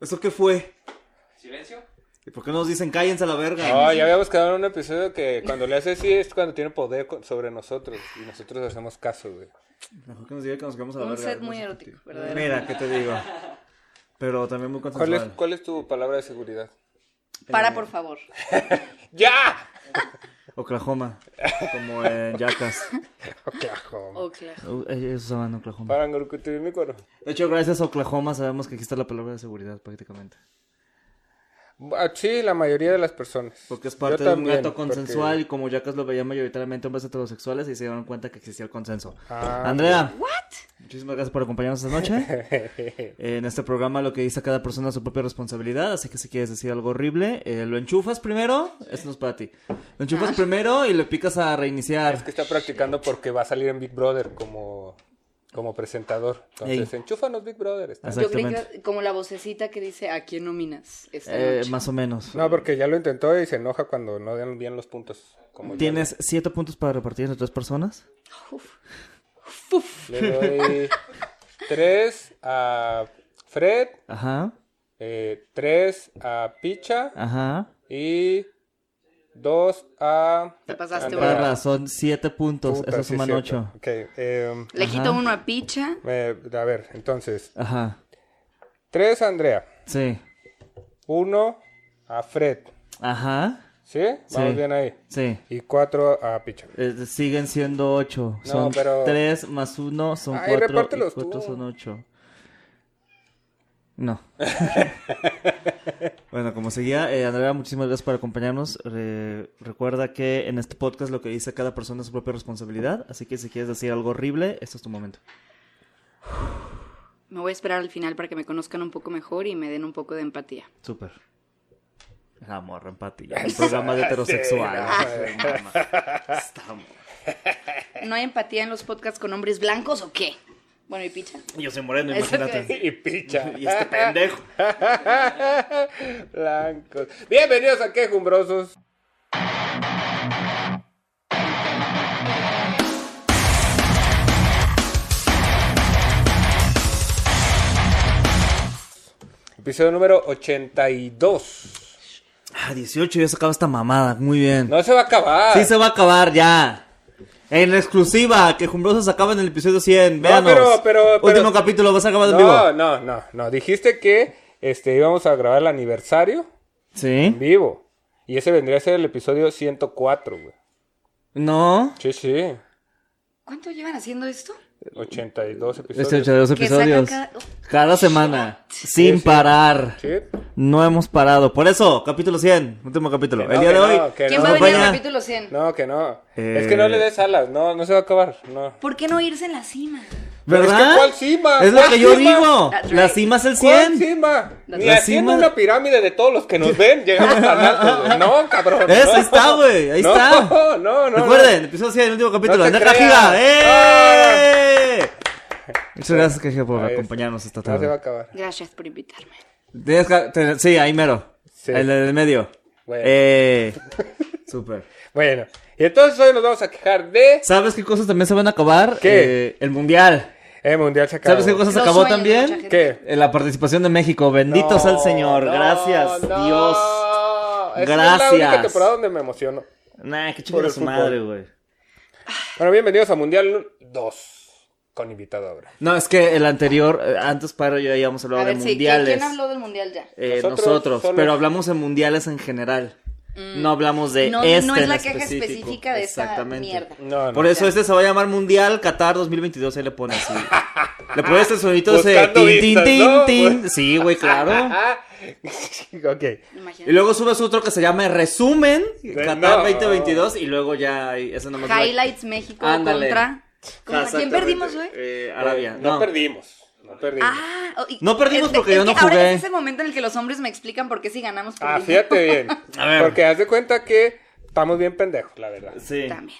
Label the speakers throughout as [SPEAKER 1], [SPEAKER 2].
[SPEAKER 1] ¿Eso qué fue?
[SPEAKER 2] ¿Silencio?
[SPEAKER 1] ¿Y por qué no nos dicen cállense a la verga?
[SPEAKER 3] No, ya habíamos quedado en un episodio que cuando le hace así es cuando tiene poder co- sobre nosotros y nosotros hacemos caso, güey.
[SPEAKER 1] Mejor que nos diga que nos quedamos a la
[SPEAKER 4] Un
[SPEAKER 1] verga.
[SPEAKER 4] set muy
[SPEAKER 1] No sé
[SPEAKER 4] erótico,
[SPEAKER 1] qué te-
[SPEAKER 4] verdaderamente.
[SPEAKER 1] Mira, ¿qué te digo? Pero también muy
[SPEAKER 3] ¿Cuál es,
[SPEAKER 1] consensual.
[SPEAKER 3] ¿Cuál es tu palabra de seguridad?
[SPEAKER 4] Para, por favor.
[SPEAKER 3] ¡Ya!
[SPEAKER 1] Oklahoma. Como en Jackass.
[SPEAKER 3] Oklahoma.
[SPEAKER 4] Oh, claro.
[SPEAKER 1] Uh, Ellos usaban Oklahoma.
[SPEAKER 3] Para Ngurukutirimícuaro.
[SPEAKER 1] De hecho, gracias a Oklahoma sabemos que aquí está la palabra de seguridad prácticamente.
[SPEAKER 3] Ah, Sí, la mayoría de las personas.
[SPEAKER 1] Porque Pues es parte
[SPEAKER 3] Yo
[SPEAKER 1] de un
[SPEAKER 3] también,
[SPEAKER 1] gato consensual
[SPEAKER 3] porque-
[SPEAKER 1] y como Jackass lo veía mayoritariamente hombres heterosexuales y se dieron cuenta que existía el consenso.
[SPEAKER 3] Ah,
[SPEAKER 1] Andrea. Muchísimas gracias por acompañarnos esta noche. en este programa lo que dice cada persona es su propia responsabilidad, así que si quieres decir algo horrible, eh, lo enchufas primero, esto no es para ti. Lo enchufas primero y le picas a reiniciar.
[SPEAKER 3] Ah. Es que está practicando porque va a salir en Big Brother como, como presentador. Entonces,
[SPEAKER 1] Ey.
[SPEAKER 3] enchúfanos Big Brother. está.
[SPEAKER 4] Yo creí
[SPEAKER 1] Exactamente.
[SPEAKER 4] que como la vocecita que dice ¿a quién nominas? Esta
[SPEAKER 1] Eh,
[SPEAKER 4] noche?
[SPEAKER 1] más o menos.
[SPEAKER 3] No, porque ya lo intentó y se enoja cuando no dan bien los puntos. Como
[SPEAKER 1] Tienes siete puntos para repartir entre tres personas.
[SPEAKER 3] Le doy tres a Fred,
[SPEAKER 1] Ajá,
[SPEAKER 3] eh, tres a Picha
[SPEAKER 1] ajá.
[SPEAKER 3] y dos a...
[SPEAKER 4] Te pasaste,
[SPEAKER 3] Andrea.
[SPEAKER 4] Ahora-
[SPEAKER 1] Parra, son siete puntos,
[SPEAKER 3] Puta,
[SPEAKER 1] eso
[SPEAKER 3] sí es
[SPEAKER 1] suman
[SPEAKER 3] cierto.
[SPEAKER 1] ocho.
[SPEAKER 3] Ok, eh,
[SPEAKER 4] Le
[SPEAKER 1] Ajá.
[SPEAKER 4] quito uno a Picha.
[SPEAKER 3] eh, a ver, entonces,
[SPEAKER 1] Ajá,
[SPEAKER 3] tres a Andrea,
[SPEAKER 1] sí.
[SPEAKER 3] uno a Fred,
[SPEAKER 1] Ajá,
[SPEAKER 3] ¿sí?
[SPEAKER 1] Sí.
[SPEAKER 3] Vamos bien ahí.
[SPEAKER 1] sí.
[SPEAKER 3] Y cuatro a Picha.
[SPEAKER 1] Eh, siguen siendo ocho.
[SPEAKER 3] No,
[SPEAKER 1] son
[SPEAKER 3] pero-
[SPEAKER 1] tres más uno, son
[SPEAKER 3] Ay,
[SPEAKER 1] cuatro.
[SPEAKER 3] repártelos
[SPEAKER 1] y cuatro
[SPEAKER 3] tú.
[SPEAKER 1] son ocho. No. bueno, como seguía, eh, Andrea, muchísimas gracias por acompañarnos. Re- recuerda que en este podcast lo que dice cada persona es su propia responsabilidad. Así que si quieres decir algo horrible, este es tu momento.
[SPEAKER 4] Me voy a esperar al final para que me conozcan un poco mejor y me den un poco de empatía.
[SPEAKER 1] Súper. La morra empatía. El programa de heterosexual. Estamos.
[SPEAKER 4] ¿No hay empatía en los podcasts con hombres blancos o qué? Bueno, y Picha.
[SPEAKER 1] Yo soy moreno,
[SPEAKER 4] Eso te iba a
[SPEAKER 1] imagínate.
[SPEAKER 3] Y Picha.
[SPEAKER 1] Y este pendejo.
[SPEAKER 3] Blancos. Bienvenidos a Quejumbrosos. Episodio número 82.
[SPEAKER 1] Ah, 18 ya se acaba esta mamada. Muy bien.
[SPEAKER 3] No se va a acabar.
[SPEAKER 1] Sí se va a acabar ya. En la exclusiva, que Jumbrosos acaba en el episodio 100.
[SPEAKER 3] No,
[SPEAKER 1] Véanos.
[SPEAKER 3] pero- pero- pero-
[SPEAKER 1] Último capítulo, vas a acabar en
[SPEAKER 3] no,
[SPEAKER 1] vivo.
[SPEAKER 3] no, no, no. Dijiste que este, íbamos a grabar el aniversario en
[SPEAKER 1] ¿Sí?
[SPEAKER 3] vivo. Y ese vendría a ser el episodio 104, güey.
[SPEAKER 1] No.
[SPEAKER 3] Sí, sí.
[SPEAKER 4] ¿Cuánto llevan haciendo esto?
[SPEAKER 3] 82 episodios.
[SPEAKER 1] Este de los
[SPEAKER 4] Que sacan
[SPEAKER 1] episodios.
[SPEAKER 4] cada-
[SPEAKER 1] Cada... semana. Sin parar.
[SPEAKER 3] Sí.
[SPEAKER 1] No hemos parado. Por eso, capítulo 100. Último capítulo.
[SPEAKER 3] Que no,
[SPEAKER 1] el día
[SPEAKER 3] que
[SPEAKER 1] de hoy.
[SPEAKER 3] no, que
[SPEAKER 4] ¿Quién
[SPEAKER 1] nos
[SPEAKER 4] va a venir al
[SPEAKER 1] acompaña-
[SPEAKER 4] capítulo 100?
[SPEAKER 3] No, que no.
[SPEAKER 1] Eh.
[SPEAKER 3] Es que no le des alas, no, no se va a acabar, no.
[SPEAKER 4] ¿Por qué no irse en la cima?
[SPEAKER 1] ¿Verdad?
[SPEAKER 3] Pero es que ¿cuál cima?
[SPEAKER 1] Es lo
[SPEAKER 3] ¿Cuál
[SPEAKER 1] que yo
[SPEAKER 3] cima?
[SPEAKER 1] digo.
[SPEAKER 4] That's
[SPEAKER 1] La
[SPEAKER 4] right.
[SPEAKER 1] cima es el
[SPEAKER 3] ¿Cuál
[SPEAKER 1] 100.
[SPEAKER 3] cima? Ni
[SPEAKER 1] La
[SPEAKER 3] haciendo
[SPEAKER 1] cima.
[SPEAKER 3] una pirámide de todos los que nos ven, llegamos tan alto, güey. No, cabrón.
[SPEAKER 1] Eso
[SPEAKER 3] no.
[SPEAKER 1] está, güey, ahí
[SPEAKER 3] no,
[SPEAKER 1] está.
[SPEAKER 3] No, no, no.
[SPEAKER 1] Recuerden, episodio 100, el último capítulo.
[SPEAKER 3] te
[SPEAKER 1] ¡Neta
[SPEAKER 3] creas. Ah.
[SPEAKER 1] Giga! ¡Eh! Muchas gracias, Giga, por
[SPEAKER 3] Ahí está.
[SPEAKER 1] acompañarnos esta
[SPEAKER 3] No se va a
[SPEAKER 1] tarde.
[SPEAKER 3] acabar.
[SPEAKER 4] Gracias por invitarme.
[SPEAKER 1] Tienes que- te- Sí, ahí mero.
[SPEAKER 3] Sí.
[SPEAKER 1] El del medio.
[SPEAKER 3] Bueno.
[SPEAKER 1] Eh. Súper.
[SPEAKER 3] Bueno, y entonces hoy nos vamos a quejar de.
[SPEAKER 1] ¿Sabes qué cosas también se van a acabar?
[SPEAKER 3] ¿Qué?
[SPEAKER 1] Eh, el mundial.
[SPEAKER 3] El eh, mundial se acabó.
[SPEAKER 1] ¿Sabes qué cosas se
[SPEAKER 4] Los
[SPEAKER 1] acabó
[SPEAKER 4] sueños de mucha
[SPEAKER 1] también?
[SPEAKER 4] gente.
[SPEAKER 3] ¿Qué?
[SPEAKER 1] Eh, La participación de México. Bendito sea el Señor.
[SPEAKER 3] No,
[SPEAKER 1] Gracias,
[SPEAKER 3] no.
[SPEAKER 1] Dios.
[SPEAKER 3] Esa Es
[SPEAKER 1] Gracias.
[SPEAKER 3] la única temporada donde me emociono.
[SPEAKER 1] Nah, qué
[SPEAKER 3] Por
[SPEAKER 1] chulo
[SPEAKER 3] el
[SPEAKER 1] su
[SPEAKER 3] fútbol.
[SPEAKER 1] madre, güey.
[SPEAKER 3] Bueno, bienvenidos a Mundial 2. Con invitado ahora.
[SPEAKER 1] No, es que el anterior, eh, antes Paro y yo habíamos hablado
[SPEAKER 4] A ver,
[SPEAKER 1] de
[SPEAKER 4] sí, ¿quién,
[SPEAKER 1] mundiales.
[SPEAKER 4] quién habló del mundial ya?
[SPEAKER 1] Eh, nosotros,
[SPEAKER 3] Nosotros solo-
[SPEAKER 1] pero hablamos de mundiales en general. No hablamos de
[SPEAKER 4] Mm. No,
[SPEAKER 1] este
[SPEAKER 4] no es
[SPEAKER 1] en
[SPEAKER 4] la queja
[SPEAKER 1] específico.
[SPEAKER 4] específica de esta
[SPEAKER 1] Exactamente.
[SPEAKER 4] mierda.
[SPEAKER 3] No, no.
[SPEAKER 1] Por eso este se va a llamar Mundial Qatar 2022, ahí le pone así. le pones el sonito ese
[SPEAKER 3] Buscando
[SPEAKER 1] tin, tin,
[SPEAKER 3] vistas,
[SPEAKER 1] tin,
[SPEAKER 3] ¿no?
[SPEAKER 1] tin. Sí, güey, claro.
[SPEAKER 3] Ah, ok.
[SPEAKER 1] Y
[SPEAKER 4] Imagínate.
[SPEAKER 1] luego subes otro que se llama Resumen Qatar
[SPEAKER 3] no.
[SPEAKER 1] 2022 y luego ya hay- ese nomás va-
[SPEAKER 4] Highlights México
[SPEAKER 1] Ándale.
[SPEAKER 4] contra. ¿Contra
[SPEAKER 1] Exactamente.
[SPEAKER 4] ¿Quién perdimos, güey?
[SPEAKER 1] Eh, Arabia.
[SPEAKER 3] No,
[SPEAKER 1] No,
[SPEAKER 3] perdimos. No perdimos. Ah,
[SPEAKER 4] Ah, oh, y-
[SPEAKER 1] No perdimos porque yo
[SPEAKER 4] que
[SPEAKER 1] no
[SPEAKER 4] Ahora
[SPEAKER 1] jugué.
[SPEAKER 4] es ese momento en el que los hombres me explican por qué si ganamos perdimos.
[SPEAKER 3] Ah, fíjate bien.
[SPEAKER 1] A ver.
[SPEAKER 3] Porque haz de cuenta que estamos bien pendejos, la verdad.
[SPEAKER 1] Sí.
[SPEAKER 4] También.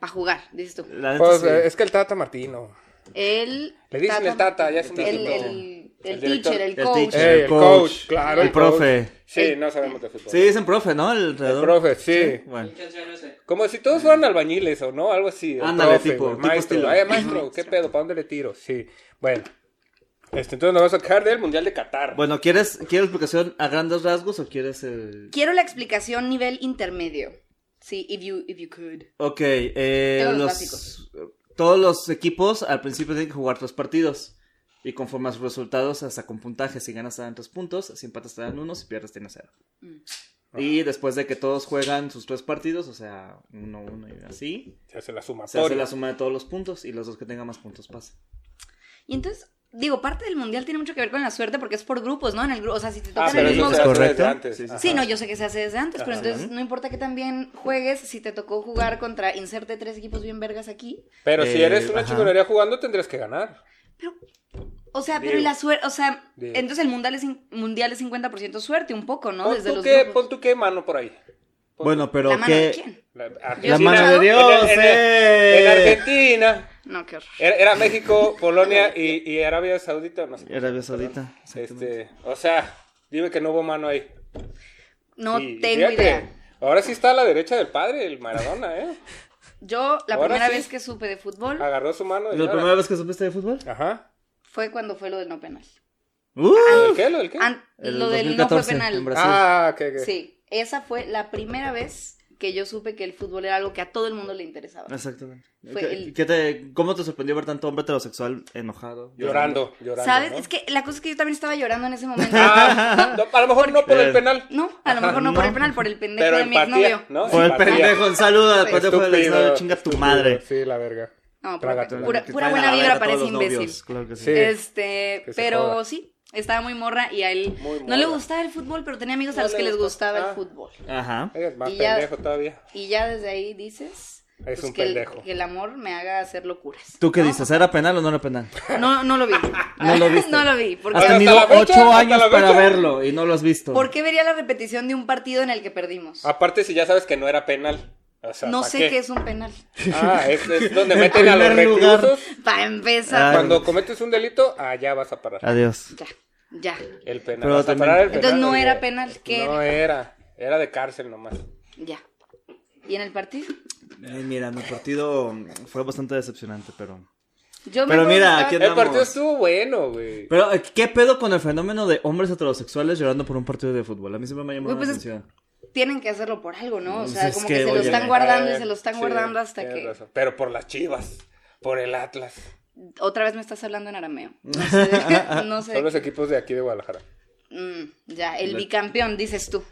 [SPEAKER 4] A jugar, dices tú.
[SPEAKER 1] La neta
[SPEAKER 3] Pues,
[SPEAKER 1] sí.
[SPEAKER 3] eh, es que el Tata Martino.
[SPEAKER 4] El.
[SPEAKER 3] Le dicen el Tata, ya es un
[SPEAKER 4] El,
[SPEAKER 3] viejito.
[SPEAKER 4] el, el
[SPEAKER 3] El director. Eh.
[SPEAKER 4] teacher, el
[SPEAKER 1] El
[SPEAKER 4] coach.
[SPEAKER 1] teacher.
[SPEAKER 3] Ey, el coach, claro.
[SPEAKER 1] El
[SPEAKER 3] coach.
[SPEAKER 1] profe.
[SPEAKER 3] Sí, no sabemos de fútbol.
[SPEAKER 1] Sí, dicen profe, ¿no? El,
[SPEAKER 3] El
[SPEAKER 1] alrededor.
[SPEAKER 3] profe, sí.
[SPEAKER 1] Bueno.
[SPEAKER 2] ¿Quién sea ese?
[SPEAKER 3] Como si todos fueran albañiles o no, algo así. el
[SPEAKER 1] Ándale, tipo,
[SPEAKER 3] güey,
[SPEAKER 1] tipo
[SPEAKER 3] maestro.
[SPEAKER 1] estilo.
[SPEAKER 3] Ay, maestro, ¿qué pedo? ¿Para dónde le tiro? Sí. Bueno. Este, entonces nos vamos a quejar del Mundial de Qatar.
[SPEAKER 1] Bueno, ¿quieres, ¿quieres explicación a grandes rasgos o quieres el...?
[SPEAKER 4] Quiero la explicación nivel intermedio. Sí, if you, if you could.
[SPEAKER 1] Ok, eh,
[SPEAKER 4] Tengo los
[SPEAKER 1] los-
[SPEAKER 4] básicos.
[SPEAKER 1] todos los equipos al principio tienen que jugar tres partidos. Y conforme a sus resultados, hasta con puntajes. Si ganas te dan tres puntos, si empatas te dan uno, si pierdes tienes cero.
[SPEAKER 4] Mm.
[SPEAKER 3] Ah.
[SPEAKER 1] Y después de que todos juegan sus tres partidos, o sea, uno, uno y así,
[SPEAKER 3] Se hace la
[SPEAKER 1] se hace
[SPEAKER 3] sumatoria.
[SPEAKER 1] la suma de todos los puntos y los dos que tengan más puntos pasan.
[SPEAKER 4] Y entonces, digo, parte del mundial tiene mucho que ver con la suerte porque es por grupos, ¿no? En el grupo, o sea, si te
[SPEAKER 3] Ah,
[SPEAKER 4] tocan
[SPEAKER 3] pero
[SPEAKER 4] el
[SPEAKER 3] eso
[SPEAKER 4] mismo
[SPEAKER 3] se
[SPEAKER 1] ¿Es
[SPEAKER 3] hace
[SPEAKER 4] grupo.
[SPEAKER 1] correcto?
[SPEAKER 3] desde antes.
[SPEAKER 1] Sí, sí,
[SPEAKER 4] Sí,
[SPEAKER 3] Ajá.
[SPEAKER 4] no, yo sé que se hace desde antes, pero
[SPEAKER 3] Ajá.
[SPEAKER 4] entonces no importa que también juegues, si te tocó jugar contra inserte tres equipos bien vergas aquí.
[SPEAKER 3] Pero si
[SPEAKER 1] Eh,
[SPEAKER 3] eres una
[SPEAKER 1] ajá.
[SPEAKER 3] chingonería jugando, tendrías que ganar.
[SPEAKER 4] Pero, o sea,
[SPEAKER 3] Digo.
[SPEAKER 4] pero y la suerte, o sea,
[SPEAKER 3] Digo.
[SPEAKER 4] entonces el mundial es, in- mundial es 50% suerte, un poco, ¿no?
[SPEAKER 3] pon,
[SPEAKER 4] Desde
[SPEAKER 3] tú
[SPEAKER 4] los
[SPEAKER 3] qué,
[SPEAKER 4] grupos.
[SPEAKER 3] pon tú qué mano por ahí. Pon
[SPEAKER 1] Bueno, pero
[SPEAKER 4] ¿La mano de
[SPEAKER 1] que...
[SPEAKER 4] quién?
[SPEAKER 3] La,
[SPEAKER 1] La
[SPEAKER 3] Argentina-
[SPEAKER 1] mano de
[SPEAKER 4] En el-
[SPEAKER 1] Dios,
[SPEAKER 3] En, en-
[SPEAKER 1] eh.
[SPEAKER 3] en Argentina.
[SPEAKER 4] No, qué horror.
[SPEAKER 3] Era, era México, Polonia y, y Arabia Saudita. No sé.
[SPEAKER 1] Arabia Saudita. exactamente.
[SPEAKER 3] Este, o sea, dime que no hubo mano ahí.
[SPEAKER 4] No
[SPEAKER 3] Y- y
[SPEAKER 4] tengo
[SPEAKER 3] fíjate,
[SPEAKER 4] idea.
[SPEAKER 3] Ahora sí está a la derecha del padre, el Maradona, ¿eh?
[SPEAKER 4] Yo, la
[SPEAKER 3] Ahora
[SPEAKER 4] primera
[SPEAKER 3] sí. Ah.
[SPEAKER 4] vez que supe de fútbol
[SPEAKER 3] Agarró su mano. y
[SPEAKER 1] ¿La
[SPEAKER 3] ahora-
[SPEAKER 1] primera vez que supiste de fútbol?
[SPEAKER 3] Ajá.
[SPEAKER 4] fue cuando fue lo del no penal.
[SPEAKER 1] ¡Uh!
[SPEAKER 3] ¿Lo del qué? ¿Lo del qué?
[SPEAKER 4] An-
[SPEAKER 1] El
[SPEAKER 4] lo del no fue
[SPEAKER 1] 2014 en
[SPEAKER 4] penal.
[SPEAKER 1] Brasil.
[SPEAKER 3] Ah, que, que.
[SPEAKER 4] Sí, esa fue la primera vez que yo supe que el fútbol era algo que a todo el mundo le interesaba.
[SPEAKER 1] Exactamente.
[SPEAKER 4] Fue
[SPEAKER 1] ¿Qué-
[SPEAKER 4] el-
[SPEAKER 1] qué te- ¿Cómo te sorprendió ver tanto hombre heterosexual enojado?
[SPEAKER 3] Llorando, llorando.
[SPEAKER 4] ¿Sabes?
[SPEAKER 3] ¿no?
[SPEAKER 4] Es que la cosa es que yo también estaba llorando en ese momento.
[SPEAKER 3] Ah, no, a lo mejor no por el
[SPEAKER 1] Eh,
[SPEAKER 3] penal,
[SPEAKER 4] No, a lo mejor no, por el penal, por el pendejo
[SPEAKER 3] pero
[SPEAKER 4] de mi
[SPEAKER 3] empatía,
[SPEAKER 4] exnovio.
[SPEAKER 3] ¿no?
[SPEAKER 1] Fue el
[SPEAKER 3] Empatía.
[SPEAKER 1] pendejo, un saludo al
[SPEAKER 4] Sí.
[SPEAKER 1] pendejo del
[SPEAKER 3] Estúpido,
[SPEAKER 1] exnovio, chinga tu
[SPEAKER 3] estúpido.
[SPEAKER 1] madre.
[SPEAKER 3] Sí, la verga.
[SPEAKER 4] No, pura,
[SPEAKER 3] Trágatela.
[SPEAKER 4] pura-
[SPEAKER 1] Que traigan
[SPEAKER 4] pura
[SPEAKER 1] a
[SPEAKER 4] buena
[SPEAKER 1] la
[SPEAKER 4] vibra
[SPEAKER 1] verga
[SPEAKER 4] para
[SPEAKER 1] todos
[SPEAKER 4] ese
[SPEAKER 1] los
[SPEAKER 4] imbécil.
[SPEAKER 1] novios, claro que sí.
[SPEAKER 3] Sí.
[SPEAKER 4] Este,
[SPEAKER 3] Que se joda.
[SPEAKER 4] pero sí, estaba muy morra y a él
[SPEAKER 3] Muy
[SPEAKER 4] no le
[SPEAKER 3] morra.
[SPEAKER 4] gustaba el fútbol, pero tenía amigos a
[SPEAKER 3] No
[SPEAKER 4] los
[SPEAKER 3] le
[SPEAKER 4] que les
[SPEAKER 3] gustaba.
[SPEAKER 4] gustaba
[SPEAKER 3] Ah.
[SPEAKER 4] el fútbol.
[SPEAKER 1] Ajá.
[SPEAKER 3] Es más
[SPEAKER 4] Y ya-
[SPEAKER 3] pendejo todavía.
[SPEAKER 4] Y ya desde ahí dices pues
[SPEAKER 3] Es un
[SPEAKER 4] que, el,
[SPEAKER 3] pendejo.
[SPEAKER 4] que el amor me haga hacer locuras.
[SPEAKER 1] ¿Tú qué
[SPEAKER 4] ¿no?
[SPEAKER 1] dices? ¿Era penal o no era penal?
[SPEAKER 4] No, no lo vi.
[SPEAKER 1] No lo viste.
[SPEAKER 4] no lo vi. Porque
[SPEAKER 1] Has
[SPEAKER 3] Hasta
[SPEAKER 1] tenido
[SPEAKER 3] la fecha,
[SPEAKER 1] ocho
[SPEAKER 3] hasta
[SPEAKER 1] años
[SPEAKER 3] la
[SPEAKER 1] para
[SPEAKER 3] fecha.
[SPEAKER 1] verlo y no lo has visto.
[SPEAKER 4] ¿Por qué vería la repetición de un partido en el que perdimos?
[SPEAKER 3] Aparte, si ya sabes que no era penal. O sea, Ah,
[SPEAKER 4] no
[SPEAKER 3] pues, ¿pa'
[SPEAKER 4] sé qué? es un penal.
[SPEAKER 3] Ah, es, es donde
[SPEAKER 1] En
[SPEAKER 3] meten a los
[SPEAKER 1] primer lugar.
[SPEAKER 3] reclusos.
[SPEAKER 4] Para empezar.
[SPEAKER 1] Ah.
[SPEAKER 3] Cuando cometes un delito, allá vas a parar.
[SPEAKER 1] Adiós.
[SPEAKER 4] Ya, ya.
[SPEAKER 3] El penal.
[SPEAKER 1] Pero
[SPEAKER 3] vas a
[SPEAKER 1] también-
[SPEAKER 3] parar el
[SPEAKER 4] Entonces,
[SPEAKER 3] penal,
[SPEAKER 4] ¿no
[SPEAKER 3] oye.
[SPEAKER 4] era penal? ¿Qué
[SPEAKER 3] No era. Era de cárcel nomás.
[SPEAKER 4] Ya. ¿Y en el partido?
[SPEAKER 1] Ay, Eh, mira, mi partido fue bastante decepcionante, pero...
[SPEAKER 4] Yo
[SPEAKER 1] Pero
[SPEAKER 4] acuerdo
[SPEAKER 1] mira,
[SPEAKER 4] que estaba-
[SPEAKER 1] aquí-
[SPEAKER 3] El
[SPEAKER 1] Andamos.
[SPEAKER 3] partido estuvo bueno, güey.
[SPEAKER 1] Pero, eh, ¿qué pedo con el fenómeno de hombres heterosexuales llorando por un partido de fútbol? A mí siempre me llamó
[SPEAKER 4] Güey,
[SPEAKER 1] la
[SPEAKER 4] pues es-
[SPEAKER 1] atención.
[SPEAKER 4] tienen que hacerlo por algo, ¿no? O
[SPEAKER 1] Pues
[SPEAKER 4] sea,
[SPEAKER 1] es
[SPEAKER 4] como
[SPEAKER 1] que,
[SPEAKER 4] que, se lo
[SPEAKER 1] oye,
[SPEAKER 4] están guardando y
[SPEAKER 3] Eh,
[SPEAKER 4] se lo están
[SPEAKER 3] sí,
[SPEAKER 4] guardando hasta
[SPEAKER 3] tienes
[SPEAKER 4] que
[SPEAKER 3] razón. Pero por las chivas. Por el Atlas.
[SPEAKER 4] otra vez me estás hablando en arameo. No sé, no sé.
[SPEAKER 3] Son los equipos de aquí de Guadalajara.
[SPEAKER 4] Mm, ya, el bicampeón, dices tú.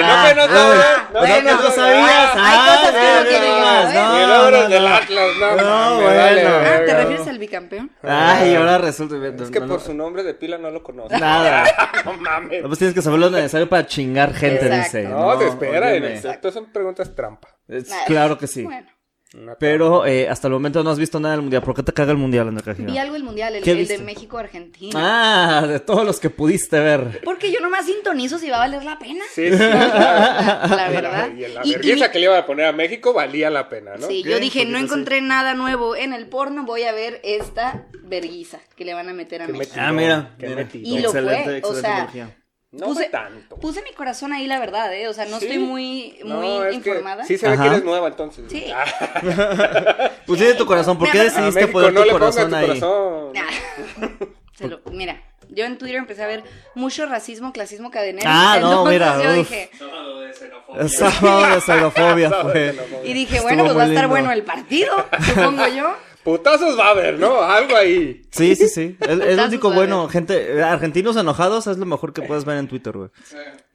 [SPEAKER 1] Ah,
[SPEAKER 3] no me
[SPEAKER 1] ah,
[SPEAKER 3] notas. No,
[SPEAKER 1] bueno,
[SPEAKER 3] no, no,
[SPEAKER 1] no sabías.
[SPEAKER 3] ah,
[SPEAKER 4] hay cosas que
[SPEAKER 1] Ah,
[SPEAKER 4] uno tiene que
[SPEAKER 1] nomás,
[SPEAKER 4] saber.
[SPEAKER 1] no,
[SPEAKER 3] Y luego los
[SPEAKER 1] no,
[SPEAKER 3] del
[SPEAKER 1] no.
[SPEAKER 3] Atlas, no,
[SPEAKER 1] No,
[SPEAKER 3] mames, vale,
[SPEAKER 1] bueno.
[SPEAKER 4] Ah, ¿te
[SPEAKER 3] verga.
[SPEAKER 4] refieres al bicampeón?
[SPEAKER 1] Ay, ahora resulta...
[SPEAKER 3] Ah. Es que
[SPEAKER 1] no,
[SPEAKER 3] por
[SPEAKER 1] no,
[SPEAKER 3] su nombre de pila no lo conozco.
[SPEAKER 1] Nada.
[SPEAKER 3] no mames.
[SPEAKER 1] Nomás tienes que saber lo necesario para chingar gente,
[SPEAKER 4] Exacto.
[SPEAKER 1] dice.
[SPEAKER 3] No, te espera.
[SPEAKER 1] óyeme.
[SPEAKER 3] Estas son preguntas trampa.
[SPEAKER 1] Es-
[SPEAKER 4] Nah.
[SPEAKER 1] Ah, Claro que sí.
[SPEAKER 4] Bueno,
[SPEAKER 3] Una
[SPEAKER 1] Pero eh, hasta el momento no has visto nada del mundial. ¿Por qué te caga el mundial, André Cajina?
[SPEAKER 4] vi algo del mundial, el,
[SPEAKER 1] ¿Qué
[SPEAKER 4] el
[SPEAKER 1] viste?
[SPEAKER 4] de México-Argentina.
[SPEAKER 1] Ah, de todos los que pudiste ver.
[SPEAKER 4] Porque yo nomás sintonizo si va a valer la pena.
[SPEAKER 3] Sí, sí,
[SPEAKER 1] Ah,
[SPEAKER 3] claro.
[SPEAKER 4] La verdad.
[SPEAKER 3] ah, Y la
[SPEAKER 4] Y- y
[SPEAKER 3] vergüenza
[SPEAKER 4] mi-
[SPEAKER 3] que le iban a poner a México valía la pena, ¿no?
[SPEAKER 4] Sí,
[SPEAKER 1] ¿Qué?
[SPEAKER 4] yo dije,
[SPEAKER 1] Porque
[SPEAKER 4] no
[SPEAKER 1] yo
[SPEAKER 4] encontré nada nuevo en el porno, voy a ver esta verguiza que le van a meter a
[SPEAKER 3] Qué
[SPEAKER 4] México.
[SPEAKER 1] Ah, mira.
[SPEAKER 3] Qué
[SPEAKER 1] mira.
[SPEAKER 3] metido.
[SPEAKER 4] Y lo fue,
[SPEAKER 1] excelente,
[SPEAKER 4] o
[SPEAKER 1] excelente
[SPEAKER 4] sea,
[SPEAKER 1] analogía.
[SPEAKER 3] No
[SPEAKER 4] puse-
[SPEAKER 3] fue tanto.
[SPEAKER 4] Puse mi corazón ahí, la verdad, ¿eh? O sea, no
[SPEAKER 3] Sí.
[SPEAKER 4] estoy muy,
[SPEAKER 3] No,
[SPEAKER 4] muy
[SPEAKER 3] es que
[SPEAKER 4] informada.
[SPEAKER 3] Sí se ve
[SPEAKER 1] Ajá.
[SPEAKER 3] que eres nueva entonces.
[SPEAKER 4] Sí.
[SPEAKER 3] Ah,
[SPEAKER 1] Pues tiene tu corazón. ¿Por qué
[SPEAKER 4] A
[SPEAKER 3] a
[SPEAKER 1] decidiste
[SPEAKER 3] México
[SPEAKER 1] poner
[SPEAKER 3] no
[SPEAKER 1] este tu
[SPEAKER 3] le pongas tu
[SPEAKER 1] corazón ahí?
[SPEAKER 3] corazón.
[SPEAKER 4] Ah. Se lo- mira, yo en Twitter empecé a ver mucho racismo, clasismo cadenero.
[SPEAKER 1] Ah, no,
[SPEAKER 4] Entonces
[SPEAKER 1] mira,
[SPEAKER 4] Yo
[SPEAKER 1] uf.
[SPEAKER 4] dije,
[SPEAKER 1] Sábado de xenofobia
[SPEAKER 3] Sábado de
[SPEAKER 1] fue.
[SPEAKER 3] xenofobia.
[SPEAKER 4] y dije,
[SPEAKER 1] Estuvo
[SPEAKER 4] bueno, pues
[SPEAKER 1] muy
[SPEAKER 4] va a estar
[SPEAKER 1] lindo.
[SPEAKER 4] bueno el partido, supongo yo.
[SPEAKER 3] Putazos va a haber, ¿no? Algo ahí.
[SPEAKER 1] Sí, sí, sí. Es, es lo
[SPEAKER 4] Putazos,
[SPEAKER 1] único
[SPEAKER 4] a
[SPEAKER 1] bueno. Gente, eh, argentinos enojados es lo mejor que puedes ver en Twitter, güey.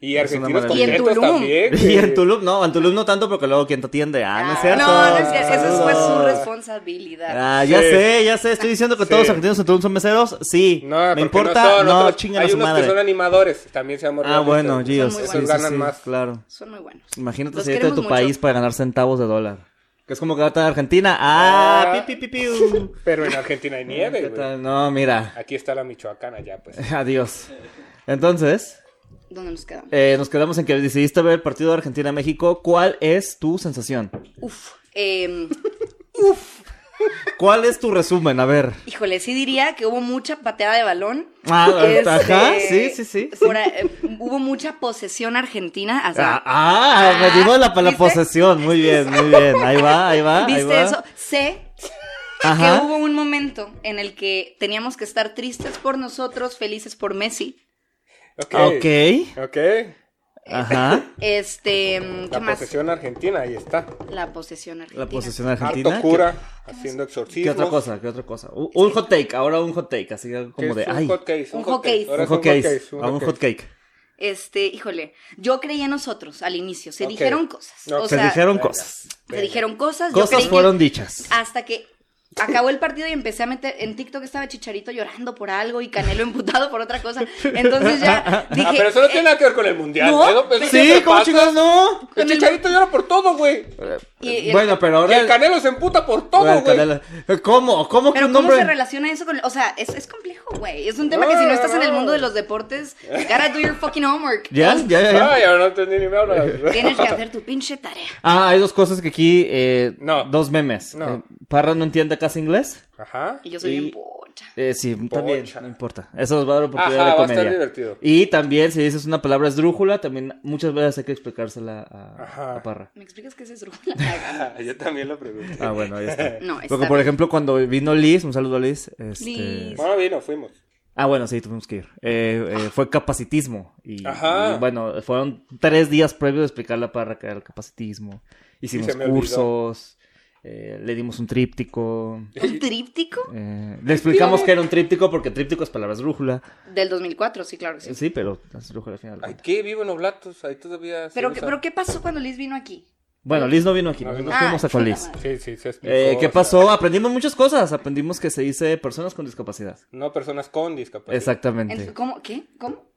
[SPEAKER 3] Y
[SPEAKER 1] Es una
[SPEAKER 3] argentinos
[SPEAKER 1] maravilla.
[SPEAKER 4] Y en
[SPEAKER 3] contentos
[SPEAKER 4] Tulum.
[SPEAKER 3] también.
[SPEAKER 1] Y en
[SPEAKER 3] güey.
[SPEAKER 1] Tulum, no, en Tulum no tanto porque luego quien te atiende. Ah, no es cierto.
[SPEAKER 4] No, no es cierto, Eso fue su
[SPEAKER 1] Saludos.
[SPEAKER 4] responsabilidad.
[SPEAKER 1] Ah, ya
[SPEAKER 3] Sí.
[SPEAKER 1] sé, ya sé. Estoy diciendo que todos los
[SPEAKER 3] Sí.
[SPEAKER 1] argentinos en Tulum son meseros. Sí.
[SPEAKER 3] No, porque
[SPEAKER 1] me importa.
[SPEAKER 3] son,
[SPEAKER 1] No,
[SPEAKER 3] otros-
[SPEAKER 1] chingan a
[SPEAKER 3] Hay
[SPEAKER 1] su
[SPEAKER 3] unos
[SPEAKER 1] madre.
[SPEAKER 3] que son animadores, también se llaman
[SPEAKER 1] Ah, bueno, Gios.
[SPEAKER 4] muy
[SPEAKER 1] sí,
[SPEAKER 4] buenos.
[SPEAKER 1] sí,
[SPEAKER 3] Esos ganan
[SPEAKER 1] sí,
[SPEAKER 3] más.
[SPEAKER 1] Claro.
[SPEAKER 4] Son muy buenos.
[SPEAKER 1] Imagínate
[SPEAKER 4] Los
[SPEAKER 1] salirte de
[SPEAKER 4] queremos
[SPEAKER 1] tu
[SPEAKER 4] mucho.
[SPEAKER 1] país para ganar centavos de dólar. Que es como que va a Argentina. Ah,
[SPEAKER 3] Ah.
[SPEAKER 1] pi, pi, pi, piu.
[SPEAKER 3] Pero en Argentina hay nieve,
[SPEAKER 1] ¿Qué
[SPEAKER 3] güey.
[SPEAKER 1] tal? No, mira.
[SPEAKER 3] Aquí está la Michoacana ya, pues.
[SPEAKER 1] Adiós. Entonces,
[SPEAKER 4] ¿Dónde nos quedamos?
[SPEAKER 1] eh, nos quedamos en que decidiste ver el partido de Argentina-México. ¿Cuál es tu sensación?
[SPEAKER 4] Uf. em,
[SPEAKER 1] ¿Cuál es tu resumen? A ver.
[SPEAKER 4] híjole, sí diría que hubo mucha pateada de balón.
[SPEAKER 1] Ah,
[SPEAKER 4] Este,
[SPEAKER 1] ajá, sí, sí, sí.
[SPEAKER 4] fuera- eh, hubo mucha posesión argentina. o sea,
[SPEAKER 1] Ah, ah,
[SPEAKER 4] Ah,
[SPEAKER 1] me dimos la, la
[SPEAKER 4] ¿viste?
[SPEAKER 1] posesión. Muy bien, muy bien. ah, Ahí va, ahí va. ahí
[SPEAKER 4] ¿Viste
[SPEAKER 1] va.
[SPEAKER 4] eso? Sé
[SPEAKER 1] Ajá.
[SPEAKER 4] que hubo un momento en el que teníamos que estar tristes por nosotros, felices por Messi.
[SPEAKER 3] Ok.
[SPEAKER 1] Ah, Ok.
[SPEAKER 3] Ok.
[SPEAKER 1] Ajá.
[SPEAKER 4] Este, mm, ¿qué
[SPEAKER 3] La
[SPEAKER 4] más?
[SPEAKER 3] posesión argentina, ahí está.
[SPEAKER 4] La posesión argentina.
[SPEAKER 1] La posesión argentina.
[SPEAKER 3] Harto cura, haciendo
[SPEAKER 1] ¿Qué,
[SPEAKER 3] exorcismos.
[SPEAKER 1] qué otra cosa? ¿Qué otra cosa? Un, un hot take, ahora un hot take, así algo
[SPEAKER 3] ¿Qué
[SPEAKER 1] como
[SPEAKER 3] es
[SPEAKER 1] de
[SPEAKER 3] un
[SPEAKER 1] ay.
[SPEAKER 3] hot case,
[SPEAKER 4] Un
[SPEAKER 3] un
[SPEAKER 4] hot
[SPEAKER 3] hot
[SPEAKER 4] case.
[SPEAKER 3] case. Ahora
[SPEAKER 1] Un hot
[SPEAKER 3] es un
[SPEAKER 1] cake.
[SPEAKER 3] case, un
[SPEAKER 1] A un
[SPEAKER 3] hot
[SPEAKER 1] hot
[SPEAKER 3] case.
[SPEAKER 1] cake.
[SPEAKER 4] Este, híjole, yo creí en nosotros al inicio. Se
[SPEAKER 3] Ok.
[SPEAKER 4] dijeron cosas.
[SPEAKER 3] No,
[SPEAKER 4] o
[SPEAKER 1] Se
[SPEAKER 4] sea,
[SPEAKER 1] dijeron cosas.
[SPEAKER 4] se dijeron cosas. yo creí
[SPEAKER 1] Cosas
[SPEAKER 4] que- ¿Ah?
[SPEAKER 1] fueron dichas.
[SPEAKER 4] Hasta que acabó el partido y empecé a meter en TikTok estaba Chicharito llorando por algo y Canelo emputado por otra cosa. Entonces ya dije,
[SPEAKER 3] Ah, pero eso no tiene
[SPEAKER 4] eh,
[SPEAKER 3] nada que ver con el mundial.
[SPEAKER 4] no,
[SPEAKER 3] ¿eh? eso
[SPEAKER 1] Sí,
[SPEAKER 3] siempre
[SPEAKER 1] ¿cómo
[SPEAKER 3] pasa.
[SPEAKER 1] chicos no?
[SPEAKER 3] El
[SPEAKER 4] Con el-
[SPEAKER 3] chicharito llora por todo, güey.
[SPEAKER 4] y- y-
[SPEAKER 1] Bueno, pero
[SPEAKER 3] Y
[SPEAKER 1] ahora.
[SPEAKER 3] el Canelo se emputa por todo,
[SPEAKER 1] Bueno,
[SPEAKER 3] güey.
[SPEAKER 1] Canelo- ¿Cómo? ¿Cómo que
[SPEAKER 4] pero
[SPEAKER 1] un
[SPEAKER 4] ¿cómo se
[SPEAKER 1] hombre?
[SPEAKER 4] relaciona eso con, o sea, es, es complejo, güey. Es un tema que si no estás en el mundo de los deportes, gotta do your fucking homework.
[SPEAKER 1] Ya, ya, ya, ya.
[SPEAKER 3] Ay, ahora no entendí ni me hablas.
[SPEAKER 4] Tienes que hacer tu pinche tarea.
[SPEAKER 1] Ah, hay dos cosas que aquí. eh,
[SPEAKER 3] No.
[SPEAKER 1] Dos memes.
[SPEAKER 3] No.
[SPEAKER 1] Eh, Parra no entiende casi inglés.
[SPEAKER 3] Ajá.
[SPEAKER 4] Y yo soy
[SPEAKER 1] Y-
[SPEAKER 4] bien pocha.
[SPEAKER 1] Eh, sí, también,
[SPEAKER 3] Pocha.
[SPEAKER 1] no importa. Eso nos va a dar oportunidad
[SPEAKER 3] Ajá,
[SPEAKER 1] de
[SPEAKER 3] va a
[SPEAKER 1] comedia.
[SPEAKER 3] estar divertido.
[SPEAKER 1] Y también, si dices una palabra esdrújula, también muchas veces hay que explicársela a,
[SPEAKER 3] Ajá.
[SPEAKER 1] a Parra.
[SPEAKER 4] ¿Me explicas qué es eso? La-
[SPEAKER 3] Ah, Yo también lo pregunté.
[SPEAKER 1] Ah, bueno, ahí está.
[SPEAKER 4] No, está
[SPEAKER 1] Porque, por
[SPEAKER 4] bien.
[SPEAKER 1] ejemplo, cuando vino Liz, un saludo a Liz. este-
[SPEAKER 4] Liz.
[SPEAKER 3] Bueno, vino, fuimos.
[SPEAKER 1] Ah, bueno, sí, tuvimos que ir. Eh, eh, fue capacitismo. Y,
[SPEAKER 3] Ajá.
[SPEAKER 1] y, bueno, fueron tres días previos de explicarle a Parra que era el capacitismo. Hicimos
[SPEAKER 3] Y se me olvidó.
[SPEAKER 1] cursos, eh, le dimos un tríptico.
[SPEAKER 4] ¿Un tríptico?
[SPEAKER 1] eh, le explicamos que era un tríptico porque tríptico es palabras rújula.
[SPEAKER 4] Del 2004, sí, claro que sí.
[SPEAKER 1] Sí, pero es rújula al final.
[SPEAKER 3] Ay, ¿qué? Vivo en Oblatos. Ahí todavía. se
[SPEAKER 4] Pero,
[SPEAKER 3] usa.
[SPEAKER 4] ¿qué- pero ¿qué pasó cuando Liz vino aquí?
[SPEAKER 1] Bueno, Liz no vino aquí,
[SPEAKER 3] No
[SPEAKER 1] nosotros
[SPEAKER 3] vino.
[SPEAKER 1] fuimos a con
[SPEAKER 4] chuta
[SPEAKER 1] Liz.
[SPEAKER 4] madre.
[SPEAKER 3] Sí, sí, se explicó.
[SPEAKER 1] Eh, ¿Qué
[SPEAKER 3] o sea,
[SPEAKER 1] pasó? Aprendimos muchas cosas. Aprendimos que se dice personas con discapacidad.
[SPEAKER 3] no, personas con discapacidad.
[SPEAKER 1] Exactamente.
[SPEAKER 4] Ent- ¿Cómo? ¿Qué? ¿Cómo?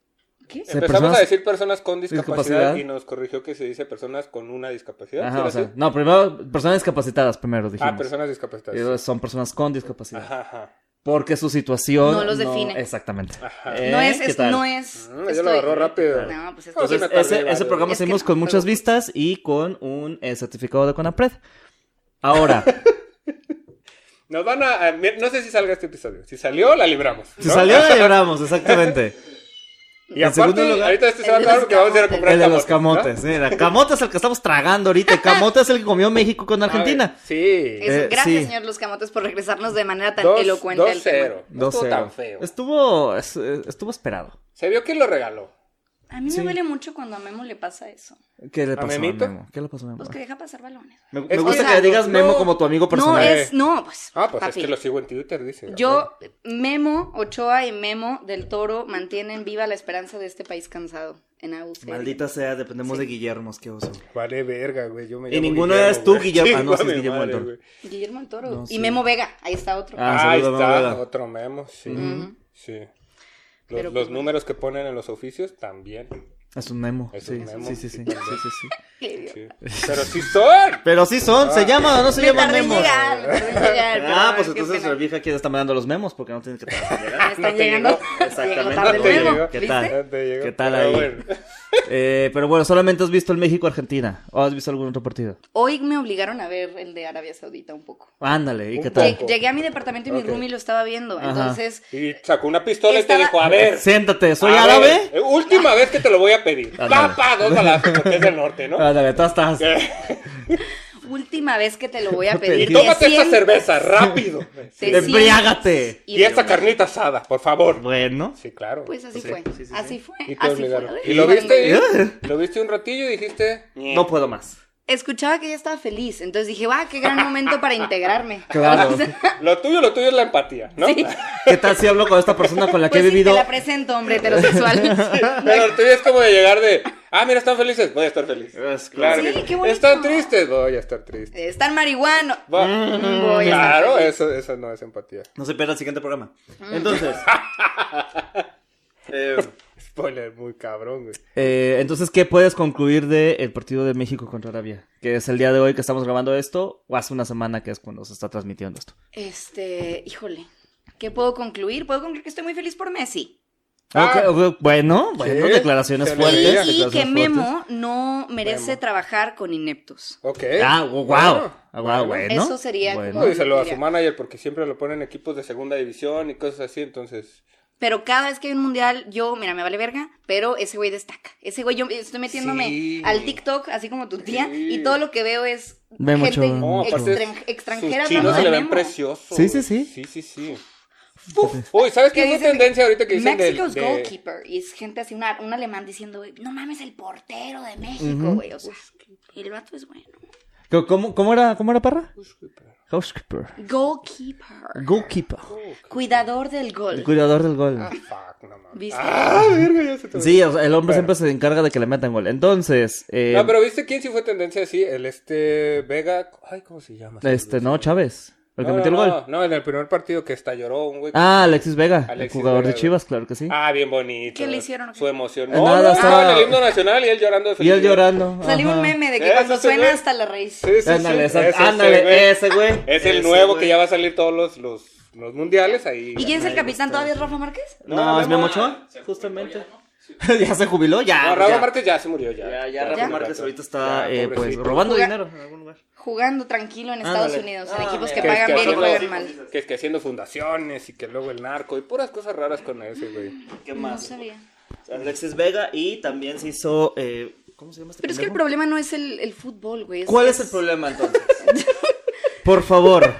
[SPEAKER 4] ¿Qué?
[SPEAKER 1] Sí.
[SPEAKER 3] Empezamos
[SPEAKER 1] personas-
[SPEAKER 3] a decir personas con discapacidad,
[SPEAKER 1] discapacidad.
[SPEAKER 3] y nos corrigió que se dice personas con una discapacidad.
[SPEAKER 1] Ajá,
[SPEAKER 3] ¿sí era
[SPEAKER 1] o sea,
[SPEAKER 3] así?
[SPEAKER 1] no, primero, personas discapacitadas, primero dijimos.
[SPEAKER 3] ah, personas
[SPEAKER 1] Y
[SPEAKER 3] discapacitadas.
[SPEAKER 1] luego Son personas con discapacidad.
[SPEAKER 3] Ajá, ajá.
[SPEAKER 1] Porque su situación.
[SPEAKER 4] No los define.
[SPEAKER 1] Exactamente.
[SPEAKER 3] Ajá.
[SPEAKER 1] Eh,
[SPEAKER 4] No es,
[SPEAKER 1] ¿qué
[SPEAKER 4] es-
[SPEAKER 1] tal?
[SPEAKER 4] no es.
[SPEAKER 3] Mm, ella
[SPEAKER 4] estoy-
[SPEAKER 3] lo agarró rápido.
[SPEAKER 4] No, pues es que
[SPEAKER 3] Entonces,
[SPEAKER 4] yo-
[SPEAKER 1] Entonces,
[SPEAKER 3] me tardé
[SPEAKER 1] ese, ese
[SPEAKER 3] varios.
[SPEAKER 1] programa
[SPEAKER 4] Es que
[SPEAKER 1] seguimos
[SPEAKER 4] no,
[SPEAKER 1] con
[SPEAKER 4] me
[SPEAKER 1] muchas
[SPEAKER 4] gusta.
[SPEAKER 1] vistas y con un eh, certificado de Conapred. Ahora,
[SPEAKER 3] Nos van a, a- mi- No sé si salga este episodio. Si salió, la libramos.
[SPEAKER 1] si
[SPEAKER 3] ¿no?
[SPEAKER 1] salió, le lloramos, exactamente.
[SPEAKER 3] Y
[SPEAKER 1] En
[SPEAKER 3] aparte,
[SPEAKER 1] segundo lugar-
[SPEAKER 3] ahorita este se va a
[SPEAKER 4] El de
[SPEAKER 3] acabar
[SPEAKER 4] los
[SPEAKER 3] porque vamos a ir a comprar
[SPEAKER 1] El de los
[SPEAKER 3] camotes,
[SPEAKER 1] camotes. Mira, camote es el que estamos tragando ahorita. y Camote es el que comió México con
[SPEAKER 3] ¿no? A
[SPEAKER 1] Argentina.
[SPEAKER 3] ver, Sí.
[SPEAKER 4] eso.
[SPEAKER 1] Eh,
[SPEAKER 4] Gracias,
[SPEAKER 1] sí.
[SPEAKER 4] señor Los Camotes, por regresarnos de manera tan
[SPEAKER 3] Dos-
[SPEAKER 4] elocuente al tema.
[SPEAKER 3] 2-0. No estuvo
[SPEAKER 1] 2-0.
[SPEAKER 3] tan feo.
[SPEAKER 1] Estuvo, es- estuvo esperado.
[SPEAKER 3] Se vio que lo regaló.
[SPEAKER 4] A mí me
[SPEAKER 1] Sí.
[SPEAKER 4] duele mucho cuando a Memo le pasa eso.
[SPEAKER 1] ¿Qué le
[SPEAKER 3] ¿A
[SPEAKER 1] pasó a
[SPEAKER 3] Memito?
[SPEAKER 1] Memo? ¿Qué le pasó a Memo?
[SPEAKER 4] Pues que deja pasar balones.
[SPEAKER 1] Me, me
[SPEAKER 3] Es que-
[SPEAKER 1] gusta
[SPEAKER 4] o
[SPEAKER 1] que
[SPEAKER 4] sea,
[SPEAKER 1] digas
[SPEAKER 3] no-
[SPEAKER 1] Memo como tu amigo personal.
[SPEAKER 4] No es, no, pues.
[SPEAKER 3] Ah, pues
[SPEAKER 4] papi.
[SPEAKER 3] es que lo sigo en Twitter, dice.
[SPEAKER 4] Yo, Memo, Ochoa y Memo del Toro mantienen viva la esperanza de este país cansado. En AUC.
[SPEAKER 1] Maldita sea, dependemos de Guillermo, qué oso.
[SPEAKER 3] Vale verga, güey. Yo me
[SPEAKER 1] Y
[SPEAKER 3] llamo
[SPEAKER 1] ninguno eres tú,
[SPEAKER 3] güey.
[SPEAKER 1] Guillermo. Ah, no, sí es
[SPEAKER 3] Chinga mi
[SPEAKER 1] Guillermo
[SPEAKER 3] madre,
[SPEAKER 1] Antón.
[SPEAKER 3] güey.
[SPEAKER 4] Guillermo del Toro.
[SPEAKER 1] No,
[SPEAKER 4] Y
[SPEAKER 1] sí.
[SPEAKER 4] Memo Vega, ahí está otro.
[SPEAKER 1] Ah,
[SPEAKER 3] Ahí
[SPEAKER 1] saludos, Memo
[SPEAKER 3] está,
[SPEAKER 1] Vela.
[SPEAKER 3] otro memo, sí. Sí. Los,
[SPEAKER 4] Pero,
[SPEAKER 3] los
[SPEAKER 4] pues, bueno.
[SPEAKER 3] números que ponen en los oficios también.
[SPEAKER 1] Es un Memo.
[SPEAKER 3] Es
[SPEAKER 1] sí,
[SPEAKER 3] un Memo,
[SPEAKER 1] sí, sí, sí, sí,
[SPEAKER 3] sí, también.
[SPEAKER 1] sí, sí.
[SPEAKER 3] sí. Pero sí son.
[SPEAKER 1] Pero sí son,
[SPEAKER 3] Ah.
[SPEAKER 1] se llaman o no se
[SPEAKER 4] Me
[SPEAKER 1] llaman
[SPEAKER 4] tardé en
[SPEAKER 1] Memos.
[SPEAKER 4] llegar, me tardé en llegar.
[SPEAKER 1] Ah,
[SPEAKER 4] perdón,
[SPEAKER 1] pues
[SPEAKER 4] qué
[SPEAKER 1] entonces
[SPEAKER 4] pena.
[SPEAKER 1] la vieja aquí está mandando los memos porque no tienen que trabajar.
[SPEAKER 4] Me están
[SPEAKER 3] No te
[SPEAKER 4] llegando.
[SPEAKER 3] llegó.
[SPEAKER 4] Llegó
[SPEAKER 1] Exactamente.
[SPEAKER 4] tarde
[SPEAKER 3] No te
[SPEAKER 4] el memo,
[SPEAKER 3] llegó.
[SPEAKER 1] ¿Qué
[SPEAKER 4] ¿viste?
[SPEAKER 1] tal?
[SPEAKER 3] Ya te llegó,
[SPEAKER 1] ¿Qué tal
[SPEAKER 3] pero
[SPEAKER 1] ahí?
[SPEAKER 3] bueno.
[SPEAKER 1] Eh, pero bueno, solamente has visto el México-Argentina. ¿O has visto algún otro partido?
[SPEAKER 4] Hoy me obligaron a ver el de Arabia Saudita un poco.
[SPEAKER 1] Ándale, ¿y
[SPEAKER 3] Un
[SPEAKER 1] qué
[SPEAKER 4] Lleg-
[SPEAKER 1] tal?
[SPEAKER 3] poco.
[SPEAKER 4] Llegué a mi departamento y mi
[SPEAKER 3] Ok.
[SPEAKER 4] roomie lo estaba viendo.
[SPEAKER 1] Ajá.
[SPEAKER 4] Entonces,
[SPEAKER 3] Y sacó una pistola y
[SPEAKER 4] Estaba-
[SPEAKER 3] te dijo, a ver.
[SPEAKER 1] Siéntate, ¿soy
[SPEAKER 3] a
[SPEAKER 1] árabe?
[SPEAKER 3] ver, eh, última vez que te lo voy a pedir.
[SPEAKER 1] Ándale.
[SPEAKER 3] Papá, dos balazos, porque es del norte, ¿no?
[SPEAKER 1] Ándale, tú estás.
[SPEAKER 4] última vez que te lo voy a
[SPEAKER 1] No te
[SPEAKER 4] pedir.
[SPEAKER 1] digo.
[SPEAKER 3] Eh,
[SPEAKER 4] te
[SPEAKER 3] Tómate esta
[SPEAKER 4] sien-
[SPEAKER 3] cerveza, rápido.
[SPEAKER 4] te sien-
[SPEAKER 1] ¡Embriágate!
[SPEAKER 3] Y esta carnita asada, por favor.
[SPEAKER 1] Bueno.
[SPEAKER 3] Sí, claro.
[SPEAKER 4] Pues así
[SPEAKER 1] Sí,
[SPEAKER 4] fue.
[SPEAKER 1] sí, sí, sí.
[SPEAKER 4] Así fue.
[SPEAKER 3] Y te
[SPEAKER 4] Así
[SPEAKER 3] obligaron.
[SPEAKER 4] fue.
[SPEAKER 3] Y lo viste,
[SPEAKER 1] ¿Eh?
[SPEAKER 3] y- lo viste un ratillo y dijiste,
[SPEAKER 1] No puedo más.
[SPEAKER 4] Escuchaba que ella estaba feliz. Entonces dije, va, qué gran momento para integrarme.
[SPEAKER 1] Claro.
[SPEAKER 4] O sea,
[SPEAKER 3] lo tuyo, lo tuyo es la empatía, ¿no?
[SPEAKER 4] Sí.
[SPEAKER 1] ¿Qué tal si hablo con esta persona con la que
[SPEAKER 4] Pues
[SPEAKER 1] he
[SPEAKER 4] sí, te
[SPEAKER 1] vivido?
[SPEAKER 4] la presento, hombre heterosexual.
[SPEAKER 3] Pero el tuyo es como de llegar de, ah, mira, están felices, voy a estar feliz.
[SPEAKER 1] Es
[SPEAKER 3] Claro.
[SPEAKER 4] Sí,
[SPEAKER 3] que
[SPEAKER 4] qué bonito.
[SPEAKER 3] Están tristes, voy a estar triste.
[SPEAKER 4] Están marihuano.
[SPEAKER 3] Va.
[SPEAKER 4] Mm, voy a estar
[SPEAKER 3] claro, eso, eso no es empatía.
[SPEAKER 1] No se pierda el siguiente programa.
[SPEAKER 4] Mm.
[SPEAKER 1] Entonces. eh,
[SPEAKER 3] Spoiler muy cabrón, güey.
[SPEAKER 1] eh, entonces, ¿qué puedes concluir del partido de México contra Arabia? Que es el día de hoy que estamos grabando esto, o hace una semana que es cuando se está transmitiendo esto.
[SPEAKER 4] Este, híjole. ¿Qué puedo concluir? Puedo concluir que estoy muy feliz por Messi.
[SPEAKER 3] Ah.
[SPEAKER 1] Ok, ok, bueno, bueno,
[SPEAKER 3] Sí,
[SPEAKER 1] declaraciones
[SPEAKER 3] se le
[SPEAKER 1] fuertes.
[SPEAKER 4] Y,
[SPEAKER 3] veía.
[SPEAKER 1] declaraciones
[SPEAKER 4] que
[SPEAKER 1] fuertes.
[SPEAKER 4] Memo no merece
[SPEAKER 3] Memo.
[SPEAKER 4] trabajar con ineptos.
[SPEAKER 3] Ok.
[SPEAKER 1] Ah, wow.
[SPEAKER 3] Bueno.
[SPEAKER 1] Ah, wow, bueno.
[SPEAKER 4] Eso sería
[SPEAKER 1] Bueno.
[SPEAKER 4] como-
[SPEAKER 3] Díselo a su
[SPEAKER 4] Mira.
[SPEAKER 3] manager porque siempre lo ponen equipos de segunda división y cosas así, entonces
[SPEAKER 4] Pero cada vez que hay un mundial, yo, mira, me vale verga, pero ese güey destaca. Ese güey, yo estoy metiéndome
[SPEAKER 3] Sí.
[SPEAKER 4] al TikTok, así como tu tía,
[SPEAKER 3] Sí.
[SPEAKER 4] y todo lo que veo es
[SPEAKER 1] Ve Mm, mucho-
[SPEAKER 4] gente
[SPEAKER 1] No,
[SPEAKER 3] oh, aparte
[SPEAKER 4] extran- extranjera.
[SPEAKER 3] Sus chinos
[SPEAKER 4] hablando
[SPEAKER 3] se le
[SPEAKER 4] de
[SPEAKER 3] ven
[SPEAKER 4] Memo.
[SPEAKER 3] preciosos.
[SPEAKER 1] Sí, sí, sí.
[SPEAKER 3] Sí, sí, sí.
[SPEAKER 4] Uf.
[SPEAKER 3] Uy, ¿sabes
[SPEAKER 4] ¿Qué
[SPEAKER 3] qué es
[SPEAKER 4] dicen
[SPEAKER 3] una
[SPEAKER 4] de-
[SPEAKER 3] tendencia ahorita que dicen del-
[SPEAKER 4] Mexico's
[SPEAKER 3] de-
[SPEAKER 4] goalkeeper. Y es gente así, una- un alemán diciendo, güey, no mames, el portero de México, güey. O sea, el vato es bueno.
[SPEAKER 1] ¿Cómo- ¿Cómo, cómo, era, ¿Cómo era Parra?
[SPEAKER 3] Goalkeeper.
[SPEAKER 1] Housekeeper.
[SPEAKER 3] Ah.
[SPEAKER 4] Goalkeeper.
[SPEAKER 1] Goalkeeper.
[SPEAKER 4] Cuidador del
[SPEAKER 1] El
[SPEAKER 4] gol.
[SPEAKER 1] cuidador del gol.
[SPEAKER 3] Ah, Fuck, no mames.
[SPEAKER 4] ¿Viste?
[SPEAKER 3] Ah, verga, ya se te
[SPEAKER 1] Sí, o sea, el hombre siempre se encarga de que le metan gol. Entonces, eh,
[SPEAKER 3] No, pero ¿viste quién sí fue tendencia así? El este Vega. Ay, ¿cómo se llama?
[SPEAKER 1] este, no, Chávez, el que
[SPEAKER 3] no,
[SPEAKER 1] metió el
[SPEAKER 3] no,
[SPEAKER 1] gol.
[SPEAKER 3] No, no, en el primer partido que está lloró un güey. Ah,
[SPEAKER 1] Ah, Alexis Vega, el
[SPEAKER 3] Alexis
[SPEAKER 1] jugador
[SPEAKER 3] Vega, Ah,
[SPEAKER 1] de Chivas, claro que sí.
[SPEAKER 3] bien bonito.
[SPEAKER 4] ¿Qué le hicieron?
[SPEAKER 3] Su emoción.
[SPEAKER 1] Eh,
[SPEAKER 3] No,
[SPEAKER 1] nada,
[SPEAKER 3] no,
[SPEAKER 1] estaba-
[SPEAKER 3] estaba en el himno nacional y él llorando
[SPEAKER 1] y
[SPEAKER 3] de
[SPEAKER 1] él
[SPEAKER 3] felicidad.
[SPEAKER 1] llorando.
[SPEAKER 4] Salió un
[SPEAKER 1] ajá.
[SPEAKER 4] meme de que
[SPEAKER 3] Ese
[SPEAKER 4] cuando
[SPEAKER 3] sí,
[SPEAKER 4] suena
[SPEAKER 3] güey.
[SPEAKER 4] hasta la raíz.
[SPEAKER 3] Sí, sí, sí.
[SPEAKER 1] Ándale, esa-
[SPEAKER 3] Es ese,
[SPEAKER 1] ándale,
[SPEAKER 3] güey.
[SPEAKER 1] ese güey.
[SPEAKER 3] Es el
[SPEAKER 1] Ese
[SPEAKER 3] nuevo
[SPEAKER 1] güey.
[SPEAKER 3] que ya va a salir todos los, los, los mundiales ahí.
[SPEAKER 4] ¿Y quién es el capitán todavía? ¿Es Rafa Márquez?
[SPEAKER 1] No,
[SPEAKER 3] No,
[SPEAKER 1] es
[SPEAKER 3] Memo
[SPEAKER 1] Memo Ochoa, justamente. Ya se jubiló, ya.
[SPEAKER 3] No, Rafa
[SPEAKER 1] Ah, ya.
[SPEAKER 3] Márquez ya se murió ya.
[SPEAKER 1] Ya, ya,
[SPEAKER 4] Ya.
[SPEAKER 1] Rafa Márquez ahorita está,
[SPEAKER 3] Ya,
[SPEAKER 1] eh, pues,
[SPEAKER 3] pobrecito.
[SPEAKER 1] robando
[SPEAKER 4] Juega-
[SPEAKER 1] dinero en algún lugar.
[SPEAKER 4] Jugando tranquilo en Estados
[SPEAKER 1] Ándale.
[SPEAKER 4] Unidos,
[SPEAKER 1] Ah,
[SPEAKER 4] en equipos
[SPEAKER 1] mira.
[SPEAKER 4] que
[SPEAKER 1] Que
[SPEAKER 4] pagan bien y
[SPEAKER 3] haciendo-
[SPEAKER 4] juegan mal.
[SPEAKER 3] Que es que haciendo fundaciones y que luego el narco y puras cosas raras con ese, güey.
[SPEAKER 1] ¿Qué
[SPEAKER 4] No sabía.
[SPEAKER 1] Alexis Vega y también se hizo... eh, ¿Cómo se llama este
[SPEAKER 4] Pero es que el
[SPEAKER 1] pendejo?
[SPEAKER 4] problema no es el, el fútbol, güey.
[SPEAKER 1] ¿Cuál es el problema entonces? Por favor.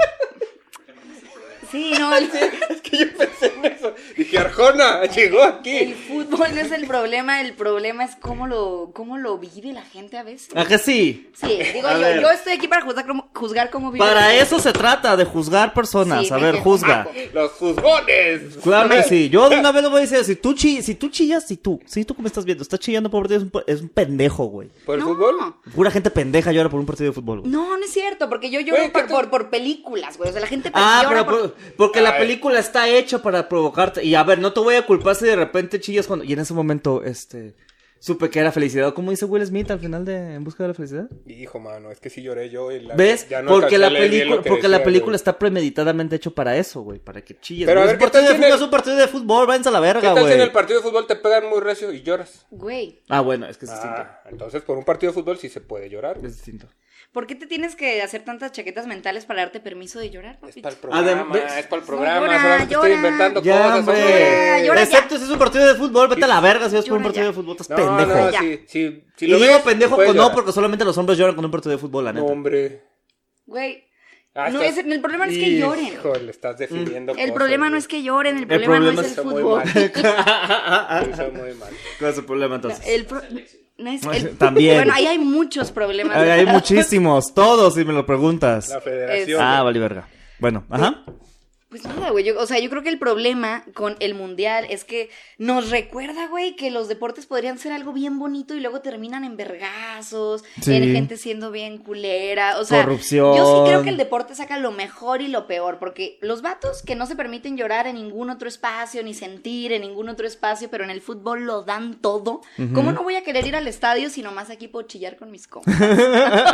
[SPEAKER 4] Sí, no, el,
[SPEAKER 3] Es que yo pensé en eso. Dije, Arjona, llegó
[SPEAKER 4] el
[SPEAKER 3] aquí.
[SPEAKER 4] fútbol no es el problema, el problema es cómo lo, cómo lo vive la gente a veces.
[SPEAKER 1] ¿A que sí?
[SPEAKER 4] Sí, digo
[SPEAKER 1] A
[SPEAKER 4] yo,
[SPEAKER 1] ver.
[SPEAKER 4] yo estoy aquí para juzgar cómo, juzgar cómo vive. la
[SPEAKER 1] Para
[SPEAKER 4] gente.
[SPEAKER 1] eso se trata, de juzgar personas.
[SPEAKER 4] Sí,
[SPEAKER 1] A ver,
[SPEAKER 4] me-
[SPEAKER 1] juzga.
[SPEAKER 4] Marco.
[SPEAKER 3] Los juzgones.
[SPEAKER 1] Claro que sí. Yo de una vez lo voy a decir. Si tú, chi- si tú chillas, si tú, si tú que me estás viendo, estás chillando por un partido, es un, pe- es un pendejo, güey.
[SPEAKER 3] ¿Por el
[SPEAKER 4] No.
[SPEAKER 3] fútbol?
[SPEAKER 1] Pura gente pendeja llora por un partido de fútbol, güey.
[SPEAKER 4] No, no es cierto, porque yo lloro
[SPEAKER 3] Güey,
[SPEAKER 4] por,
[SPEAKER 3] ¿qué te-
[SPEAKER 4] por, por películas, güey. O sea, la gente
[SPEAKER 1] Ah, pero
[SPEAKER 4] llora por-
[SPEAKER 1] por- porque la
[SPEAKER 3] Ay.
[SPEAKER 1] película está hecha para provocarte. Y a ver, no te voy a culpar si de repente chillas cuando. Y en ese momento, este. Supe que era felicidad. ¿Cómo dice Will Smith al final de En Busca de la Felicidad?
[SPEAKER 3] Hijo, mano, es que si lloré yo y la,
[SPEAKER 1] ¿Ves?
[SPEAKER 3] ya no
[SPEAKER 1] porque
[SPEAKER 3] alcancé
[SPEAKER 1] la
[SPEAKER 3] a leer bien
[SPEAKER 1] película,
[SPEAKER 3] lo que
[SPEAKER 1] porque la
[SPEAKER 3] decía,
[SPEAKER 1] película
[SPEAKER 3] güey.
[SPEAKER 1] está premeditadamente hecho para eso, güey, para que chilles.
[SPEAKER 3] Pero a
[SPEAKER 1] güey. es,
[SPEAKER 3] ver,
[SPEAKER 1] un
[SPEAKER 3] ¿qué
[SPEAKER 1] partido de
[SPEAKER 3] tal si en
[SPEAKER 1] fútbol,
[SPEAKER 3] el-
[SPEAKER 1] es un partido de fútbol, váyanse a la
[SPEAKER 3] ¿Qué
[SPEAKER 1] verga,
[SPEAKER 3] tal si en
[SPEAKER 1] güey.
[SPEAKER 3] el partido de fútbol te pegan muy recio y lloras?
[SPEAKER 4] Güey,
[SPEAKER 1] Ah, bueno, es que es distinto.
[SPEAKER 3] Ah, entonces por un partido de fútbol sí se puede llorar. güey.
[SPEAKER 1] Es distinto.
[SPEAKER 4] ¿por qué te tienes que hacer tantas chaquetas mentales para darte permiso de llorar,
[SPEAKER 3] Es
[SPEAKER 4] papi?
[SPEAKER 1] Ah,
[SPEAKER 3] para el programa,
[SPEAKER 1] Adem-
[SPEAKER 3] es para el programa.
[SPEAKER 4] llora,
[SPEAKER 3] solamente
[SPEAKER 4] llora.
[SPEAKER 3] estoy inventando
[SPEAKER 1] Ya,
[SPEAKER 3] cosas.
[SPEAKER 1] hombre.
[SPEAKER 4] Llora, llora ya.
[SPEAKER 1] Excepto si es un partido de fútbol, vete a la verga si es por un
[SPEAKER 4] Llora
[SPEAKER 1] partido
[SPEAKER 4] ya.
[SPEAKER 1] de fútbol, estás
[SPEAKER 3] No,
[SPEAKER 1] pendejo.
[SPEAKER 3] no,
[SPEAKER 4] Ya.
[SPEAKER 3] sí, sí, si
[SPEAKER 1] y
[SPEAKER 3] lo
[SPEAKER 1] digo
[SPEAKER 3] ves,
[SPEAKER 1] pendejo
[SPEAKER 3] puedes
[SPEAKER 1] con no,
[SPEAKER 3] llorar.
[SPEAKER 1] porque solamente los hombres lloran con un partido de fútbol, la
[SPEAKER 3] No,
[SPEAKER 1] neta.
[SPEAKER 3] hombre.
[SPEAKER 4] Güey,
[SPEAKER 3] Ah,
[SPEAKER 4] no
[SPEAKER 3] estás-
[SPEAKER 4] es- el problema no es que lloren.
[SPEAKER 3] Híjole, estás definiendo
[SPEAKER 1] Mm.
[SPEAKER 4] El problema no es que lloren, el problema,
[SPEAKER 1] problema
[SPEAKER 4] no es el
[SPEAKER 1] está
[SPEAKER 3] muy
[SPEAKER 4] fútbol.
[SPEAKER 3] mal. Pensó muy mal.
[SPEAKER 1] ¿Cuál es el problema entonces?
[SPEAKER 4] El pro- no es el-
[SPEAKER 1] También.
[SPEAKER 4] Bueno, ahí hay muchos problemas.
[SPEAKER 1] Ay, Hay muchísimos, todos, si me lo preguntas.
[SPEAKER 3] La federación.
[SPEAKER 1] Ah, vale, verga. Bueno, ajá.
[SPEAKER 4] Pues nada, güey. yo- O sea, yo creo que el problema con el mundial es que nos recuerda, güey, que los deportes podrían ser algo bien bonito y luego terminan en vergazos,
[SPEAKER 1] Sí.
[SPEAKER 4] en gente siendo bien culera. O sea,
[SPEAKER 1] Corrupción.
[SPEAKER 4] yo sí creo que el deporte saca lo mejor y lo peor, porque los vatos que no se permiten llorar en ningún otro espacio, ni sentir en ningún otro espacio, pero en el fútbol lo dan todo. ¿Cómo no voy a querer ir al estadio si nomás aquí puedo chillar con mis compas?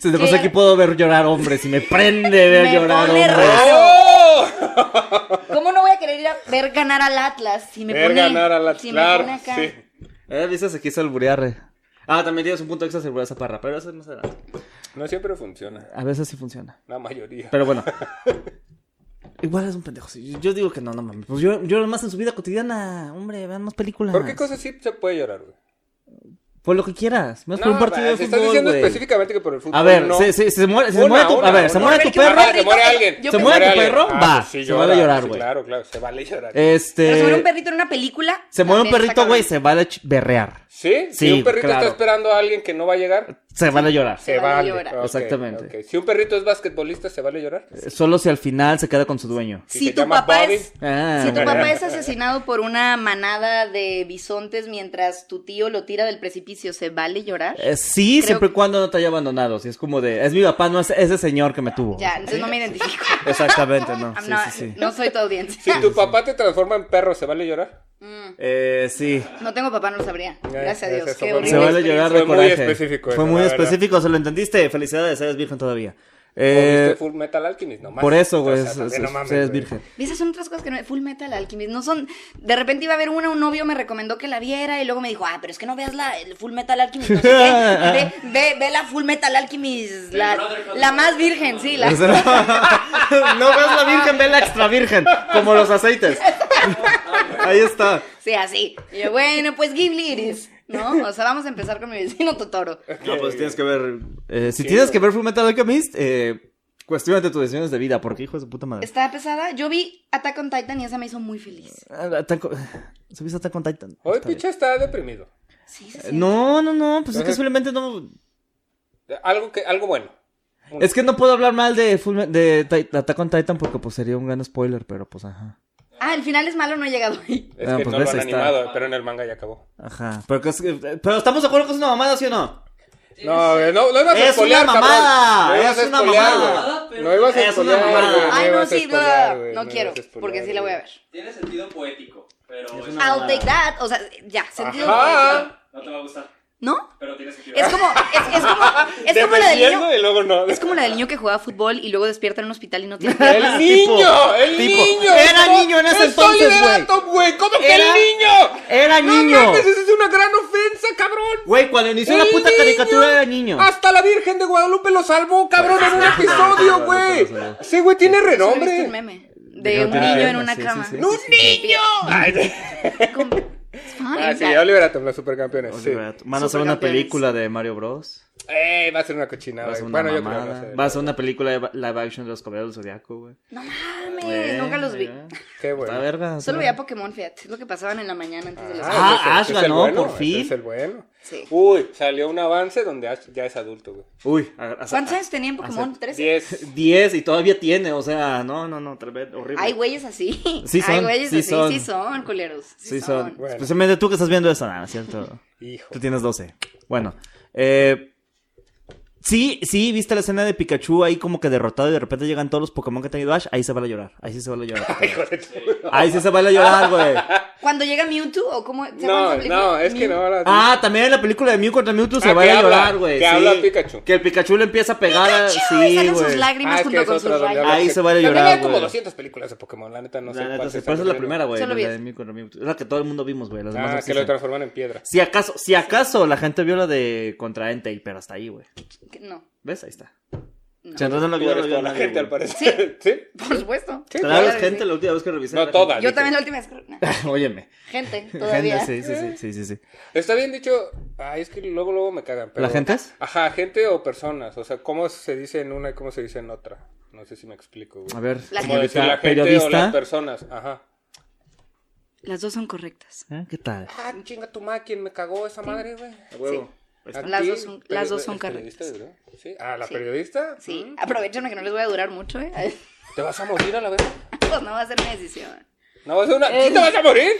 [SPEAKER 1] Si te pasa
[SPEAKER 4] ¿Qué?
[SPEAKER 1] aquí puedo ver llorar hombres y me prende ver
[SPEAKER 4] Me
[SPEAKER 1] llorar
[SPEAKER 4] pone
[SPEAKER 1] hombres.
[SPEAKER 4] re-
[SPEAKER 3] ¡Oh!
[SPEAKER 1] Ah,
[SPEAKER 4] ¿Cómo no voy a querer ir a ver ganar al Atlas si me
[SPEAKER 3] Ver
[SPEAKER 4] pone,
[SPEAKER 3] ganar
[SPEAKER 1] ¡Oh!
[SPEAKER 3] a la
[SPEAKER 4] si me
[SPEAKER 3] claro,
[SPEAKER 4] pone acá?
[SPEAKER 3] sí.
[SPEAKER 1] Eh, viste, se quiso alburear. eh. Ah, también tienes un punto extra seguridad esa parra, pero eso es más adelante.
[SPEAKER 3] No siempre funciona.
[SPEAKER 1] A veces sí funciona.
[SPEAKER 3] La mayoría.
[SPEAKER 1] Pero bueno. Igual es un pendejo. sí. Yo, yo digo que no, no mames. Pues yo, yo más en su vida cotidiana. Hombre, vean más películas.
[SPEAKER 3] ¿Por qué cosas sí se puede llorar, güey?
[SPEAKER 1] Por lo que quieras. Más por un
[SPEAKER 3] No,
[SPEAKER 1] partido de
[SPEAKER 3] se está
[SPEAKER 1] fútbol,
[SPEAKER 3] diciendo
[SPEAKER 1] güey.
[SPEAKER 3] específicamente que por el fútbol.
[SPEAKER 1] A ver,
[SPEAKER 3] no.
[SPEAKER 1] se, se, se muere, se
[SPEAKER 3] Una,
[SPEAKER 1] muere tu,
[SPEAKER 3] una,
[SPEAKER 1] a ver, se
[SPEAKER 3] una.
[SPEAKER 1] muere
[SPEAKER 4] A
[SPEAKER 1] tu
[SPEAKER 4] ver, ¿qué
[SPEAKER 1] perro.
[SPEAKER 3] Ah, se muere alguien.
[SPEAKER 4] Yo
[SPEAKER 1] ¿Se
[SPEAKER 4] pensé-
[SPEAKER 1] muere tu
[SPEAKER 3] alguien.
[SPEAKER 1] perro? Va,
[SPEAKER 3] pues sí,
[SPEAKER 1] se vale
[SPEAKER 3] llora,
[SPEAKER 1] llorar,
[SPEAKER 3] sí,
[SPEAKER 1] güey.
[SPEAKER 3] Claro, claro, se vale llorar.
[SPEAKER 4] Pero se muere un
[SPEAKER 1] Este.
[SPEAKER 4] perrito en una película.
[SPEAKER 1] Se muere un
[SPEAKER 4] también está
[SPEAKER 1] perrito, güey,
[SPEAKER 4] cabrón.
[SPEAKER 1] se va a ch- berrear.
[SPEAKER 3] ¿Sí? Si
[SPEAKER 1] Sí,
[SPEAKER 3] un perrito
[SPEAKER 1] claro.
[SPEAKER 3] está esperando a alguien que no va a llegar,
[SPEAKER 1] Se van a llorar.
[SPEAKER 3] se, vale.
[SPEAKER 4] vale llorar.
[SPEAKER 3] Ok,
[SPEAKER 1] Exactamente.
[SPEAKER 3] ok. Si un perrito es basquetbolista, ¿se vale llorar?
[SPEAKER 1] Eh, Solo si al final se queda con su dueño.
[SPEAKER 3] Si
[SPEAKER 4] Si
[SPEAKER 3] se
[SPEAKER 4] tu
[SPEAKER 3] llama
[SPEAKER 4] papá
[SPEAKER 3] Bobby.
[SPEAKER 4] es.
[SPEAKER 1] Ah,
[SPEAKER 4] Si tu
[SPEAKER 1] bueno.
[SPEAKER 4] papá es asesinado por una manada de bisontes mientras tu tío lo tira del precipicio, ¿se vale llorar?
[SPEAKER 1] Eh, sí,
[SPEAKER 4] Creo
[SPEAKER 1] siempre y
[SPEAKER 4] que-
[SPEAKER 1] cuando no te haya abandonado. Si es como de, es mi papá, no es ese señor que me tuvo.
[SPEAKER 4] Ya, entonces no me identifico.
[SPEAKER 1] Exactamente, no.
[SPEAKER 4] I'm
[SPEAKER 1] Ah, Sí,
[SPEAKER 4] not-
[SPEAKER 1] sí, sí.
[SPEAKER 4] No soy tu audiencia.
[SPEAKER 3] Si tu papá te transforma en perro, ¿se vale llorar?
[SPEAKER 4] Mm,
[SPEAKER 1] Eh, sí.
[SPEAKER 4] no tengo papá, no lo sabría. Gracias a
[SPEAKER 3] Eh,
[SPEAKER 4] Dios.
[SPEAKER 3] eso
[SPEAKER 4] Qué
[SPEAKER 3] fue-
[SPEAKER 4] horrible
[SPEAKER 1] Se vale llorar de
[SPEAKER 3] Fue muy
[SPEAKER 1] coraje.
[SPEAKER 3] específico
[SPEAKER 1] Fue
[SPEAKER 3] eso,
[SPEAKER 1] muy
[SPEAKER 3] la verdad.
[SPEAKER 1] específico, se lo entendiste. Felicidades, eres virgen todavía.
[SPEAKER 3] ¿O viste
[SPEAKER 1] Eh,
[SPEAKER 3] este Full Metal Alchemist? No mames.
[SPEAKER 1] por eso, güey,
[SPEAKER 3] O sea,
[SPEAKER 1] es-
[SPEAKER 3] también
[SPEAKER 1] es-
[SPEAKER 3] no mames,
[SPEAKER 1] eres
[SPEAKER 3] güey.
[SPEAKER 1] virgen.
[SPEAKER 4] Esas son otras cosas que no. Full Metal Alchemist. No son. De repente iba a ver una, un novio me recomendó que la viera y luego me dijo, ah, pero es que no veas la el Full Metal Alchemist. No sé qué. Ve, ve, ve la Full Metal Alchemist. La, la más virgen, sí. La,
[SPEAKER 1] O sea, no ves la virgen, ve la extra virgen, como los aceites. Ahí está.
[SPEAKER 4] Sí, así. Y yo, bueno, pues Ghibli eres, ¿no? O sea, vamos a empezar con mi vecino Totoro.
[SPEAKER 1] No, pues tienes que ver. eh, si tienes que ver Full Metal Alchemist, eh, cuestionate tus decisiones de vida, porque hijo de su puta madre.
[SPEAKER 4] Está pesada. Yo vi Attack on Titan y esa me hizo muy feliz.
[SPEAKER 1] Ah, Attack on- ¿Subiste Attack on Titan?
[SPEAKER 3] Hoy
[SPEAKER 1] Está bien.
[SPEAKER 3] Picha está deprimido.
[SPEAKER 4] Sí, sí,
[SPEAKER 1] Eh,
[SPEAKER 4] sí.
[SPEAKER 1] No, no, no, pues es que
[SPEAKER 3] Ajá.
[SPEAKER 1] simplemente no.
[SPEAKER 3] Algo, que, algo bueno.
[SPEAKER 1] Es que no puedo hablar mal de, Full- de Ti- Attack on Titan porque pues sería un gran spoiler, pero pues ajá.
[SPEAKER 4] Ah, el final es malo, no he llegado ahí.
[SPEAKER 3] Es
[SPEAKER 1] Ah,
[SPEAKER 3] que
[SPEAKER 1] pues
[SPEAKER 3] no
[SPEAKER 1] ves,
[SPEAKER 3] lo han
[SPEAKER 1] ahí está.
[SPEAKER 3] animado, pero en el manga ya acabó.
[SPEAKER 1] Ajá. Pero, que es que- pero estamos de acuerdo que es una mamada, ¿sí o no?
[SPEAKER 3] No, güey, no, no ibas a
[SPEAKER 1] ¡Es
[SPEAKER 3] spoilear,
[SPEAKER 1] una
[SPEAKER 3] cabrón.
[SPEAKER 1] mamada!
[SPEAKER 3] No ibas a
[SPEAKER 1] ¡Es una
[SPEAKER 3] spoilear,
[SPEAKER 1] mamada!
[SPEAKER 3] güey. No ibas a
[SPEAKER 1] ¡Es una
[SPEAKER 3] spoilear,
[SPEAKER 1] mamada!
[SPEAKER 3] güey,
[SPEAKER 4] Ay, no,
[SPEAKER 3] ibas Ah, a
[SPEAKER 4] sí,
[SPEAKER 3] spoilear,
[SPEAKER 4] bla,
[SPEAKER 3] güey,
[SPEAKER 4] no
[SPEAKER 3] ibas
[SPEAKER 4] quiero,
[SPEAKER 3] a spoilear,
[SPEAKER 4] porque sí la voy a ver.
[SPEAKER 2] Tiene sentido poético, pero es
[SPEAKER 1] una-
[SPEAKER 2] una-
[SPEAKER 4] I'll take that. O sea, ya, sentido.
[SPEAKER 3] Ajá.
[SPEAKER 2] no te va a gustar,
[SPEAKER 4] ¿No?
[SPEAKER 2] pero tiene sentido.
[SPEAKER 4] Es como, es, es como, es como la del niño.
[SPEAKER 3] Defendiendo y luego no.
[SPEAKER 4] Es como la del niño que jugaba fútbol y luego despierta en un hospital y no tiene piernas.
[SPEAKER 3] ¡El
[SPEAKER 1] Tipo,
[SPEAKER 3] niño! ¡El
[SPEAKER 1] tipo,
[SPEAKER 3] niño!
[SPEAKER 1] era
[SPEAKER 3] No,
[SPEAKER 1] niño en ese
[SPEAKER 3] ¡Soy
[SPEAKER 1] entonces, güey.
[SPEAKER 3] liderato, güey! ¿Cómo que
[SPEAKER 1] Era-
[SPEAKER 3] el niño?
[SPEAKER 1] ¡Era niño!
[SPEAKER 3] ¡No mames! ¡Esa es una gran ofensa, cabrón!
[SPEAKER 1] Güey, cuando inició la
[SPEAKER 3] ¡El
[SPEAKER 1] puta
[SPEAKER 3] niño!
[SPEAKER 1] caricatura era niño.
[SPEAKER 4] Ah,
[SPEAKER 3] Hasta la Virgen de Guadalupe lo salvó, cabrón, en un episodio, güey. Sí, güey, tiene
[SPEAKER 4] Solo he visto un
[SPEAKER 3] renombre.
[SPEAKER 4] meme de
[SPEAKER 1] no
[SPEAKER 4] un
[SPEAKER 1] tiene
[SPEAKER 4] niño en
[SPEAKER 1] piernas,
[SPEAKER 4] una
[SPEAKER 1] sí, sí,
[SPEAKER 4] cama.
[SPEAKER 1] sí.
[SPEAKER 3] ¡No, ¡Un niño! Ay,
[SPEAKER 4] Como- it's fine,
[SPEAKER 3] Ah, sí,
[SPEAKER 4] ya.
[SPEAKER 3] Oliver Atom, los supercampeones.
[SPEAKER 1] Oye,
[SPEAKER 3] Sí.
[SPEAKER 1] güey, Van a hacer una
[SPEAKER 4] Supercampeones.
[SPEAKER 1] película de Mario Bros.
[SPEAKER 3] Eh, va a ser una cochinada.
[SPEAKER 1] Va a ser
[SPEAKER 3] güey.
[SPEAKER 1] una
[SPEAKER 3] Bueno, yo creo que va
[SPEAKER 1] mamada.
[SPEAKER 3] a ser.
[SPEAKER 1] Va a ser una película de live action de los Caballeros del Zodiaco, güey.
[SPEAKER 4] No mames,
[SPEAKER 1] Güey,
[SPEAKER 4] nunca los vi.
[SPEAKER 1] ya.
[SPEAKER 3] Qué
[SPEAKER 1] Está
[SPEAKER 3] bueno. Ah,
[SPEAKER 1] verga. está
[SPEAKER 4] Solo
[SPEAKER 1] verga.
[SPEAKER 4] veía Pokémon, fíjate. Es lo que pasaban en la mañana antes de las.
[SPEAKER 1] Ah, Ash
[SPEAKER 3] ese es el
[SPEAKER 1] ganó,
[SPEAKER 3] bueno,
[SPEAKER 1] por
[SPEAKER 3] ese
[SPEAKER 1] fin.
[SPEAKER 3] Es el bueno.
[SPEAKER 4] Sí.
[SPEAKER 3] Uy, salió un avance donde Ash ya es adulto, güey.
[SPEAKER 1] Uy, a- a-
[SPEAKER 4] ¿Cuántos años tenía en Pokémon?
[SPEAKER 1] hace
[SPEAKER 4] ¿13?
[SPEAKER 3] 10.
[SPEAKER 1] 10 y todavía tiene, o sea, no, no, no, tremendo, horrible.
[SPEAKER 4] Hay güeyes así.
[SPEAKER 1] Sí
[SPEAKER 4] Hay
[SPEAKER 1] son,
[SPEAKER 4] güeyes
[SPEAKER 1] sí
[SPEAKER 4] así.
[SPEAKER 1] son.
[SPEAKER 4] Sí son, culeros.
[SPEAKER 1] Sí, son.
[SPEAKER 3] Bueno.
[SPEAKER 1] Especialmente tú que estás viendo eso, nada, ¿cierto?
[SPEAKER 3] Hijo.
[SPEAKER 1] Tú tienes 12. Bueno, eh, sí, sí, viste la escena de Pikachu ahí como que derrotado y de repente llegan todos los Pokémon que ha tenido Ash, ahí se van a llorar, ahí sí se van a llorar.
[SPEAKER 3] Hijo de tu-
[SPEAKER 1] ahí sí se van a llorar, güey.
[SPEAKER 4] Cuando llega Mewtwo o cómo. ¿se acuerdan de
[SPEAKER 3] No, no,
[SPEAKER 4] esa película?
[SPEAKER 3] es que
[SPEAKER 4] Mew-
[SPEAKER 3] no. la-
[SPEAKER 1] Ah, también en la película de Mew contra Mewtwo se
[SPEAKER 3] Ah,
[SPEAKER 1] va
[SPEAKER 3] que
[SPEAKER 1] a
[SPEAKER 3] habla,
[SPEAKER 1] llorar, güey.
[SPEAKER 3] que
[SPEAKER 1] sí.
[SPEAKER 3] habla Pikachu.
[SPEAKER 1] Que el Pikachu le empieza a pegar. a-
[SPEAKER 4] Pikachu, y
[SPEAKER 1] Ah, Sí,
[SPEAKER 4] salen sus
[SPEAKER 1] güey.
[SPEAKER 4] lágrimas
[SPEAKER 3] Ah, es que
[SPEAKER 4] junto
[SPEAKER 3] es
[SPEAKER 4] con
[SPEAKER 3] otra
[SPEAKER 4] sus
[SPEAKER 3] donde
[SPEAKER 4] rayos.
[SPEAKER 3] habla
[SPEAKER 1] Ahí
[SPEAKER 3] que-
[SPEAKER 1] se vale
[SPEAKER 3] También
[SPEAKER 1] llorar,
[SPEAKER 3] hay como
[SPEAKER 1] güey.
[SPEAKER 3] 200 películas de Pokémon, la neta, no sé
[SPEAKER 1] La neta,
[SPEAKER 3] cuántas
[SPEAKER 1] sí,
[SPEAKER 3] están
[SPEAKER 1] por eso es la
[SPEAKER 3] saliendo.
[SPEAKER 1] primera, güey. la
[SPEAKER 4] Solo vi
[SPEAKER 1] de Mew contra Mewtwo. Es la que todo el mundo vimos, güey. Las demás no
[SPEAKER 3] Ah, que
[SPEAKER 1] existen.
[SPEAKER 3] lo transforman en piedra.
[SPEAKER 1] Si acaso, si acaso la gente vio la de contra Entei, pero hasta ahí, güey.
[SPEAKER 4] Que- No.
[SPEAKER 1] ¿Ves? Ahí está.
[SPEAKER 4] No.
[SPEAKER 1] Si entonces no la
[SPEAKER 3] Tú
[SPEAKER 1] vio, no
[SPEAKER 3] eres
[SPEAKER 1] la vio
[SPEAKER 3] toda la
[SPEAKER 1] nadie,
[SPEAKER 3] gente, al
[SPEAKER 1] güey.
[SPEAKER 3] parecer. ¿Sí?
[SPEAKER 4] Por supuesto.
[SPEAKER 1] Claro, es
[SPEAKER 4] sí.
[SPEAKER 1] gente, la última vez que revisé.
[SPEAKER 3] No,
[SPEAKER 1] la
[SPEAKER 3] todas.
[SPEAKER 4] Yo también la última vez. que-
[SPEAKER 1] gente- Óyeme.
[SPEAKER 4] Gente, todavía.
[SPEAKER 1] Gente, sí, sí, sí, sí, sí, sí.
[SPEAKER 3] Está bien dicho. Ay, es que luego, luego me cagan. Pero...
[SPEAKER 1] ¿La gente es?
[SPEAKER 3] Ajá, gente o personas. O sea, ¿cómo se dice en una y cómo se dice en otra? No sé si me explico, güey.
[SPEAKER 1] A ver,
[SPEAKER 4] La
[SPEAKER 1] señorita
[SPEAKER 3] ¿Cómo decir la gente o las
[SPEAKER 1] periodista.
[SPEAKER 3] personas? Ajá.
[SPEAKER 4] Las dos son correctas.
[SPEAKER 1] ¿Eh? ¿Qué tal?
[SPEAKER 3] Ah, chinga tu madre, ¿quién me cagó esa madre, güey?
[SPEAKER 1] huevo. Pues
[SPEAKER 3] ¿A
[SPEAKER 4] Las
[SPEAKER 3] ti?
[SPEAKER 4] dos son- las dos son
[SPEAKER 3] ¿Es periodista,
[SPEAKER 4] correctas.
[SPEAKER 3] verdad? ¿Sí? Ah, ¿la
[SPEAKER 4] Sí.
[SPEAKER 3] periodista?
[SPEAKER 4] Sí,
[SPEAKER 3] Mm.
[SPEAKER 4] aprovechenme que no les voy a durar mucho, ¿eh?
[SPEAKER 3] ¿Te vas a morir a la vez?
[SPEAKER 4] Pues no va a ser mi decisión.
[SPEAKER 3] ¿No vas a una... ¿Sí te vas a morir?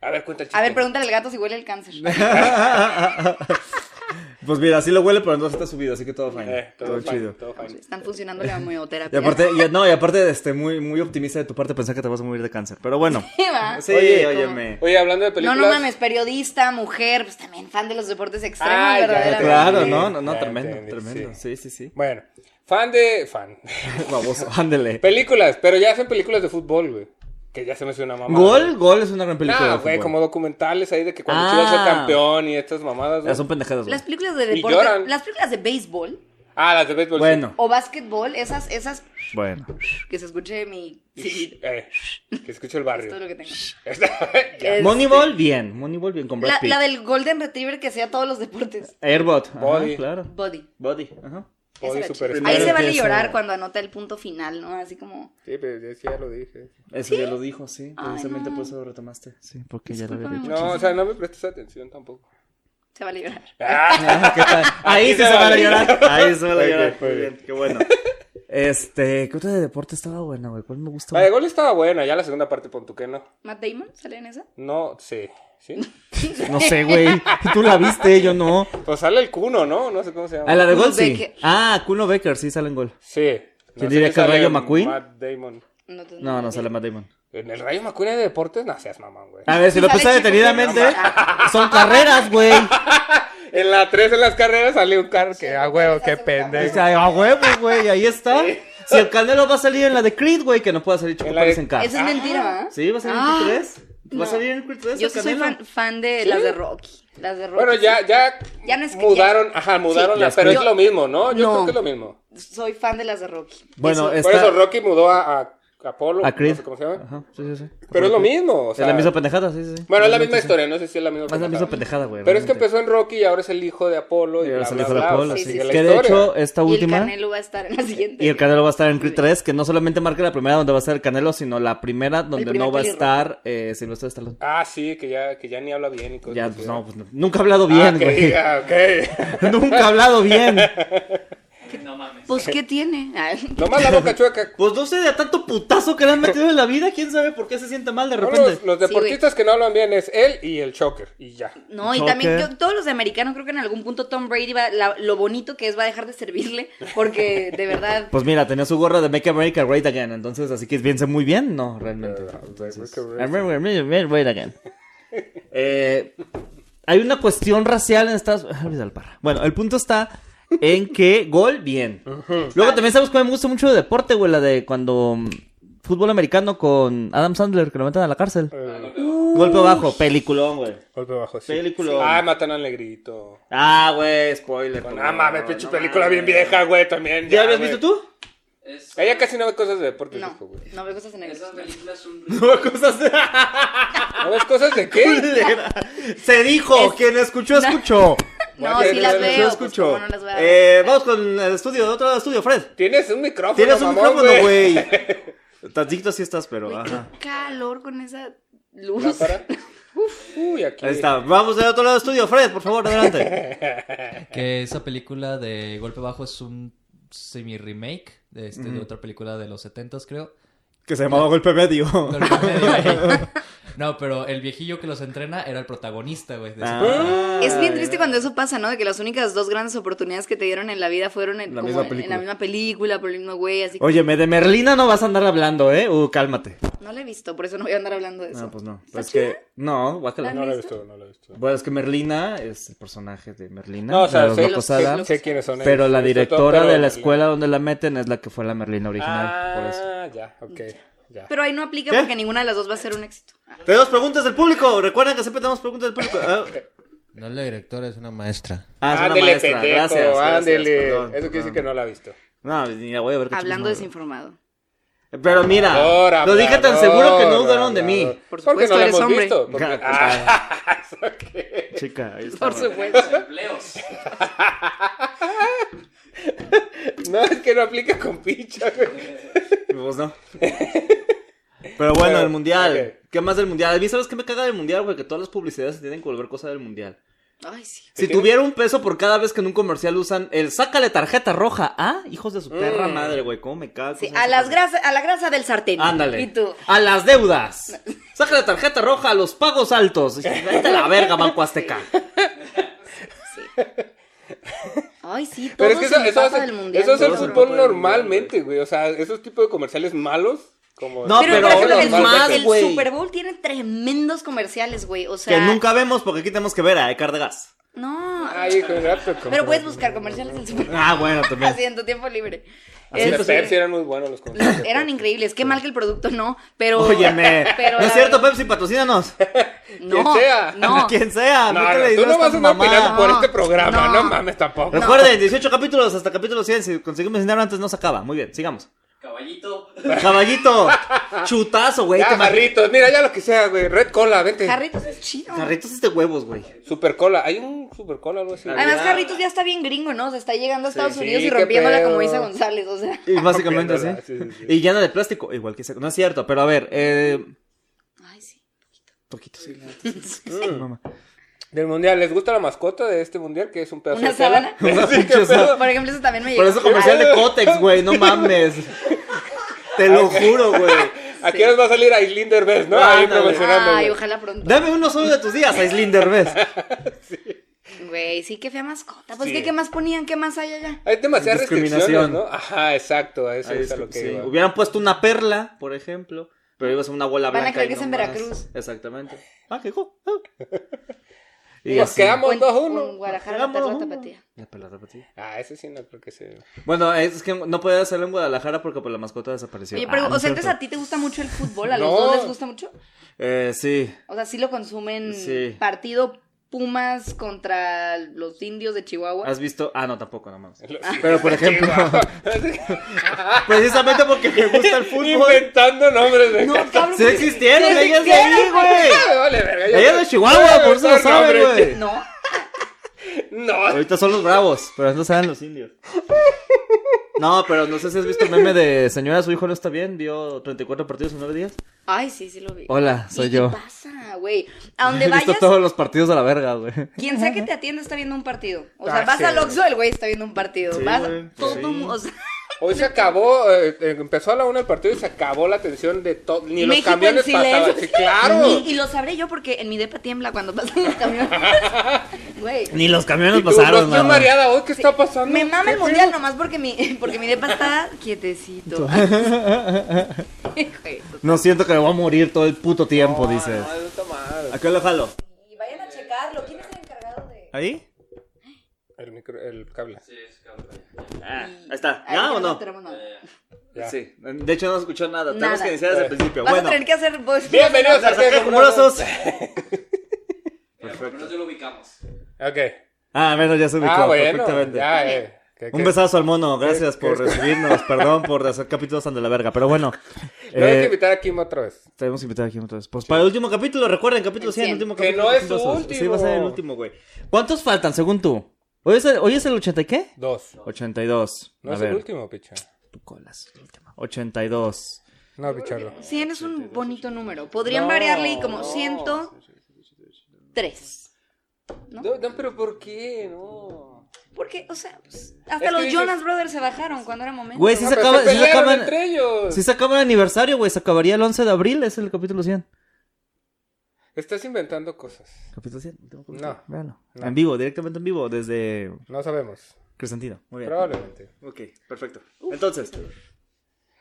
[SPEAKER 3] A ver, cuenta el chiste.
[SPEAKER 4] Eh. A ver, pregúntale al gato si huele el cáncer.
[SPEAKER 1] Pues mira, sí lo huele, pero no está subido, así que todo fine.
[SPEAKER 3] Eh,
[SPEAKER 1] todo
[SPEAKER 3] todo, fine,
[SPEAKER 1] chido.
[SPEAKER 3] todo fine.
[SPEAKER 4] Están funcionando la
[SPEAKER 1] Y
[SPEAKER 4] mioterapia.
[SPEAKER 1] aparte, y- no, y aparte, este, muy, muy optimista de tu parte pensar que te vas a morir de cáncer. Pero bueno.
[SPEAKER 4] Sí, va.
[SPEAKER 1] Sí,
[SPEAKER 3] Oye,
[SPEAKER 1] óyeme.
[SPEAKER 3] Oye, hablando de
[SPEAKER 4] No,
[SPEAKER 3] películas...
[SPEAKER 4] no mames, periodista, mujer, pues también fan de los deportes extremos,
[SPEAKER 3] Ah, ya,
[SPEAKER 4] verdaderamente.
[SPEAKER 1] Claro, no, no, no,
[SPEAKER 3] Ya
[SPEAKER 1] tremendo,
[SPEAKER 3] entendí,
[SPEAKER 1] tremendo. Sí, sí, sí.
[SPEAKER 3] Bueno, fan de... Fan.
[SPEAKER 1] Baboso, ándele.
[SPEAKER 3] películas, pero ya hacen películas de fútbol, güey. Que ya se me hace una mamada.
[SPEAKER 1] Gol, gol es una gran película.
[SPEAKER 3] Nah,
[SPEAKER 1] de
[SPEAKER 3] Ah, güey,
[SPEAKER 1] fútbol.
[SPEAKER 3] como documentales ahí de que cuando
[SPEAKER 1] Ah.
[SPEAKER 3] Chivas fue campeón y estas mamadas, güey.
[SPEAKER 1] Ya son pendejadas, güey.
[SPEAKER 4] Las películas de
[SPEAKER 3] Y
[SPEAKER 4] deporte,
[SPEAKER 3] lloran.
[SPEAKER 4] las películas de béisbol
[SPEAKER 3] Ah, las de béisbol. sí.
[SPEAKER 1] Bueno,
[SPEAKER 4] o básquetbol, esas, esas
[SPEAKER 1] bueno.
[SPEAKER 4] que se escuche mi silbido.
[SPEAKER 3] Eh, que escucho el
[SPEAKER 4] Es todo
[SPEAKER 3] barrio.
[SPEAKER 4] lo que tengo.
[SPEAKER 3] Ya.
[SPEAKER 4] Este,
[SPEAKER 1] Moneyball, bien. Moneyball, bien con Brad
[SPEAKER 4] La,
[SPEAKER 1] Pitt.
[SPEAKER 4] la del Golden Retriever que sea todos los deportes.
[SPEAKER 1] Airbot. ajá,
[SPEAKER 3] Body.
[SPEAKER 1] claro.
[SPEAKER 4] Body.
[SPEAKER 1] Body. Ajá.
[SPEAKER 4] Esa
[SPEAKER 3] Body
[SPEAKER 4] era
[SPEAKER 3] super
[SPEAKER 4] chida.
[SPEAKER 1] Primero
[SPEAKER 4] Ahí se vale
[SPEAKER 1] empieza-
[SPEAKER 4] llorar cuando anota el punto final, ¿no? Así como,
[SPEAKER 3] Sí, pero ya, ya lo dije.
[SPEAKER 1] Eso ya lo dijo, sí.
[SPEAKER 4] Ay,
[SPEAKER 1] Precisamente
[SPEAKER 4] no.
[SPEAKER 1] por eso lo retomaste. Sí, porque ya lo había
[SPEAKER 4] Discúlpame
[SPEAKER 1] dicho.
[SPEAKER 3] No, o sea, no me prestes atención tampoco.
[SPEAKER 4] se vale llorar.
[SPEAKER 1] Ah, ¿qué tal? Ahí
[SPEAKER 3] Aquí
[SPEAKER 1] sí
[SPEAKER 3] se
[SPEAKER 1] se van a
[SPEAKER 3] vale.
[SPEAKER 1] llorar. Ahí se van a
[SPEAKER 3] Muy
[SPEAKER 1] llorar.
[SPEAKER 3] bien, muy
[SPEAKER 1] Muy bien, qué bueno. Este, ¿qué otra de deporte estaba buena, güey? ¿Cuál me gusta?
[SPEAKER 3] La de gol estaba buena, ya la segunda parte, pon tú que no.
[SPEAKER 4] ¿Matt Damon sale en esa?
[SPEAKER 3] No, sí. ¿Sí?
[SPEAKER 1] No sé, güey. Tú la viste, yo no.
[SPEAKER 3] Pues sale el cuno, ¿no? No sé cómo se llama.
[SPEAKER 1] A la de
[SPEAKER 4] Kuno
[SPEAKER 1] gol sí.
[SPEAKER 4] Becker.
[SPEAKER 1] Ah, Kuno Becker sí sale en gol.
[SPEAKER 3] Sí.
[SPEAKER 1] ¿Quién
[SPEAKER 3] sé
[SPEAKER 1] diría
[SPEAKER 3] si
[SPEAKER 1] que
[SPEAKER 3] sale
[SPEAKER 1] Rayo McQueen?
[SPEAKER 3] Matt Damon.
[SPEAKER 4] No, entonces
[SPEAKER 1] No, no
[SPEAKER 4] la vi.
[SPEAKER 1] sale Matt Damon.
[SPEAKER 3] En el Rayo McQueen hay de deportes, no seas mamón, güey.
[SPEAKER 1] A ver, si lo
[SPEAKER 4] Sale
[SPEAKER 1] piensas
[SPEAKER 4] Chico
[SPEAKER 1] detenidamente,
[SPEAKER 4] Pérez. Ah.
[SPEAKER 1] son carreras, güey.
[SPEAKER 3] En la 3 en las carreras sale un carro que, ah, güey, qué
[SPEAKER 1] O
[SPEAKER 3] pendejo.
[SPEAKER 1] sea, a huevo, güey, ahí está. Si el Canelo va a salir en la de Creed, güey, que no pueda salir Chico
[SPEAKER 3] En la
[SPEAKER 1] Pérez
[SPEAKER 3] de-
[SPEAKER 1] en casa.
[SPEAKER 4] Eso es mentira, ¿verdad?
[SPEAKER 1] Sí, va a salir
[SPEAKER 4] Ah,
[SPEAKER 1] en Creed 3. Va
[SPEAKER 4] no.
[SPEAKER 1] a salir en Creed 3.
[SPEAKER 4] Yo
[SPEAKER 1] el
[SPEAKER 4] sí soy
[SPEAKER 1] Canelo.
[SPEAKER 4] fan, fan de las de Rocky. Las de Rocky.
[SPEAKER 3] Bueno, ya, ya,
[SPEAKER 4] Ya no es que-
[SPEAKER 3] mudaron,
[SPEAKER 4] ya-
[SPEAKER 3] ajá, mudaron
[SPEAKER 1] Sí.
[SPEAKER 3] la,
[SPEAKER 1] Ya es
[SPEAKER 3] pero
[SPEAKER 1] que-
[SPEAKER 3] es lo mismo, ¿no? Yo
[SPEAKER 4] No.
[SPEAKER 3] creo que es lo mismo.
[SPEAKER 4] Soy fan de las de Rocky.
[SPEAKER 1] Bueno,
[SPEAKER 4] Eso-
[SPEAKER 1] es-
[SPEAKER 3] Por
[SPEAKER 1] Está-
[SPEAKER 3] eso Rocky mudó a, a Apolo,
[SPEAKER 1] A Creed.
[SPEAKER 3] no sé cómo se llama.
[SPEAKER 1] Ajá, sí, sí, sí.
[SPEAKER 3] Pero es lo mismo, o sea,
[SPEAKER 1] es la misma pendejada, sí, sí. sí.
[SPEAKER 3] Bueno, es la misma
[SPEAKER 1] Sí, sí.
[SPEAKER 3] historia, no sé si es la misma
[SPEAKER 1] Es la misma
[SPEAKER 3] pendejada.
[SPEAKER 1] pendejada, güey.
[SPEAKER 3] Pero es que
[SPEAKER 1] realmente.
[SPEAKER 3] empezó en Rocky y ahora es el hijo de Apolo y,
[SPEAKER 1] Y ahora
[SPEAKER 3] bla,
[SPEAKER 1] se le
[SPEAKER 3] bla,
[SPEAKER 1] hizo la
[SPEAKER 3] bla, o
[SPEAKER 1] cola,
[SPEAKER 3] sea,
[SPEAKER 1] sí,
[SPEAKER 4] sí,
[SPEAKER 1] sí.
[SPEAKER 3] sigue la
[SPEAKER 1] Que de
[SPEAKER 3] historia.
[SPEAKER 1] hecho, esta
[SPEAKER 4] Y el
[SPEAKER 1] última.
[SPEAKER 4] Canelo va a estar en la siguiente.
[SPEAKER 1] Y el Canelo va a estar en Creed 3, que no solamente marca la primera donde va a estar el Canelo, sino la primera donde
[SPEAKER 4] primer
[SPEAKER 1] no va a
[SPEAKER 4] pelirrojo.
[SPEAKER 1] estar eh, Silvestre Stallone.
[SPEAKER 3] Ah, sí, que ya, que ya ni habla bien y cosas
[SPEAKER 1] Ya,
[SPEAKER 3] así.
[SPEAKER 1] pues no, pues no. nunca ha hablado
[SPEAKER 3] Ah,
[SPEAKER 1] bien,
[SPEAKER 3] que
[SPEAKER 1] güey.
[SPEAKER 3] diga, ok.
[SPEAKER 1] nunca ha hablado bien.
[SPEAKER 2] No mames.
[SPEAKER 4] Pues, ¿qué tiene? Ah,
[SPEAKER 3] Nomás la boca chueca.
[SPEAKER 1] Pues no sé de a tanto putazo que le han metido en la vida, quién sabe por qué se siente mal de
[SPEAKER 3] No,
[SPEAKER 1] repente.
[SPEAKER 3] Los, los deportistas que no hablan bien es él y el choker. Y ya.
[SPEAKER 4] No, y
[SPEAKER 1] Choker.
[SPEAKER 4] también yo- todos los americanos creo que en algún punto Tom Brady va, la- lo bonito que es va a dejar de servirle porque de verdad
[SPEAKER 1] Pues mira, tenía su gorra de Make America Great Again, entonces así que piensa muy bien, no, realmente.
[SPEAKER 3] Pero,
[SPEAKER 1] Entonces,
[SPEAKER 3] Make America-
[SPEAKER 1] America, America, America, Great Again. Eh, hay una cuestión racial en Estados Unidos. Bueno, el punto está en que gol, bien. Luego también sabes que me gusta mucho de deporte, güey, la de cuando mm, fútbol americano con Adam Sandler que lo meten a la cárcel.
[SPEAKER 3] Eh,
[SPEAKER 1] Golpe bajo, peliculón, güey.
[SPEAKER 3] golpe bajo, sí.
[SPEAKER 1] Película.
[SPEAKER 3] Ah, matan al negrito.
[SPEAKER 1] Ah, güey, spoiler.
[SPEAKER 3] No,
[SPEAKER 1] güey,
[SPEAKER 3] no mames,
[SPEAKER 1] no
[SPEAKER 3] pinche
[SPEAKER 1] mames.
[SPEAKER 3] película bien vieja, güey, también.
[SPEAKER 1] ¿Ya habías
[SPEAKER 3] güey.
[SPEAKER 1] visto tú?
[SPEAKER 2] Es-
[SPEAKER 3] Ella casi no ve cosas de deportes,
[SPEAKER 4] no,
[SPEAKER 3] dijo, güey.
[SPEAKER 4] no veo cosas en el
[SPEAKER 2] Esas películas son
[SPEAKER 1] No, cosas de...
[SPEAKER 3] ¿No ves cosas de qué?
[SPEAKER 1] Se dijo, quien escuchó, escuchó.
[SPEAKER 4] No, sí las
[SPEAKER 3] Yo
[SPEAKER 4] veo. pues,
[SPEAKER 1] escucho.
[SPEAKER 4] ¿cómo no las voy a ver?
[SPEAKER 1] Eh, vamos con el estudio, otro estudio, Fred.
[SPEAKER 3] Tienes un micrófono,
[SPEAKER 1] Tienes un
[SPEAKER 3] mamón,
[SPEAKER 1] micrófono, güey. Tantito sí estás, pero
[SPEAKER 4] Güey,
[SPEAKER 1] ajá.
[SPEAKER 4] qué calor con esa luz.
[SPEAKER 3] Lámpara. Uf, uy, aquí.
[SPEAKER 1] Ahí está. Vamos del otro lado del estudio, Fred, por favor, adelante.
[SPEAKER 5] Que esa película de Golpe Bajo es un semi-remake de, este, de otra película de los 70 creo.
[SPEAKER 1] Que se llamaba Golpe Medio.
[SPEAKER 5] Pero no, medio, güey. No, pero el viejillo que los entrena era el protagonista, güey. de
[SPEAKER 2] Ah.
[SPEAKER 5] esa película.
[SPEAKER 1] Ah.
[SPEAKER 4] Es bien triste cuando eso pasa, ¿no? De que las únicas dos grandes oportunidades que te dieron en la vida fueron en,
[SPEAKER 1] La
[SPEAKER 4] como
[SPEAKER 1] misma
[SPEAKER 4] en- en
[SPEAKER 1] película.
[SPEAKER 4] la misma película, por el mismo güey, así que
[SPEAKER 1] Oye, me de Merlina no vas a andar hablando, ¿eh? Uh, cálmate.
[SPEAKER 4] no la he visto, por eso no voy a andar hablando de eso.
[SPEAKER 1] No, pues no. Pues es que. No, guácala.
[SPEAKER 3] No lo he visto, no lo he visto.
[SPEAKER 1] Bueno, es que Merlina es el personaje de Merlina.
[SPEAKER 3] No, o sea,
[SPEAKER 1] de los
[SPEAKER 3] sé,
[SPEAKER 1] Locos
[SPEAKER 4] sé-
[SPEAKER 1] Adams.
[SPEAKER 3] sé quiénes son.
[SPEAKER 1] Pero
[SPEAKER 3] ellos,
[SPEAKER 1] la
[SPEAKER 3] he visto
[SPEAKER 1] directora
[SPEAKER 3] todo, pero
[SPEAKER 1] de la
[SPEAKER 3] el-
[SPEAKER 1] escuela donde la meten es la que fue la Merlina original. Por eso.
[SPEAKER 3] Ah, ya, ok. Ya.
[SPEAKER 4] Pero ahí no aplica
[SPEAKER 1] ¿Qué?
[SPEAKER 4] porque ninguna de las dos va a ser un éxito.
[SPEAKER 1] Tenemos preguntas del público. Recuerden que siempre tenemos preguntas del público. Ah,
[SPEAKER 6] No es la directora, es una maestra.
[SPEAKER 1] Ah, es una
[SPEAKER 3] ándele,
[SPEAKER 1] maestra.
[SPEAKER 3] pendejo,
[SPEAKER 1] Gracias. gracias,
[SPEAKER 3] ándele.
[SPEAKER 1] perdón,
[SPEAKER 3] Eso quiere decir que
[SPEAKER 1] perdón.
[SPEAKER 3] no la ha visto.
[SPEAKER 1] No, ni la voy a ver. qué
[SPEAKER 4] Hablando
[SPEAKER 1] chingados.
[SPEAKER 4] desinformado.
[SPEAKER 1] Pero mira,
[SPEAKER 3] Ahora,
[SPEAKER 1] lo dije tan seguro que no
[SPEAKER 3] hablador,
[SPEAKER 1] dudaron de mí.
[SPEAKER 3] hablador.
[SPEAKER 4] Por
[SPEAKER 3] Porque
[SPEAKER 4] supuesto,
[SPEAKER 3] no la
[SPEAKER 4] eres
[SPEAKER 3] hemos
[SPEAKER 4] hombre.
[SPEAKER 3] visto. porque-
[SPEAKER 1] Claro,
[SPEAKER 3] Ah, ok.
[SPEAKER 1] Chica, ahí está.
[SPEAKER 4] Por supuesto.
[SPEAKER 2] empleos.
[SPEAKER 3] No, es que no aplica con pincha, güey.
[SPEAKER 1] Pues no. Pero bueno,
[SPEAKER 3] Pero,
[SPEAKER 1] el mundial.
[SPEAKER 3] ok.
[SPEAKER 1] ¿Qué más del mundial? A mí, ¿sabes qué me caga del mundial, güey? Que todas las publicidades se tienen que volver cosa del mundial.
[SPEAKER 4] Ay, sí.
[SPEAKER 1] Si tuviera un peso por cada vez que en un comercial usan el sácale tarjeta roja, ¿ah? Hijos de su perra
[SPEAKER 3] Mm.
[SPEAKER 1] madre, güey. ¿Cómo me cago?
[SPEAKER 4] Sí, a, las grasa, a la grasa del sartén.
[SPEAKER 1] Ándale.
[SPEAKER 4] Y tú.
[SPEAKER 1] A las deudas. Sácale tarjeta roja a los pagos altos. Vete a la verga, Banco Azteca.
[SPEAKER 4] Ay, sí, todo
[SPEAKER 3] Pero es que
[SPEAKER 4] se
[SPEAKER 3] eso,
[SPEAKER 4] me
[SPEAKER 3] eso,
[SPEAKER 4] pasa
[SPEAKER 3] hace,
[SPEAKER 4] del mundial.
[SPEAKER 3] eso hace el
[SPEAKER 1] Todo se
[SPEAKER 4] cabrón.
[SPEAKER 1] empapa
[SPEAKER 3] fútbol
[SPEAKER 1] del
[SPEAKER 3] normalmente, güey. O sea, esos tipos de comerciales malos. Como
[SPEAKER 1] No,
[SPEAKER 4] pero,
[SPEAKER 1] pero
[SPEAKER 4] por ejemplo,
[SPEAKER 1] ahora
[SPEAKER 4] el,
[SPEAKER 1] los más,
[SPEAKER 4] el
[SPEAKER 1] güey.
[SPEAKER 4] Super Bowl tiene tremendos comerciales, güey. O sea,
[SPEAKER 1] Que nunca vemos porque aquí tenemos que ver a Ecar de Gas.
[SPEAKER 4] No.
[SPEAKER 3] Ay, hijo de gato, como-
[SPEAKER 4] Pero puedes buscar comerciales del Super Bowl.
[SPEAKER 1] Ah, bueno, también.
[SPEAKER 4] Así en tu tiempo libre.
[SPEAKER 3] Así
[SPEAKER 4] Este,
[SPEAKER 3] las Pepsi eran muy buenos los comerciales.
[SPEAKER 4] eran increíbles. Qué mal que el producto no, pero.
[SPEAKER 1] Óyeme.
[SPEAKER 4] pero
[SPEAKER 1] no es
[SPEAKER 4] la-
[SPEAKER 1] cierto, Pepsi, patrocínanos.
[SPEAKER 4] No,
[SPEAKER 3] Quien sea.
[SPEAKER 4] No.
[SPEAKER 1] Quien sea.
[SPEAKER 3] No, no,
[SPEAKER 1] métele
[SPEAKER 3] tú
[SPEAKER 1] dinero a
[SPEAKER 3] no
[SPEAKER 1] esta
[SPEAKER 3] vas a andar
[SPEAKER 1] mamá.
[SPEAKER 3] peleando por
[SPEAKER 4] No,
[SPEAKER 3] este programa. No,
[SPEAKER 4] no.
[SPEAKER 3] mames, tampoco.
[SPEAKER 1] Recuerden, 18 capítulos hasta capítulo 100. Si conseguimos dinero antes, no se acaba. Muy bien, sigamos.
[SPEAKER 2] Caballito.
[SPEAKER 1] Caballito, chutazo, güey.
[SPEAKER 3] Ya,
[SPEAKER 1] te imag-
[SPEAKER 3] jarritos, mira, ya lo que sea, güey. Red Cola, vente.
[SPEAKER 4] Jarritos es chido.
[SPEAKER 1] Jarritos este huevos, güey.
[SPEAKER 3] Super Cola. Hay un Super Cola, algo así.
[SPEAKER 4] Además,
[SPEAKER 1] Ya.
[SPEAKER 4] Jarritos ya está bien gringo, ¿no? O sea, está llegando a Estados
[SPEAKER 3] sí,
[SPEAKER 4] Unidos y
[SPEAKER 3] qué
[SPEAKER 4] rompiéndola
[SPEAKER 3] pedo.
[SPEAKER 4] como Isa González, o sea.
[SPEAKER 1] Y básicamente así.
[SPEAKER 3] Rompiéndola, Ah, sí, sí, sí.
[SPEAKER 1] Y llena de plástico. Igual que ese- No es cierto, pero a ver. Eh...
[SPEAKER 4] Ay, sí.
[SPEAKER 1] Poquito, sí. Mamá.
[SPEAKER 3] Del mundial, ¿les gusta la mascota de este mundial? Que es un pedazo
[SPEAKER 4] Una
[SPEAKER 3] de tela?
[SPEAKER 4] sábana.
[SPEAKER 3] Sí, qué pedo.
[SPEAKER 4] Por ejemplo, eso también me llegó.
[SPEAKER 1] Por eso comercial de Cotex, güey. No mames. Te lo juro, güey.
[SPEAKER 3] Aquí nos va a salir Aislinn Derbez, ¿no?
[SPEAKER 1] Ah,
[SPEAKER 3] Ahí
[SPEAKER 1] ándale.
[SPEAKER 3] promocionando.
[SPEAKER 4] Ay,
[SPEAKER 3] güey.
[SPEAKER 4] ojalá pronto.
[SPEAKER 1] Dame uno solo de tus días, Aislinn Derbez.
[SPEAKER 4] Güey, sí, qué fea mascota. Pues
[SPEAKER 3] Sí.
[SPEAKER 4] que qué más ponían, qué más hay allá.
[SPEAKER 3] Hay demasiadas
[SPEAKER 1] Discriminación.
[SPEAKER 3] restricciones, ¿no? Ajá, exacto, a eso
[SPEAKER 1] Ahí
[SPEAKER 3] es a
[SPEAKER 1] es-
[SPEAKER 3] lo que
[SPEAKER 1] sí.
[SPEAKER 3] iba.
[SPEAKER 1] Hubieran puesto una perla, por ejemplo, pero ibas a una bola
[SPEAKER 4] Van a
[SPEAKER 1] blanca.
[SPEAKER 4] creer
[SPEAKER 1] ahí
[SPEAKER 4] que es en
[SPEAKER 1] nomás.
[SPEAKER 4] Veracruz.
[SPEAKER 1] Exactamente. Ah, qué jo- ah. Y
[SPEAKER 3] Nos
[SPEAKER 1] así.
[SPEAKER 3] quedamos
[SPEAKER 4] Un-
[SPEAKER 3] 2-1.
[SPEAKER 4] un Guadalajara
[SPEAKER 1] Quedamos
[SPEAKER 4] matar la
[SPEAKER 1] dos, uno.
[SPEAKER 4] tapatía.
[SPEAKER 1] La pelota para ti.
[SPEAKER 3] Ah, ese sí no creo que se...
[SPEAKER 1] Bueno, es que no podía hacerlo en Guadalajara porque pues, la mascota desapareció.
[SPEAKER 4] Oye, pero,
[SPEAKER 1] Ah, no
[SPEAKER 4] o
[SPEAKER 1] es
[SPEAKER 4] sea, entonces a
[SPEAKER 1] cierto.
[SPEAKER 4] ti te gusta mucho el fútbol, a
[SPEAKER 3] No.
[SPEAKER 4] los dos les gusta mucho.
[SPEAKER 1] Eh, sí.
[SPEAKER 4] O sea, sí lo consumen
[SPEAKER 1] Sí.
[SPEAKER 4] partido Pumas contra los indios de Chihuahua.
[SPEAKER 1] ¿Has visto? Ah, no, tampoco, no mames.
[SPEAKER 3] Los-
[SPEAKER 1] Pero, por ejemplo- Precisamente porque me gusta el fútbol.
[SPEAKER 3] Inventando nombres de
[SPEAKER 4] No, cabrón.
[SPEAKER 1] Sí existieron,
[SPEAKER 4] Sí
[SPEAKER 1] ellas de ahí,
[SPEAKER 4] existieron.
[SPEAKER 1] güey.
[SPEAKER 3] Ah, me vale verga, yo
[SPEAKER 1] Ellas
[SPEAKER 3] no-
[SPEAKER 1] de Chihuahua, por eso lo saben, güey.
[SPEAKER 4] No,
[SPEAKER 3] No.
[SPEAKER 1] Ahorita son los bravos, pero no saben los indios. No, pero no sé si has visto el meme de señora, su hijo no está bien, dio 34 partidos en 9 días.
[SPEAKER 4] Ay, sí, sí lo vi.
[SPEAKER 1] Hola, soy
[SPEAKER 4] ¿Y
[SPEAKER 1] yo.
[SPEAKER 4] ¿Qué pasa, güey? A donde
[SPEAKER 1] He visto
[SPEAKER 4] vayas,
[SPEAKER 1] todos los partidos a la verga, güey.
[SPEAKER 4] quien sea que te atienda está viendo un partido. O sea,
[SPEAKER 3] Ah,
[SPEAKER 4] vas
[SPEAKER 3] sí,
[SPEAKER 4] al
[SPEAKER 3] güey.
[SPEAKER 4] Oxxo, el güey está viendo un partido.
[SPEAKER 1] Sí,
[SPEAKER 4] vas
[SPEAKER 1] güey,
[SPEAKER 4] todo
[SPEAKER 1] sí.
[SPEAKER 4] mu- o sea,
[SPEAKER 3] Hoy se acabó, eh, eh, empezó a la una el partido y se acabó la tensión de todo. Ni los
[SPEAKER 4] México en
[SPEAKER 3] camiones pasaban.
[SPEAKER 4] silencio.
[SPEAKER 3] Sí, claro.
[SPEAKER 4] Y, y lo sabré yo porque en mi depa tiembla cuando pasan los camiones. Güey.
[SPEAKER 1] Ni los camiones
[SPEAKER 3] Y tú, no
[SPEAKER 1] pasaron,
[SPEAKER 3] estoy
[SPEAKER 1] mamá.
[SPEAKER 3] mareada hoy, ¿qué está pasando?
[SPEAKER 4] Me mama el
[SPEAKER 3] ¿Qué
[SPEAKER 4] mundial
[SPEAKER 3] pedo?
[SPEAKER 4] nomás porque mi, porque mi depa está quietecito. Güey.
[SPEAKER 1] No siento que me voy a morir todo el puto tiempo,
[SPEAKER 3] No,
[SPEAKER 1] dices.
[SPEAKER 3] Ah, no, está mal.
[SPEAKER 1] Ah, ¿A qué le jalo?
[SPEAKER 4] Y vayan a checarlo. ¿Quién es el encargado de.?
[SPEAKER 1] ¿Ahí?
[SPEAKER 3] El, micro, el cable.
[SPEAKER 2] Sí, es cabrón.
[SPEAKER 1] Ah, ahí está.
[SPEAKER 4] Ahí
[SPEAKER 1] ¿Ya o
[SPEAKER 4] no
[SPEAKER 1] no?
[SPEAKER 4] tenemos nada.
[SPEAKER 3] Ya.
[SPEAKER 1] Sí. De hecho, no se escuchó nada. Tenemos
[SPEAKER 4] Nada.
[SPEAKER 1] que iniciar desde el
[SPEAKER 3] Eh.
[SPEAKER 1] principio.
[SPEAKER 4] Vas
[SPEAKER 1] Bueno,
[SPEAKER 4] a tener que hacer. voz-
[SPEAKER 3] Bienvenidos a
[SPEAKER 1] Arqueros
[SPEAKER 3] Arqueros
[SPEAKER 1] Amorosos.
[SPEAKER 2] Mira, por lo menos ya lo ubicamos.
[SPEAKER 3] Ok.
[SPEAKER 1] Ah, menos ya se ubicó
[SPEAKER 3] Ah, bueno.
[SPEAKER 1] perfectamente.
[SPEAKER 3] Ya, eh. ¿Qué-
[SPEAKER 1] Un
[SPEAKER 3] qué?
[SPEAKER 1] besazo al mono, gracias
[SPEAKER 3] ¿Qué-
[SPEAKER 1] por
[SPEAKER 3] qué-
[SPEAKER 1] recibirnos, perdón por hacer capítulos tan de la verga, pero bueno.
[SPEAKER 3] Lo hay que
[SPEAKER 1] eh,
[SPEAKER 3] invitar a Kim otra vez.
[SPEAKER 1] Tenemos que invitar aquí otra vez. Pues para el último capítulo, recuerden, capítulo
[SPEAKER 4] El
[SPEAKER 1] 100,
[SPEAKER 4] cien.
[SPEAKER 1] último
[SPEAKER 3] Que
[SPEAKER 1] capítulo.
[SPEAKER 3] no es
[SPEAKER 1] sin
[SPEAKER 3] su
[SPEAKER 1] besos. Sí,
[SPEAKER 3] último.
[SPEAKER 1] va a ser el último, güey. ¿Cuántos faltan, según tú? ¿Hoy es el, hoy es el 80 y qué?
[SPEAKER 3] Dos.
[SPEAKER 1] 82.
[SPEAKER 3] No
[SPEAKER 1] a
[SPEAKER 3] es
[SPEAKER 1] ver,
[SPEAKER 3] el último, picha.
[SPEAKER 1] tu cola es el último. 82.
[SPEAKER 3] No, picharlo.
[SPEAKER 4] 100 es un bonito número. Podrían
[SPEAKER 3] No,
[SPEAKER 4] variarle y como
[SPEAKER 3] no.
[SPEAKER 4] 103. ¿No?
[SPEAKER 3] No, no, pero ¿por qué? No.
[SPEAKER 4] Porque, o sea, pues,
[SPEAKER 3] Es
[SPEAKER 4] hasta
[SPEAKER 3] que
[SPEAKER 4] los
[SPEAKER 3] dices-
[SPEAKER 4] Jonas Brothers se bajaron cuando era momento.
[SPEAKER 1] Güey, sí
[SPEAKER 3] No,
[SPEAKER 1] se
[SPEAKER 3] pero
[SPEAKER 1] acaba- sí se
[SPEAKER 3] Pues pelearon
[SPEAKER 1] acaban-
[SPEAKER 3] entre ellos.
[SPEAKER 1] Si se acaba el aniversario, güey, se acabaría el 11 de abril, es el capítulo 100.
[SPEAKER 3] Estás inventando cosas.
[SPEAKER 1] Capítulo 100, último capítulo.
[SPEAKER 3] No.
[SPEAKER 1] Véanlo.
[SPEAKER 3] No.
[SPEAKER 1] En vivo, directamente en vivo, desde
[SPEAKER 3] No sabemos.
[SPEAKER 1] Crescentino. Muy bien.
[SPEAKER 3] Probablemente.
[SPEAKER 1] Ok, perfecto. Entonces,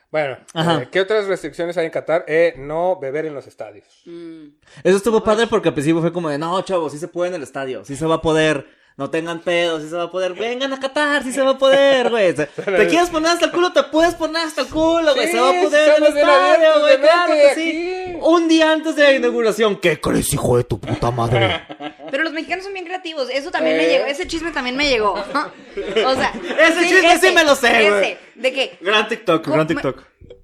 [SPEAKER 3] Bueno,
[SPEAKER 1] Ajá.
[SPEAKER 3] eh, ¿qué otras restricciones hay en Qatar? Eh, no beber en los estadios.
[SPEAKER 4] Mm,
[SPEAKER 1] Eso estuvo padre porque al principio fue como de, no, chavos, sí se puede en el estadio, sí se va a poder, no tengan pedos, sí se va a poder, vengan a Qatar, sí se va a poder, güey. Te te quieres poner hasta el culo, te puedes poner hasta el culo, güey,
[SPEAKER 3] Sí,
[SPEAKER 1] se va a poder en
[SPEAKER 3] estamos
[SPEAKER 1] el
[SPEAKER 3] bien
[SPEAKER 1] estadio,
[SPEAKER 3] abiertos
[SPEAKER 1] güey,
[SPEAKER 3] de mente
[SPEAKER 1] claro que sí.
[SPEAKER 3] aquí.
[SPEAKER 1] Un día antes de la inauguración, ¿qué crees, hijo de tu puta madre?
[SPEAKER 4] Pero los mexicanos son bien creativos. Eso también
[SPEAKER 3] Eh.
[SPEAKER 4] me llegó. Ese chisme también me llegó. o sea,
[SPEAKER 1] Ese chisme sí me lo sé,
[SPEAKER 4] ese,
[SPEAKER 1] güey.
[SPEAKER 4] De que,
[SPEAKER 1] Gran TikTok,
[SPEAKER 4] ¿Cómo
[SPEAKER 1] gran
[SPEAKER 4] me-
[SPEAKER 1] TikTok.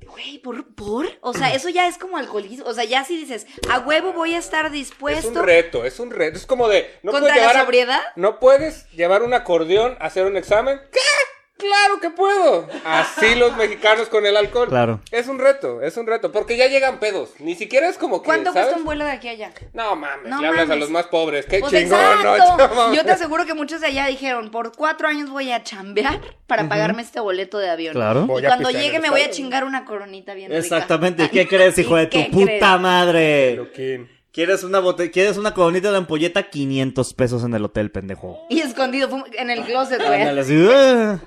[SPEAKER 4] güey, ¿por, ¿por? O sea, eso ya es como alcoholismo. O sea, ya si dices, a huevo voy a estar
[SPEAKER 3] Es
[SPEAKER 4] dispuesto.
[SPEAKER 3] un reto, es un reto. Es como de. No
[SPEAKER 4] ¿Contra
[SPEAKER 3] puedes llevar
[SPEAKER 4] la
[SPEAKER 3] a-
[SPEAKER 4] sobriedad?
[SPEAKER 3] No puedes llevar un acordeón a hacer un examen. ¿Qué? ¡Claro que puedo! Así los mexicanos con el alcohol.
[SPEAKER 1] Claro.
[SPEAKER 3] Es un reto, es un reto. Porque ya llegan pedos. Ni siquiera es como que.
[SPEAKER 4] ¿Cuánto
[SPEAKER 3] ¿sabes?
[SPEAKER 4] cuesta un vuelo de aquí a allá?
[SPEAKER 3] No mames,
[SPEAKER 4] No
[SPEAKER 3] le hablas a
[SPEAKER 4] mames.
[SPEAKER 3] los más pobres. ¡Qué
[SPEAKER 4] Pues
[SPEAKER 3] chingón! ¿no? No
[SPEAKER 4] exacto.
[SPEAKER 3] mames.
[SPEAKER 4] Yo te aseguro que muchos de allá dijeron, por cuatro años voy a chambear para pagarme este boleto de avión.
[SPEAKER 1] Claro.
[SPEAKER 4] Y
[SPEAKER 3] Voy a
[SPEAKER 4] cuando
[SPEAKER 3] pistear en
[SPEAKER 4] llegue
[SPEAKER 3] el
[SPEAKER 4] me voy a
[SPEAKER 3] estadio.
[SPEAKER 4] chingar una coronita bien rica.
[SPEAKER 1] Exactamente, ¿qué crees, hijo de tu
[SPEAKER 4] ¿Qué
[SPEAKER 1] puta
[SPEAKER 4] crees?
[SPEAKER 1] madre?
[SPEAKER 3] Loquín.
[SPEAKER 1] ¿Quieres una bote- quieres una coronita de ampolleta? 500 pesos en el hotel, pendejo.
[SPEAKER 4] Y escondido fum- en el closet, güey.
[SPEAKER 1] Ándale, así, "Ah".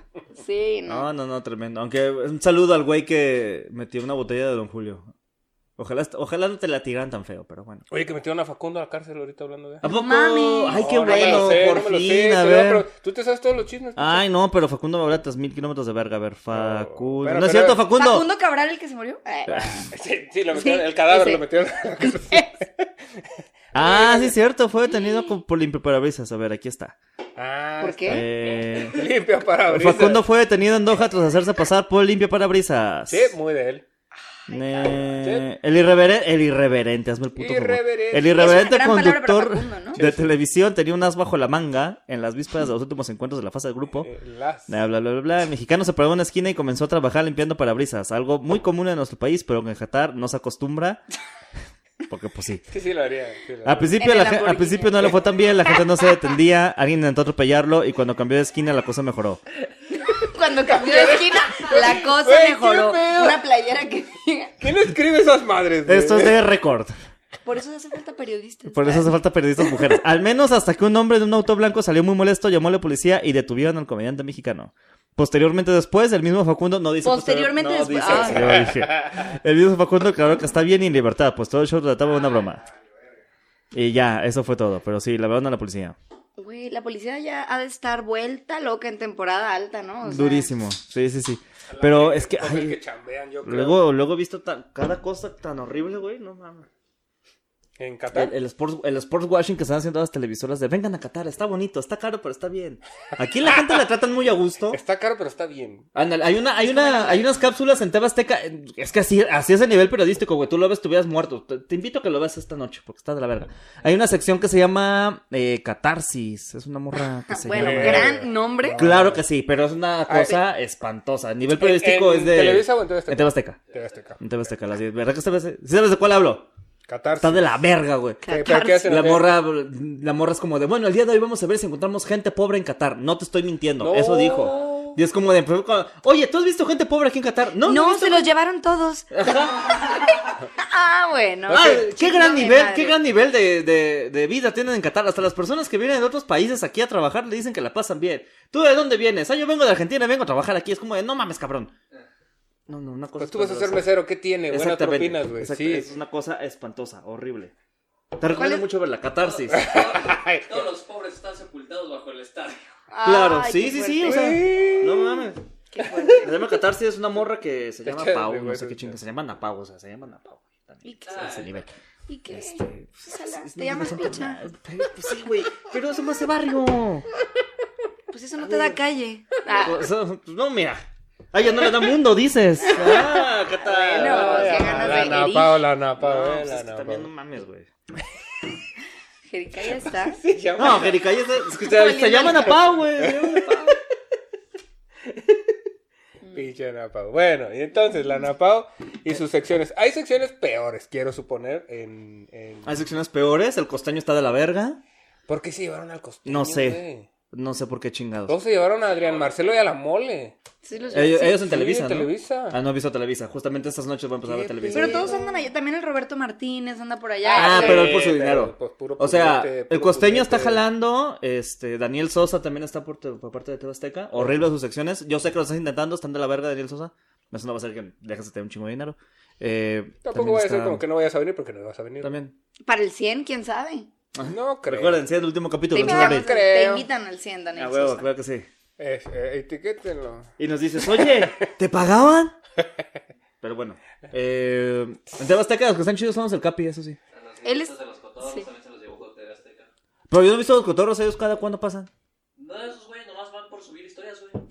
[SPEAKER 4] Sí, no.
[SPEAKER 1] No, no, no, tremendo. Aunque un saludo al güey que metió una botella de Don Julio. Ojalá, est- ojalá no te la tiran tan feo, pero bueno.
[SPEAKER 3] Oye, que metieron a Facundo a la cárcel ahorita hablando de.
[SPEAKER 1] ¿A poco?
[SPEAKER 4] mames.
[SPEAKER 1] Ay, Ah, qué
[SPEAKER 3] No, no me
[SPEAKER 1] bueno,
[SPEAKER 3] lo sé,
[SPEAKER 1] por
[SPEAKER 3] no me lo
[SPEAKER 1] fin,
[SPEAKER 3] sé,
[SPEAKER 1] a
[SPEAKER 3] señor,
[SPEAKER 1] ver. Ah.
[SPEAKER 3] pero tú te sabes todos los chismes.
[SPEAKER 1] Ay, no, pero Facundo me habla tras mil kilómetros de verga. A ver, Facundo.
[SPEAKER 3] Pero,
[SPEAKER 1] no es
[SPEAKER 3] pero-
[SPEAKER 1] cierto, Facundo.
[SPEAKER 4] Facundo Cabral, el que se murió. Eh,
[SPEAKER 3] Sí, sí, lo
[SPEAKER 4] Sí,
[SPEAKER 3] metieron, el cadáver
[SPEAKER 4] ese.
[SPEAKER 3] lo metieron a la cárcel.
[SPEAKER 1] Ah, sí, es cierto. Fue detenido con- por limpiaparabrisas. A ver, aquí está.
[SPEAKER 3] Ah,
[SPEAKER 4] ¿Por qué?
[SPEAKER 1] Eh,
[SPEAKER 3] Limpia para abrir.
[SPEAKER 1] Facundo fue detenido en Doha tras hacerse pasar por limpiaparabrisas.
[SPEAKER 3] Sí, muy de él.
[SPEAKER 1] Eh, el, irreveren- el irreverente, hazme el puto favor.
[SPEAKER 3] Irreverente.
[SPEAKER 1] El
[SPEAKER 4] Es
[SPEAKER 1] irreverente
[SPEAKER 4] una gran
[SPEAKER 1] conductor
[SPEAKER 4] palabra para Facundo, ¿no?
[SPEAKER 1] de televisión tenía un as bajo la manga en las vísperas de los últimos encuentros de la fase de grupo.
[SPEAKER 3] Eh, Las.
[SPEAKER 1] Bla, bla, bla, bla, bla. El mexicano se paró en una esquina y comenzó a trabajar limpiando parabrisas. Algo muy común en nuestro país, pero que en Qatar no se acostumbra. Porque, pues sí.
[SPEAKER 3] Sí, sí, lo haría. sí lo haría.
[SPEAKER 1] Al principio,
[SPEAKER 4] En el
[SPEAKER 1] la gen- al
[SPEAKER 4] Lamborghini.
[SPEAKER 1] principio no le fue tan bien, la gente no se detendía, alguien intentó atropellarlo y cuando cambió de esquina la cosa mejoró.
[SPEAKER 4] Cuando cambió de esquina, la cosa
[SPEAKER 3] Güey, qué
[SPEAKER 4] mejoró.
[SPEAKER 3] pedo.
[SPEAKER 4] Una playera que diga.
[SPEAKER 3] ¿Quién escribe esas madres? güey?
[SPEAKER 1] Esto es de récord.
[SPEAKER 4] Por eso hace falta periodistas.
[SPEAKER 1] Por eso hace falta periodistas mujeres. Al menos hasta que un hombre de un auto blanco salió muy molesto, llamó a la policía y detuvieron al comediante mexicano. Posteriormente después, el mismo Facundo no dice... posterior-
[SPEAKER 4] Posteriormente
[SPEAKER 1] no
[SPEAKER 4] después-
[SPEAKER 1] dice,
[SPEAKER 4] ah.
[SPEAKER 1] sí, lo dije. El mismo Facundo claro que está bien y en libertad, pues todo el show trataba de una broma. Y ya, eso fue todo. Pero sí, la verdad a la policía.
[SPEAKER 4] Güey, la policía ya ha de estar vuelta loca en temporada alta, ¿no? O sea,
[SPEAKER 1] Durísimo. Sí, sí, sí. Pero es que...
[SPEAKER 3] Con el
[SPEAKER 1] ay,
[SPEAKER 3] que chambean, yo creo.
[SPEAKER 1] luego, luego he visto tan- cada cosa tan horrible, güey. No mames.
[SPEAKER 3] En
[SPEAKER 1] El,
[SPEAKER 3] Qatar.
[SPEAKER 1] el sports, el sports washing que están haciendo las televisoras de vengan a Qatar, está bonito, está caro, pero está bien. Aquí la gente la tratan muy a gusto.
[SPEAKER 3] Está caro, pero está bien.
[SPEAKER 1] Ándale, hay una, hay una, hay unas cápsulas en Tebasteca. Es que así, así es a nivel periodístico, güey. Tú lo ves, estuvieras muerto. Te, te invito a que lo veas esta noche, porque está de la verga. Hay una sección que se llama eh, Catarsis. Es una morra que se
[SPEAKER 4] Bueno,
[SPEAKER 1] llama.
[SPEAKER 4] gran nombre.
[SPEAKER 1] Claro que sí, pero es una
[SPEAKER 3] Ay.
[SPEAKER 1] cosa espantosa. A nivel periodístico
[SPEAKER 3] Ah, ¿En
[SPEAKER 1] es de.
[SPEAKER 3] Televisa o en TV Azteca?
[SPEAKER 1] En Tebasteca.
[SPEAKER 3] Te das teca.
[SPEAKER 1] En Tebasteca, las 10. ¿Verdad que sabes? ¿Sí sabes de cuál hablo?
[SPEAKER 3] Qatar.
[SPEAKER 1] Está de la verga, güey.
[SPEAKER 3] ¿Qué- pero qué hacen
[SPEAKER 1] La
[SPEAKER 3] acá?
[SPEAKER 1] morra, la morra es como de, bueno, el día de hoy vamos a ver si encontramos gente pobre en Qatar. No te estoy mintiendo,
[SPEAKER 3] No.
[SPEAKER 1] eso dijo. Y es como de, oye, ¿tú has visto gente pobre aquí en Qatar? No, no. he
[SPEAKER 4] No,
[SPEAKER 1] visto
[SPEAKER 4] se los llevaron todos. ah, bueno.
[SPEAKER 1] Ah, qué gran
[SPEAKER 4] Chingame
[SPEAKER 1] nivel,
[SPEAKER 4] madre.
[SPEAKER 1] qué gran nivel de, de- de vida tienen en Qatar. Hasta las personas que vienen de otros países aquí a trabajar le dicen que la pasan bien. ¿Tú de dónde vienes? Ah, yo vengo de Argentina, vengo a trabajar aquí. Es como de, no mames, cabrón. No, no, una cosa.
[SPEAKER 3] Pues tú vas a ser
[SPEAKER 1] espantosa.
[SPEAKER 3] mesero, ¿qué tiene? Buenas
[SPEAKER 1] Exactamente.
[SPEAKER 3] propinas, güey.
[SPEAKER 1] Exacto,
[SPEAKER 3] Sí.
[SPEAKER 1] Es una cosa espantosa, horrible. Te recomiendo
[SPEAKER 4] es?
[SPEAKER 1] mucho ver la catarsis.
[SPEAKER 3] Ay,
[SPEAKER 2] Todos los pobres están sepultados bajo el estadio.
[SPEAKER 1] Claro,
[SPEAKER 4] Ay,
[SPEAKER 1] sí,
[SPEAKER 4] qué
[SPEAKER 1] sí, sí, o
[SPEAKER 4] fuerte.
[SPEAKER 1] sea, no mames.
[SPEAKER 4] Qué fuerte.
[SPEAKER 1] Se llama Catarsis, es una morra que se llama
[SPEAKER 3] Echa de
[SPEAKER 1] Pau, no sé
[SPEAKER 3] huevos,
[SPEAKER 1] qué chinga, se llama Napau, o sea, se llama Napau. güey, también,
[SPEAKER 4] ¿Y qué?
[SPEAKER 1] a ese nivel.
[SPEAKER 4] ¿Y qué?
[SPEAKER 1] Este,
[SPEAKER 4] Pues, ala,
[SPEAKER 1] es-
[SPEAKER 4] te llamas
[SPEAKER 1] no, no,
[SPEAKER 4] picha.
[SPEAKER 1] no, Pues sí, güey, pero eso me hace barrio.
[SPEAKER 4] Pues eso no te da calle. Ah,
[SPEAKER 1] O sea, No, mira. Ah, ya no le da mundo, dices. Ah, Catar.
[SPEAKER 4] Bueno,
[SPEAKER 1] Ah,
[SPEAKER 4] o sea,
[SPEAKER 1] ya.
[SPEAKER 4] ganas
[SPEAKER 3] la eh,
[SPEAKER 4] de
[SPEAKER 3] Ana
[SPEAKER 4] herir.
[SPEAKER 3] Paola, Ana
[SPEAKER 1] No,
[SPEAKER 3] Paola,
[SPEAKER 1] pues es que
[SPEAKER 3] Ana
[SPEAKER 1] también no
[SPEAKER 3] Paola.
[SPEAKER 1] mames, güey.
[SPEAKER 4] Jerica, ya está.
[SPEAKER 3] Se llama-
[SPEAKER 1] No, Jerica, ya se, es que se, se llaman a Pau, güey. se llaman a Pau.
[SPEAKER 3] Pinche Ana Pao. Bueno, y entonces la Ana Pao y sus secciones. Hay secciones peores, quiero suponer, en... en...
[SPEAKER 1] Hay secciones peores, el costeño está de la verga.
[SPEAKER 3] ¿Por qué se llevaron al costeño,
[SPEAKER 1] No sé.
[SPEAKER 3] güey?
[SPEAKER 1] No sé por qué chingados.
[SPEAKER 3] Todos se llevaron a Adrián Marcelo y a la mole.
[SPEAKER 4] Sí, los-
[SPEAKER 1] Ellos,
[SPEAKER 4] sí.
[SPEAKER 1] ellos en
[SPEAKER 3] Sí,
[SPEAKER 1] Televisa, ¿no?
[SPEAKER 3] Televisa.
[SPEAKER 1] Ah, no he visto Televisa. Justamente estas noches voy a empezar a ver
[SPEAKER 3] Qué
[SPEAKER 1] Televisa.
[SPEAKER 4] Pero todos andan allá. También el Roberto Martínez anda por allá. Eh,
[SPEAKER 1] Ah,
[SPEAKER 4] Sí.
[SPEAKER 1] pero él por su
[SPEAKER 3] pero,
[SPEAKER 1] dinero.
[SPEAKER 3] pues, puro
[SPEAKER 1] o sea,
[SPEAKER 3] puñete,
[SPEAKER 1] el
[SPEAKER 3] puro
[SPEAKER 1] costeño está
[SPEAKER 3] puñete.
[SPEAKER 1] jalando, este, Daniel Sosa también está por, te- por parte de TV Azteca. Horrible sus secciones. Yo sé que lo estás intentando, están de la verga Daniel Sosa. Eso no va a ser que dejes de tener un chingo de dinero. Eh,
[SPEAKER 3] Tampoco
[SPEAKER 1] también
[SPEAKER 3] voy a decir
[SPEAKER 1] está-
[SPEAKER 3] como que no vayas a venir porque no vas a venir.
[SPEAKER 1] También.
[SPEAKER 4] Para el 100, quién sabe.
[SPEAKER 3] No creo.
[SPEAKER 1] Recuerden, sí, el último capítulo.
[SPEAKER 4] Te
[SPEAKER 1] el 11 de
[SPEAKER 4] invitan,
[SPEAKER 1] abril.
[SPEAKER 3] invitamos. creo.
[SPEAKER 4] te invitan al 100, Daniel.
[SPEAKER 1] A huevo,
[SPEAKER 4] Sosa.
[SPEAKER 1] claro que sí.
[SPEAKER 3] Es- eh, etiquétenlo.
[SPEAKER 1] Y nos dices, oye, ¿te pagaban? Pero bueno. Eh, en TV Azteca los que están chidos son los del Capi, eso sí.
[SPEAKER 2] A los
[SPEAKER 4] Él es-
[SPEAKER 2] guionistas de los cotorros
[SPEAKER 4] sí.
[SPEAKER 2] también se los llevó TV Azteca.
[SPEAKER 1] Pero yo no he visto los cotorros, ellos cada cuándo pasan.
[SPEAKER 2] No, esos güeyes nomás van por subir historias, güey.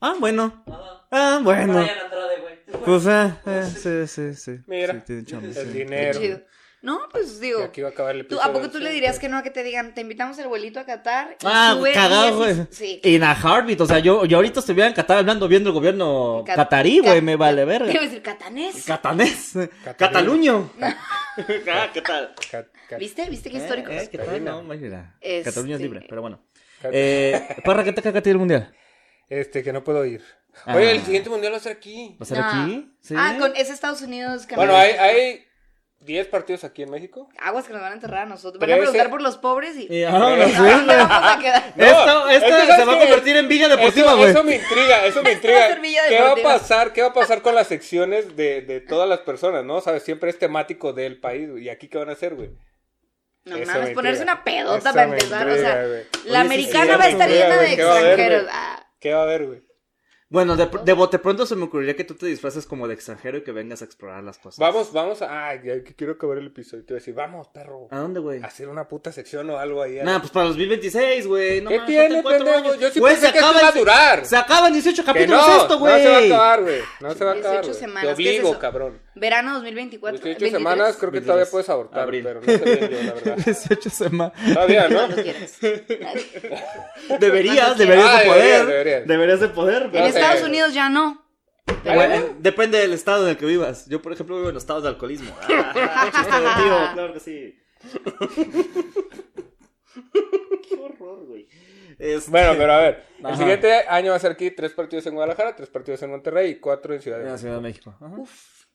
[SPEAKER 1] Ah, bueno.
[SPEAKER 2] Nada.
[SPEAKER 1] Ah, bueno.
[SPEAKER 2] Brian Andrade, güey.
[SPEAKER 1] Pues, ah, ah, sí, sí, sí.
[SPEAKER 3] Mira,
[SPEAKER 1] Sí, tienen chamba,
[SPEAKER 3] el
[SPEAKER 1] sí.
[SPEAKER 3] dinero.
[SPEAKER 4] Chido. No, pues
[SPEAKER 3] Y
[SPEAKER 4] digo.
[SPEAKER 3] aquí va a acabar el
[SPEAKER 4] ¿tú- ¿A
[SPEAKER 3] episodio
[SPEAKER 4] poco
[SPEAKER 3] del
[SPEAKER 4] tú le
[SPEAKER 3] cine.
[SPEAKER 4] dirías que no a que te digan, te invitamos el vuelito a Qatar? y
[SPEAKER 1] Ah,
[SPEAKER 4] sube
[SPEAKER 1] cagado,
[SPEAKER 4] diez-
[SPEAKER 1] güey.
[SPEAKER 4] Sí.
[SPEAKER 1] Y en a Heartbeat, o sea, yo, yo ahorita estuviera en Qatar hablando, viendo el gobierno
[SPEAKER 4] Cat-
[SPEAKER 1] catarí, güey,
[SPEAKER 4] Cat-
[SPEAKER 1] me vale verga.
[SPEAKER 4] Iba a decir catanés.
[SPEAKER 1] Catanés.
[SPEAKER 3] Cataluño.
[SPEAKER 1] Cataluño. Ah, ¿Qué tal?
[SPEAKER 3] Cat- cat-
[SPEAKER 4] ¿Viste? ¿Viste qué
[SPEAKER 1] Eh,
[SPEAKER 4] histórico?
[SPEAKER 1] eh, ¿Qué tal?
[SPEAKER 3] Catalina.
[SPEAKER 1] No, mira.
[SPEAKER 4] Este-
[SPEAKER 1] Cataluña es libre, pero bueno.
[SPEAKER 3] cat-
[SPEAKER 1] Eh, Parra, ¿qué te caga a ti el mundial?
[SPEAKER 3] Este, que no puedo ir.
[SPEAKER 1] Ah.
[SPEAKER 3] Oye, el siguiente mundial va a ser aquí.
[SPEAKER 1] ¿Va a ser
[SPEAKER 4] No.
[SPEAKER 1] aquí? Sí.
[SPEAKER 4] Ah, con, es Estados Unidos.
[SPEAKER 3] Bueno,
[SPEAKER 4] Canadá.
[SPEAKER 3] hay, hay 10 partidos aquí en México.
[SPEAKER 4] Aguas que nos van a enterrar a nosotros. Van a
[SPEAKER 3] Pero ese-
[SPEAKER 4] preguntar por los pobres y...
[SPEAKER 1] Y vámonos,
[SPEAKER 4] Ah, no,
[SPEAKER 1] sí, güey.
[SPEAKER 4] vamos a quedar.
[SPEAKER 3] No,
[SPEAKER 1] esto esto
[SPEAKER 3] Eh, es que
[SPEAKER 1] se
[SPEAKER 3] ¿sabes
[SPEAKER 1] va a
[SPEAKER 3] qué?
[SPEAKER 1] convertir en Villa Deportiva,
[SPEAKER 3] eso,
[SPEAKER 1] güey.
[SPEAKER 3] eso me intriga, eso me
[SPEAKER 4] va a
[SPEAKER 3] intriga.
[SPEAKER 4] ser Villa
[SPEAKER 3] ¿Qué va a
[SPEAKER 4] Deportiva.
[SPEAKER 3] pasar? ¿Qué va a pasar con las secciones de, de todas las personas, no? ¿Sabes? Siempre es temático del país, güey. ¿Y aquí qué van a hacer, güey?
[SPEAKER 4] No
[SPEAKER 3] Eso
[SPEAKER 4] mames,
[SPEAKER 3] me
[SPEAKER 4] ponerse
[SPEAKER 3] intriga.
[SPEAKER 4] una pedota
[SPEAKER 3] Eso
[SPEAKER 4] para
[SPEAKER 3] me
[SPEAKER 4] empezar.
[SPEAKER 3] intriga,
[SPEAKER 4] o sea,
[SPEAKER 3] güey.
[SPEAKER 4] la
[SPEAKER 1] Oye, sí,
[SPEAKER 4] americana
[SPEAKER 1] sí,
[SPEAKER 4] va a
[SPEAKER 1] sí,
[SPEAKER 4] estar
[SPEAKER 1] sí,
[SPEAKER 4] llena de
[SPEAKER 1] güey,
[SPEAKER 3] ¿qué va a haber,
[SPEAKER 4] extranjeros.
[SPEAKER 3] güey?
[SPEAKER 4] Ah,
[SPEAKER 3] ¿Qué va a haber, güey?
[SPEAKER 1] Bueno, de, de bote pronto se me ocurriría que tú te disfraces como de extranjero y que vengas a explorar las cosas.
[SPEAKER 3] Vamos, vamos a... Ay, ya que quiero acabar el episodio. Te voy a decir, vamos, perro.
[SPEAKER 1] ¿A dónde, güey?
[SPEAKER 3] Hacer una puta sección o algo ahí.
[SPEAKER 1] Ah, Nah, pues para 2026, güey. No
[SPEAKER 3] ¿Qué
[SPEAKER 1] mames,
[SPEAKER 3] tiene,
[SPEAKER 1] faltan cuatro
[SPEAKER 3] pendejo?
[SPEAKER 1] años.
[SPEAKER 3] Yo sí
[SPEAKER 1] Güey,
[SPEAKER 3] pensé
[SPEAKER 1] se
[SPEAKER 3] que esto
[SPEAKER 1] acaban-
[SPEAKER 3] iba a durar.
[SPEAKER 1] Se acaban 18
[SPEAKER 3] Que
[SPEAKER 1] capítulos
[SPEAKER 3] no,
[SPEAKER 1] esto,
[SPEAKER 3] no
[SPEAKER 1] güey.
[SPEAKER 3] se va a acabar, güey. No se va a acabar,
[SPEAKER 4] 18
[SPEAKER 3] güey. Te
[SPEAKER 4] semanas, ¿qué es
[SPEAKER 3] obligo,
[SPEAKER 4] eso?
[SPEAKER 3] cabrón.
[SPEAKER 4] verano 2024.
[SPEAKER 3] 18 Pues, semanas creo que todavía
[SPEAKER 1] 23.
[SPEAKER 3] puedes abortar,
[SPEAKER 1] Abril.
[SPEAKER 3] pero no sé bien yo, la verdad.
[SPEAKER 1] 18 semanas.
[SPEAKER 3] Todavía, ¿no?
[SPEAKER 4] Cuando quieras.
[SPEAKER 1] Deberías,
[SPEAKER 4] Cuando
[SPEAKER 1] deberías
[SPEAKER 3] quieras.
[SPEAKER 1] de
[SPEAKER 3] Ah,
[SPEAKER 1] poder.
[SPEAKER 3] deberías, deberías.
[SPEAKER 1] Deberías de poder.
[SPEAKER 4] En
[SPEAKER 3] No sé.
[SPEAKER 4] Estados Unidos ya no. Pero
[SPEAKER 1] Güey,
[SPEAKER 4] bueno,
[SPEAKER 1] eh, depende del estado en el que vivas. Yo, por ejemplo, vivo en estados de alcoholismo.
[SPEAKER 3] pues,
[SPEAKER 1] Ah, chiste de tío, claro que sí. Qué horror, güey. Este-
[SPEAKER 3] Bueno, pero a ver. El
[SPEAKER 1] Ajá.
[SPEAKER 3] siguiente año va a ser aquí tres partidos en Guadalajara, tres partidos en Monterrey y cuatro en Ciudad de
[SPEAKER 1] En la
[SPEAKER 3] México.
[SPEAKER 1] Ciudad de México. Ajá.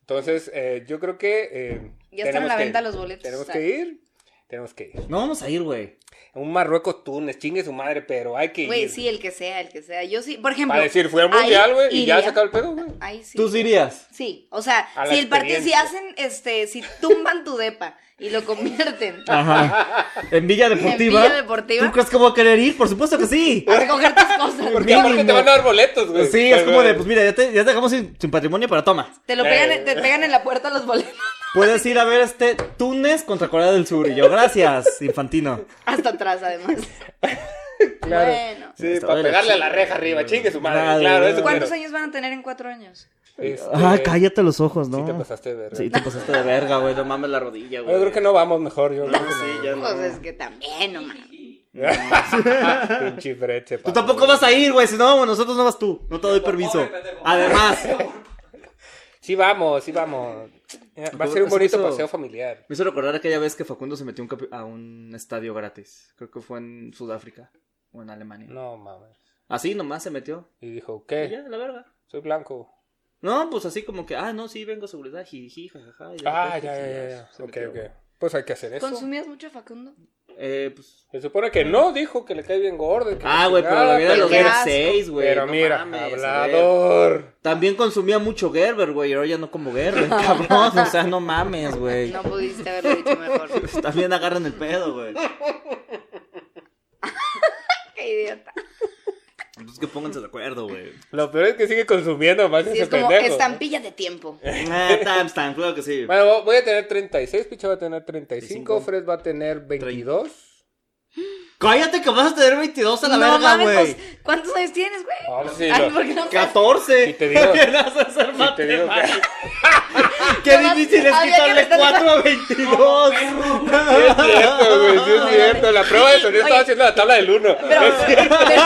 [SPEAKER 3] Entonces, eh, yo creo que... eh,
[SPEAKER 4] Ya están a
[SPEAKER 3] tenemos
[SPEAKER 4] la
[SPEAKER 3] que
[SPEAKER 4] venta
[SPEAKER 3] ir.
[SPEAKER 4] los boletos,
[SPEAKER 3] Tenemos
[SPEAKER 4] está.
[SPEAKER 3] que ir. Tenemos que ir.
[SPEAKER 1] No vamos a ir, güey.
[SPEAKER 3] Un Marruecos Túnez, chingue su madre, pero hay que ir.
[SPEAKER 4] güey, sí, el que sea, el que sea. Yo sí, por ejemplo.
[SPEAKER 3] Para decir, fue al
[SPEAKER 4] ahí
[SPEAKER 3] mundial, güey, y ya
[SPEAKER 4] iría.
[SPEAKER 3] se acabó el pedo, güey.
[SPEAKER 4] Ahí sí.
[SPEAKER 1] Tú sí irías.
[SPEAKER 4] Sí, o sea,
[SPEAKER 3] A la
[SPEAKER 4] si el partido, si
[SPEAKER 3] experiencia.
[SPEAKER 4] hacen, este, si tumban tu depa y lo convierten
[SPEAKER 1] Ajá. En Villa Deportiva.
[SPEAKER 4] Villa Deportiva.
[SPEAKER 1] ¿Tú crees que voy a querer ir? Por supuesto que sí.
[SPEAKER 4] a recoger tus cosas,
[SPEAKER 3] Porque aparte te van a dar boletos, güey.
[SPEAKER 1] Sí, es como de, pues mira, ya te, ya te dejamos sin, sin patrimonio, pero toma.
[SPEAKER 3] Eh.
[SPEAKER 4] te lo pegan, te pegan en la puerta los boletos.
[SPEAKER 1] Puedes ir a ver este Tun Túnez contra Corea del Sur. Y yo, gracias, Infantino.
[SPEAKER 4] Hasta atrás, además.
[SPEAKER 3] Claro.
[SPEAKER 4] Bueno.
[SPEAKER 3] Sí,
[SPEAKER 1] Está
[SPEAKER 3] para
[SPEAKER 1] bueno.
[SPEAKER 3] pegarle a la reja arriba, chingue su madre.
[SPEAKER 1] Madre,
[SPEAKER 3] claro, eso
[SPEAKER 4] ¿Cuántos
[SPEAKER 3] quiero.
[SPEAKER 4] años van a tener en cuatro años?
[SPEAKER 3] Este,
[SPEAKER 1] Ah, cállate los ojos, ¿no?
[SPEAKER 3] Sí, te pasaste de
[SPEAKER 1] Sí, te pasaste de verga, güey. No mames la rodilla, güey.
[SPEAKER 3] Yo creo que no vamos mejor. Yo creo que
[SPEAKER 1] Sí,
[SPEAKER 3] no.
[SPEAKER 1] ya no.
[SPEAKER 4] Pues es que también, no mames.
[SPEAKER 3] Pinche Fred se
[SPEAKER 1] Tú
[SPEAKER 3] pasó.
[SPEAKER 1] tampoco vas a ir, güey. Si no, nosotros no vas tú. No te doy permiso. Además,
[SPEAKER 3] Sí, vamos, sí, vamos. Mira, Va a ser un
[SPEAKER 1] Eso-
[SPEAKER 3] bonito
[SPEAKER 1] eso-
[SPEAKER 3] paseo familiar.
[SPEAKER 1] me hizo recordar aquella vez que Facundo se metió un capi- a un estadio gratis. Creo que fue en Sudáfrica o en Alemania.
[SPEAKER 3] No mames.
[SPEAKER 1] Así nomás se metió.
[SPEAKER 3] Y dijo,
[SPEAKER 1] Y
[SPEAKER 3] ¿qué?
[SPEAKER 1] ya, la verga.
[SPEAKER 3] Soy blanco.
[SPEAKER 1] No, pues así como que, ah, no, sí, vengo a seguridad, jiji, jajaja. y de
[SPEAKER 3] Ah,
[SPEAKER 1] repente,
[SPEAKER 3] ya,
[SPEAKER 1] pues,
[SPEAKER 3] ya, ya.
[SPEAKER 1] se
[SPEAKER 3] Ok,
[SPEAKER 1] metió, güey.
[SPEAKER 3] ok. Pues hay que hacer eso.
[SPEAKER 4] ¿Consumías mucho Facundo?
[SPEAKER 1] Eh, pues.
[SPEAKER 3] Se supone que no dijo que le cae bien gordo. y que
[SPEAKER 1] Ah, güey, pero la vida
[SPEAKER 3] chingada,
[SPEAKER 1] de los
[SPEAKER 4] qué
[SPEAKER 1] Gerber
[SPEAKER 4] asco.
[SPEAKER 1] 6, güey.
[SPEAKER 3] Pero
[SPEAKER 1] no
[SPEAKER 3] mira,
[SPEAKER 1] mames, güey.
[SPEAKER 3] hablador.
[SPEAKER 1] También consumía mucho Gerber, güey, ahora ya no como Gerber, cabrón. O sea, no mames, güey.
[SPEAKER 4] No pudiste haberlo dicho mejor.
[SPEAKER 1] También agarran el pedo, güey.
[SPEAKER 4] Qué idiota.
[SPEAKER 1] Entonces Pues que pónganse de acuerdo, güey.
[SPEAKER 3] Lo peor es que sigue consumiendo más
[SPEAKER 4] Sí,
[SPEAKER 3] ese
[SPEAKER 4] es como
[SPEAKER 3] pendejo.
[SPEAKER 4] estampilla de tiempo.
[SPEAKER 1] Eh, times, time, claro que sí.
[SPEAKER 3] Bueno, vo- voy a tener 36, Picho va a tener 35,
[SPEAKER 1] 35.
[SPEAKER 3] Fred va a tener 22.
[SPEAKER 1] Cállate que vas a tener 22 a la
[SPEAKER 4] no
[SPEAKER 1] verga,
[SPEAKER 4] mames,
[SPEAKER 1] güey.
[SPEAKER 4] pues, ¿cuántos años tienes, güey?
[SPEAKER 3] Ah, sí,
[SPEAKER 4] Ay,
[SPEAKER 3] lo-
[SPEAKER 4] ¿por qué no sabes?
[SPEAKER 1] 14.
[SPEAKER 3] Sí te digo.
[SPEAKER 1] Vas a hacer
[SPEAKER 3] sí te digo que-
[SPEAKER 1] Qué
[SPEAKER 4] Nomás
[SPEAKER 1] difícil es
[SPEAKER 4] había que
[SPEAKER 1] quitarle
[SPEAKER 4] meterle-
[SPEAKER 1] 4 a 22.
[SPEAKER 3] Sí es cierto, güey, sí es cierto. La prueba de sonido
[SPEAKER 4] Oye.
[SPEAKER 3] estaba haciendo la tabla del 1.
[SPEAKER 4] Pero, pero,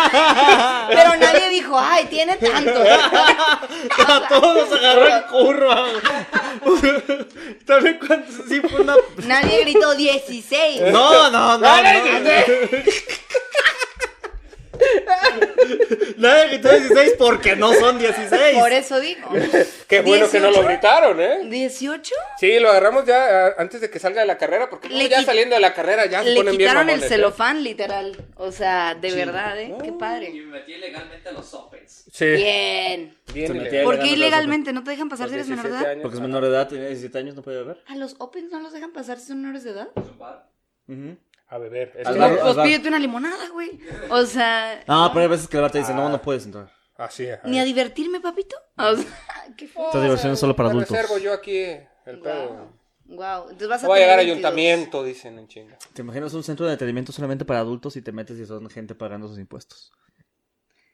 [SPEAKER 4] pero nadie dijo, ay, tiene tantos.
[SPEAKER 1] A todos agarró en curva. ¿Saben cuántos? Sí, fue una.
[SPEAKER 4] Nadie gritó 16.
[SPEAKER 1] No, no, no. no, no. Nadie gritó 16 porque no son 16.
[SPEAKER 4] Por eso digo.
[SPEAKER 3] Qué bueno que no lo
[SPEAKER 4] 18.
[SPEAKER 3] gritaron, ¿eh?
[SPEAKER 4] ¿18?
[SPEAKER 3] Sí, lo agarramos ya ah, antes de que salga de la carrera, porque luego
[SPEAKER 4] Le
[SPEAKER 3] ya
[SPEAKER 4] qui-
[SPEAKER 3] saliendo de la carrera ya se
[SPEAKER 4] Le
[SPEAKER 3] ponen bien
[SPEAKER 4] quitaron el
[SPEAKER 3] mamones, ¿eh?
[SPEAKER 4] celofán, literal. O sea, de verdad, ¿eh? Qué
[SPEAKER 2] Y
[SPEAKER 4] padre.
[SPEAKER 2] me metí ilegalmente a los Opens.
[SPEAKER 3] Sí,
[SPEAKER 4] Bien.
[SPEAKER 3] bien.
[SPEAKER 1] Se
[SPEAKER 3] ilegal.
[SPEAKER 1] metía
[SPEAKER 4] ¿Por
[SPEAKER 1] Ilegal,
[SPEAKER 4] qué
[SPEAKER 1] no,
[SPEAKER 4] ilegalmente? ¿No te dejan pasar
[SPEAKER 3] Los
[SPEAKER 4] si eres menor de
[SPEAKER 3] 17
[SPEAKER 4] edad?
[SPEAKER 3] años.
[SPEAKER 1] Porque es menor de edad, tenía 17 años, no podía beber.
[SPEAKER 4] ¿A los opens no los dejan pasar si son menores de edad?
[SPEAKER 2] Su padre.
[SPEAKER 3] A beber. Es
[SPEAKER 1] Al
[SPEAKER 3] que-
[SPEAKER 1] bar-
[SPEAKER 4] No,
[SPEAKER 1] al
[SPEAKER 4] pues
[SPEAKER 1] bar.
[SPEAKER 4] pídete una limonada, güey. O sea,
[SPEAKER 1] Ah, pero hay veces que el bar te dice, no, no puedes entrar.
[SPEAKER 3] Así es.
[SPEAKER 4] ni a divertirme, papito. O sea, qué
[SPEAKER 1] Esta diversión es solo para
[SPEAKER 3] Me
[SPEAKER 1] adultos.
[SPEAKER 3] reservo yo aquí el pedo.
[SPEAKER 4] Wow. Wow. Entonces vas a
[SPEAKER 3] Voy a llegar a
[SPEAKER 4] tener 22.
[SPEAKER 3] ayuntamiento, dicen en chinga.
[SPEAKER 1] ¿Te imaginas un centro de entretenimiento solamente para adultos y te metes y son gente pagando sus impuestos?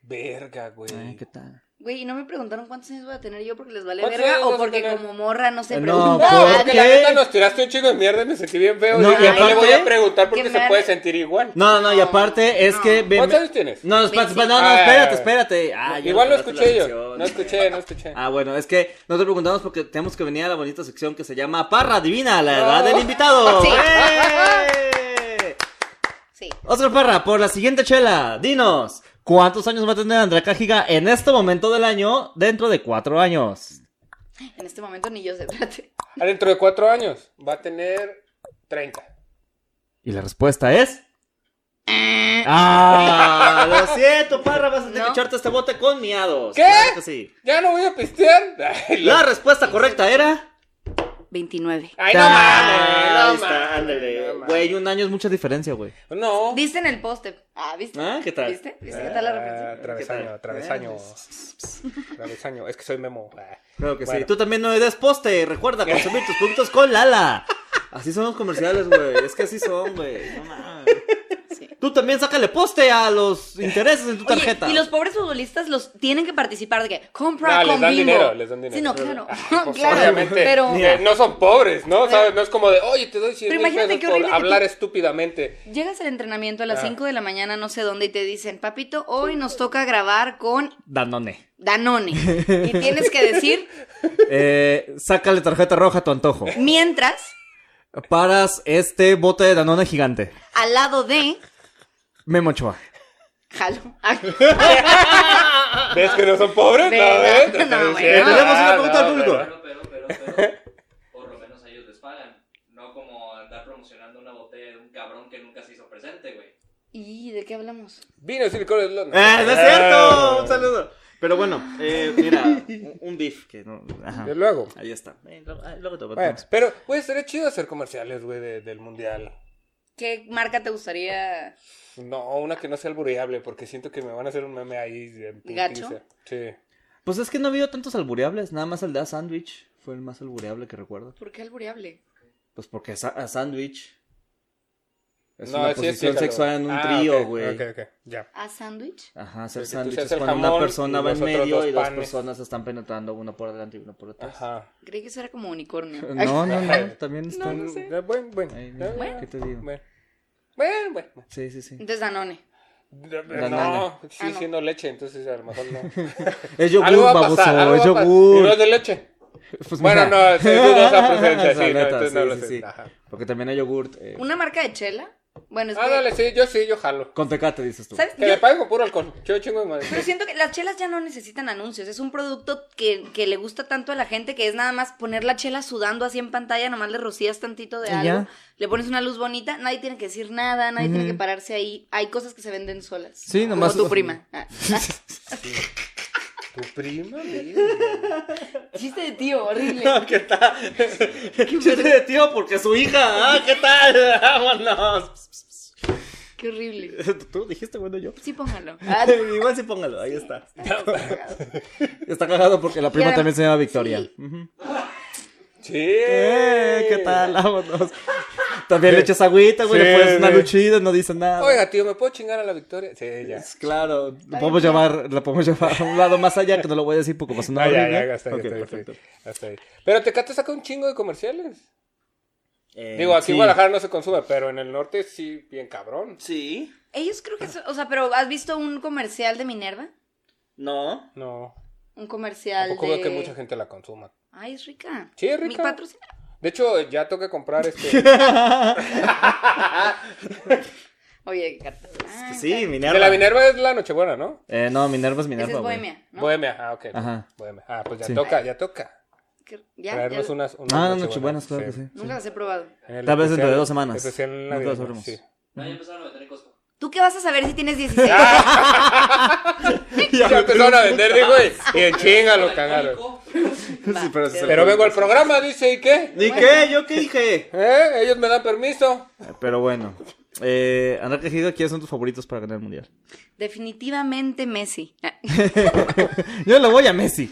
[SPEAKER 3] Verga, güey.
[SPEAKER 1] Ay, Ah, ¿qué tal?
[SPEAKER 4] Güey, y no me preguntaron cuántos años voy a tener yo porque les vale
[SPEAKER 3] ¿Cuántos
[SPEAKER 4] verga
[SPEAKER 3] años vas
[SPEAKER 4] o
[SPEAKER 3] a
[SPEAKER 4] porque
[SPEAKER 3] tener?
[SPEAKER 4] como morra no Ah, se
[SPEAKER 1] No,
[SPEAKER 4] pregunta.
[SPEAKER 1] ¿por
[SPEAKER 4] a
[SPEAKER 3] No, porque la
[SPEAKER 1] qué?
[SPEAKER 4] nadie.
[SPEAKER 3] neta nos tiraste un chingo de mierda y me sentí bien feo.
[SPEAKER 1] No,
[SPEAKER 3] Dije,
[SPEAKER 1] y
[SPEAKER 3] no le voy a
[SPEAKER 1] aparte-
[SPEAKER 3] preguntar porque
[SPEAKER 4] Qué
[SPEAKER 3] se
[SPEAKER 4] mal.
[SPEAKER 3] puede sentir igual.
[SPEAKER 1] No, no, y aparte es que... ve-
[SPEAKER 3] ¿Cuántos años tienes?
[SPEAKER 1] No, espérate, espérate, no, no,
[SPEAKER 3] Ah,
[SPEAKER 1] espérate, espérate. Ah, ya
[SPEAKER 3] igual lo
[SPEAKER 1] acabaste
[SPEAKER 3] escuché
[SPEAKER 1] la
[SPEAKER 3] yo.
[SPEAKER 1] sección.
[SPEAKER 3] No escuché, no escuché.
[SPEAKER 1] Ah, bueno, es que no te preguntamos porque tenemos que venir a la bonita sección que se llama Parra Divina, la edad
[SPEAKER 3] Oh.
[SPEAKER 1] del invitado.
[SPEAKER 4] Sí.
[SPEAKER 1] ¡Eh!
[SPEAKER 4] Sí.
[SPEAKER 1] Oscar Parra, por la siguiente chela, dinos, ¿cuántos años va a tener Andrea Cájiga en este momento del año dentro de cuatro años?
[SPEAKER 4] En este momento ni yo sé, espérate.
[SPEAKER 3] Ah, Dentro de cuatro años va a tener 30.
[SPEAKER 1] Y la respuesta es... ¡Ah! Lo siento, Parra, vas a tener que
[SPEAKER 4] No.
[SPEAKER 1] echarte este bote con miados.
[SPEAKER 3] ¿Qué?
[SPEAKER 1] Claro que sí.
[SPEAKER 3] ¿Ya no voy a pistear? Ay, lo-
[SPEAKER 1] La respuesta correcta era...
[SPEAKER 4] 29.
[SPEAKER 3] Ay, no
[SPEAKER 1] Ah,
[SPEAKER 3] mames,
[SPEAKER 1] ahí
[SPEAKER 3] no
[SPEAKER 1] está, ándale.
[SPEAKER 3] mames. no
[SPEAKER 1] Güey, un año es mucha diferencia, güey.
[SPEAKER 3] mames. No.
[SPEAKER 4] Viste en el póster. Ah, ¿viste?
[SPEAKER 1] Ah, ¿qué tal?
[SPEAKER 4] ¿Viste? ¿Viste qué tal la
[SPEAKER 3] Ah,
[SPEAKER 1] ¿Qué tal?
[SPEAKER 3] Travesaño,
[SPEAKER 4] referencia?
[SPEAKER 3] travesaño. Travesaño. Es que soy memo. Ah.
[SPEAKER 1] Creo que sí.
[SPEAKER 3] Bueno.
[SPEAKER 1] Tú también no le des poste. Recuerda consumir tus productos con Lala. Así son los comerciales, güey. Es que así son, güey. No mames.
[SPEAKER 4] Sí.
[SPEAKER 1] Tú también sácale poste a los intereses en tu
[SPEAKER 4] Oye,
[SPEAKER 1] tarjeta.
[SPEAKER 4] y los pobres futbolistas los tienen que participar de que compra
[SPEAKER 3] No, Ah, les
[SPEAKER 4] con
[SPEAKER 3] dan
[SPEAKER 4] bingo.
[SPEAKER 3] dinero, les dan dinero.
[SPEAKER 4] Sí, no, claro.
[SPEAKER 3] Pues,
[SPEAKER 4] claro.
[SPEAKER 3] obviamente,
[SPEAKER 4] Pero
[SPEAKER 1] Mira.
[SPEAKER 3] eh, no son pobres, ¿no? ¿Sabes? No es como de, oye, te doy 100 mil
[SPEAKER 4] Pero imagínate
[SPEAKER 3] pesos
[SPEAKER 4] qué
[SPEAKER 3] por
[SPEAKER 4] horrible que
[SPEAKER 3] hablar
[SPEAKER 4] tú-
[SPEAKER 3] estúpidamente.
[SPEAKER 4] llegas al entrenamiento a las
[SPEAKER 3] Ah.
[SPEAKER 4] 5 de la mañana, no sé dónde, y te dicen, papito, hoy nos toca grabar con
[SPEAKER 1] Danone.
[SPEAKER 4] Danone. Y tienes que decir,
[SPEAKER 1] Eh, sácale tarjeta roja a tu antojo.
[SPEAKER 4] mientras,
[SPEAKER 1] Paras este bote de Danone gigante.
[SPEAKER 4] al lado de.
[SPEAKER 1] Memo Ochoa.
[SPEAKER 4] Jalo. Ah,
[SPEAKER 3] ¿Ves que no son pobres? No,
[SPEAKER 4] ¿Verdad?
[SPEAKER 3] ¿ves? Te
[SPEAKER 4] No,
[SPEAKER 3] estoy
[SPEAKER 4] bueno.
[SPEAKER 3] diciendo.
[SPEAKER 1] Tenemos una
[SPEAKER 3] Ah,
[SPEAKER 1] pregunta
[SPEAKER 3] no,
[SPEAKER 1] al público.
[SPEAKER 3] pero-
[SPEAKER 2] Pero, pero, pero, pero, por lo menos ellos les pagan. No como andar promocionando una botella de un cabrón que nunca se hizo presente, güey.
[SPEAKER 4] ¿Y de qué hablamos?
[SPEAKER 3] Vinos y licores de Londres.
[SPEAKER 1] ¡Eh, no es cierto!
[SPEAKER 3] Ah.
[SPEAKER 1] Un saludo. Pero bueno, eh, mira, un, un beef que no. Ajá.
[SPEAKER 3] Yo lo hago.
[SPEAKER 1] Ahí está. Eh, luego- ah, luego te lo
[SPEAKER 3] Bueno,
[SPEAKER 1] contamos.
[SPEAKER 3] pero, güey, sería chido hacer comerciales, güey, de- del mundial.
[SPEAKER 4] ¿Qué marca te gustaría?
[SPEAKER 3] No, una que no sea albureable, porque siento que me van a hacer un meme ahí. en putiza.
[SPEAKER 4] ¿Gacho?
[SPEAKER 3] Sí.
[SPEAKER 1] Pues es que no ha habido tantos albureables, nada más el de A Sandwich fue el más albureable que recuerdo.
[SPEAKER 4] ¿Por qué albureable?
[SPEAKER 1] Pues porque sa- a Sandwich es
[SPEAKER 3] No,
[SPEAKER 1] una
[SPEAKER 3] sí,
[SPEAKER 1] posición
[SPEAKER 3] explícalo.
[SPEAKER 1] sexual en un
[SPEAKER 3] Ah,
[SPEAKER 1] trío,
[SPEAKER 3] ok,
[SPEAKER 1] güey.
[SPEAKER 3] Ok, ok, ya.
[SPEAKER 4] ¿A sándwich?
[SPEAKER 1] Ajá, hacer
[SPEAKER 3] Porque tú
[SPEAKER 1] sándwiches
[SPEAKER 3] haces el
[SPEAKER 1] cuando
[SPEAKER 3] jamón
[SPEAKER 1] una persona
[SPEAKER 3] y
[SPEAKER 1] va en
[SPEAKER 3] los otros
[SPEAKER 1] medio
[SPEAKER 3] dos
[SPEAKER 1] y dos
[SPEAKER 3] panes.
[SPEAKER 1] personas se están penetrando, uno por delante y uno por detrás.
[SPEAKER 3] Ajá.
[SPEAKER 4] Creí que eso era como unicornio.
[SPEAKER 1] No, no, no, también está...
[SPEAKER 4] No, no sé.
[SPEAKER 3] Eh, Bueno, bueno.
[SPEAKER 1] Ay, mira,
[SPEAKER 3] Eh,
[SPEAKER 1] ¿Qué te digo?
[SPEAKER 3] Bueno, bueno. bueno.
[SPEAKER 1] Sí, sí, sí.
[SPEAKER 4] Entonces Danone.
[SPEAKER 3] No,
[SPEAKER 1] nana.
[SPEAKER 3] sí,
[SPEAKER 4] Ah, no.
[SPEAKER 3] siendo leche, entonces a lo mejor no.
[SPEAKER 1] Es yogur,
[SPEAKER 3] algo va a
[SPEAKER 1] baboso,
[SPEAKER 3] pasar, algo
[SPEAKER 1] es
[SPEAKER 3] va a pasar. Y no es
[SPEAKER 1] yogur.
[SPEAKER 3] de leche.
[SPEAKER 1] Pues
[SPEAKER 3] Bueno,
[SPEAKER 1] mira.
[SPEAKER 3] no, sí, dudosa preferencia,
[SPEAKER 1] Es la
[SPEAKER 3] sí, no,
[SPEAKER 1] neta,
[SPEAKER 3] entonces no
[SPEAKER 1] sí,
[SPEAKER 3] lo
[SPEAKER 1] sí,
[SPEAKER 3] sé.
[SPEAKER 1] sí.
[SPEAKER 3] Ajá.
[SPEAKER 1] Porque también hay yogurt eh,
[SPEAKER 4] ¿Una marca de chela? Bueno, es
[SPEAKER 3] Ah,
[SPEAKER 4] que...
[SPEAKER 3] dale, sí, yo sí, yo jalo.
[SPEAKER 1] con tecate, dices tú.
[SPEAKER 4] ¿Sabes?
[SPEAKER 3] Que
[SPEAKER 4] Yo-
[SPEAKER 3] le paguen con puro alcohol. Yo chingo de madre.
[SPEAKER 4] Pero siento que las chelas ya no necesitan anuncios. Es un producto que, que le gusta tanto a la gente que es nada más poner la chela sudando así en pantalla, nomás le rocías tantito de
[SPEAKER 1] Y
[SPEAKER 4] algo,
[SPEAKER 1] ya.
[SPEAKER 4] le pones una luz bonita, nadie tiene que decir nada, nadie tiene que pararse ahí. Hay cosas que se venden solas.
[SPEAKER 1] Sí, nomás-
[SPEAKER 4] Como tu prima. Ah.
[SPEAKER 3] ¿Tu prima?
[SPEAKER 4] Chiste de tío, horrible.
[SPEAKER 1] ¿Qué tal? Chiste de tío porque su hija. ¿ah? ¿Qué tal? Vámonos.
[SPEAKER 4] Qué horrible.
[SPEAKER 1] Tú dijiste bueno yo.
[SPEAKER 4] Sí, póngalo. Ah,
[SPEAKER 1] Igual sí póngalo, ahí está. Está cagado porque la
[SPEAKER 4] Y
[SPEAKER 1] prima
[SPEAKER 4] adem-
[SPEAKER 1] también se llama Victoria.
[SPEAKER 4] Sí.
[SPEAKER 1] Ujú.
[SPEAKER 3] Sí.
[SPEAKER 1] Eh, ¿Qué tal? Vámonos. También le echas agüita, güey, le
[SPEAKER 3] Sí,
[SPEAKER 1] pones una
[SPEAKER 3] sí.
[SPEAKER 1] luchida, no dice nada.
[SPEAKER 3] Oiga, tío, ¿me puedo chingar a la victoria? Sí, ya.
[SPEAKER 1] Es Claro, lo podemos llevar, la podemos llevar a un lado más allá, que no lo voy a decir porque pasó una
[SPEAKER 3] Ah, ya,
[SPEAKER 1] horrible.
[SPEAKER 3] ya, hasta ahí,
[SPEAKER 1] Ok,
[SPEAKER 3] hasta ahí, hasta ahí,
[SPEAKER 1] perfecto.
[SPEAKER 3] hasta ahí. Pero Tecate saca un chingo de comerciales.
[SPEAKER 1] Eh,
[SPEAKER 3] Digo, aquí
[SPEAKER 1] sí.
[SPEAKER 3] en Guadalajara no se consume, pero en el norte sí, bien cabrón.
[SPEAKER 1] Sí,
[SPEAKER 4] Ellos creo que son, o sea, pero ¿has visto un comercial de Minerva?
[SPEAKER 1] no.
[SPEAKER 3] No.
[SPEAKER 4] Un comercial
[SPEAKER 3] Tampoco
[SPEAKER 4] de...
[SPEAKER 3] veo que mucha gente la consuma.
[SPEAKER 4] Ay, es rica.
[SPEAKER 3] Sí, es
[SPEAKER 4] Mi
[SPEAKER 3] rica.
[SPEAKER 4] patrocin-
[SPEAKER 3] De hecho, ya toca comprar este.
[SPEAKER 4] Oye, qué carta Ah, blanca.
[SPEAKER 1] Sí, Minerva.
[SPEAKER 3] De la Minerva es la Nochebuena, ¿no?
[SPEAKER 1] Eh, no, Minerva es
[SPEAKER 4] Esa
[SPEAKER 1] Minerva.
[SPEAKER 4] es
[SPEAKER 1] güey.
[SPEAKER 4] Bohemia, ¿no?
[SPEAKER 3] Bohemia, ah, ok.
[SPEAKER 1] Ajá.
[SPEAKER 3] Bohemia. Ah, pues ya
[SPEAKER 1] Sí.
[SPEAKER 3] toca, ya toca.
[SPEAKER 4] Que- ya,
[SPEAKER 3] Traernos
[SPEAKER 4] ya-
[SPEAKER 3] unas, unas
[SPEAKER 1] Ah, no, Nochebuenas, claro que sí.
[SPEAKER 4] Nunca las he probado.
[SPEAKER 3] En el
[SPEAKER 1] Tal vez dentro de
[SPEAKER 3] especial-
[SPEAKER 1] dos semanas.
[SPEAKER 3] Especial en
[SPEAKER 1] Nunca
[SPEAKER 3] Navidad,
[SPEAKER 1] las abrimos.
[SPEAKER 3] sí.
[SPEAKER 2] No, ya empezaron a vender en Costco.
[SPEAKER 4] ¿Tú qué vas a saber si tienes 16?
[SPEAKER 3] Ah, Ya empezaron a vender, digo, y y en chinga lo cagaron.
[SPEAKER 1] Sí, pero sí se
[SPEAKER 3] Pero vengo al programa, dice, ¿y qué?
[SPEAKER 1] ¿Ni qué? ¿Yo qué dije?
[SPEAKER 3] ¿Eh? Ellos me dan permiso.
[SPEAKER 1] Pero bueno. Eh, André Tejido, ¿quiénes son tus favoritos para ganar el mundial?
[SPEAKER 4] Definitivamente Messi. Ah,
[SPEAKER 1] Yo le voy a Messi.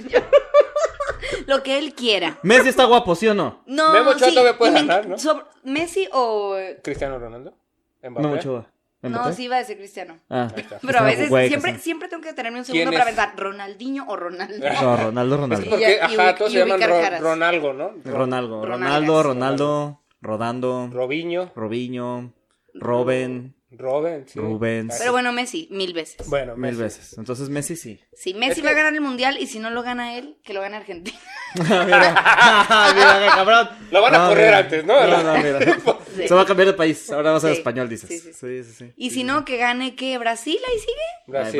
[SPEAKER 4] Lo que él quiera.
[SPEAKER 1] Messi está guapo, ¿sí o no?
[SPEAKER 4] No,
[SPEAKER 3] Memo Ochoa
[SPEAKER 4] sí,
[SPEAKER 3] todavía puede
[SPEAKER 4] y me enc-
[SPEAKER 3] ganar, ¿no?
[SPEAKER 4] sobre- ¿Messi o...?
[SPEAKER 3] Cristiano Ronaldo. Mbappé.
[SPEAKER 1] No, Ochoa.
[SPEAKER 4] No,
[SPEAKER 1] ¿Mbappé?
[SPEAKER 4] sí iba a ser Cristiano.
[SPEAKER 1] Ah.
[SPEAKER 4] Pero a veces
[SPEAKER 1] Güey, que
[SPEAKER 4] siempre,
[SPEAKER 1] sí.
[SPEAKER 4] siempre tengo que tenerme un segundo
[SPEAKER 3] ¿Quién
[SPEAKER 4] para
[SPEAKER 3] es?
[SPEAKER 4] pensar ¿Ronaldinho o Ronaldo?
[SPEAKER 1] No, Ronaldo,
[SPEAKER 3] Es
[SPEAKER 1] Ronaldo.
[SPEAKER 4] Y-
[SPEAKER 3] porque,
[SPEAKER 4] y
[SPEAKER 3] ajá,
[SPEAKER 4] ubic-
[SPEAKER 3] todos
[SPEAKER 4] y
[SPEAKER 3] se llaman
[SPEAKER 4] ubicar
[SPEAKER 3] Ro-
[SPEAKER 4] caras.
[SPEAKER 3] Ronaldo, ¿no?
[SPEAKER 1] Ronaldo, Ronaldo,
[SPEAKER 4] Ronaldo,
[SPEAKER 1] Ronaldo, Rodando,
[SPEAKER 3] Robinho,
[SPEAKER 1] Robinho, Robben,
[SPEAKER 3] Robin, sí.
[SPEAKER 1] Rubens.
[SPEAKER 4] Pero bueno, Messi, mil veces.
[SPEAKER 3] Bueno,
[SPEAKER 1] mil
[SPEAKER 3] Messi.
[SPEAKER 1] veces. Entonces Messi sí.
[SPEAKER 4] Si Messi
[SPEAKER 3] Es que-
[SPEAKER 4] va a ganar el Mundial y si no lo gana él, que lo gane Argentina.
[SPEAKER 1] mira, mira, qué cabrón.
[SPEAKER 3] Lo van a correr
[SPEAKER 1] mira.
[SPEAKER 3] antes, ¿no?
[SPEAKER 1] No, no, mira.
[SPEAKER 4] Sí.
[SPEAKER 1] Se va a cambiar de país. Ahora va a ser
[SPEAKER 4] Sí.
[SPEAKER 1] español, dices. Sí,
[SPEAKER 4] Sí,
[SPEAKER 1] sí,
[SPEAKER 4] sí,
[SPEAKER 1] sí.
[SPEAKER 4] Y si no, que gane, ¿qué? ¿Brasil ahí sigue?
[SPEAKER 3] Brasil.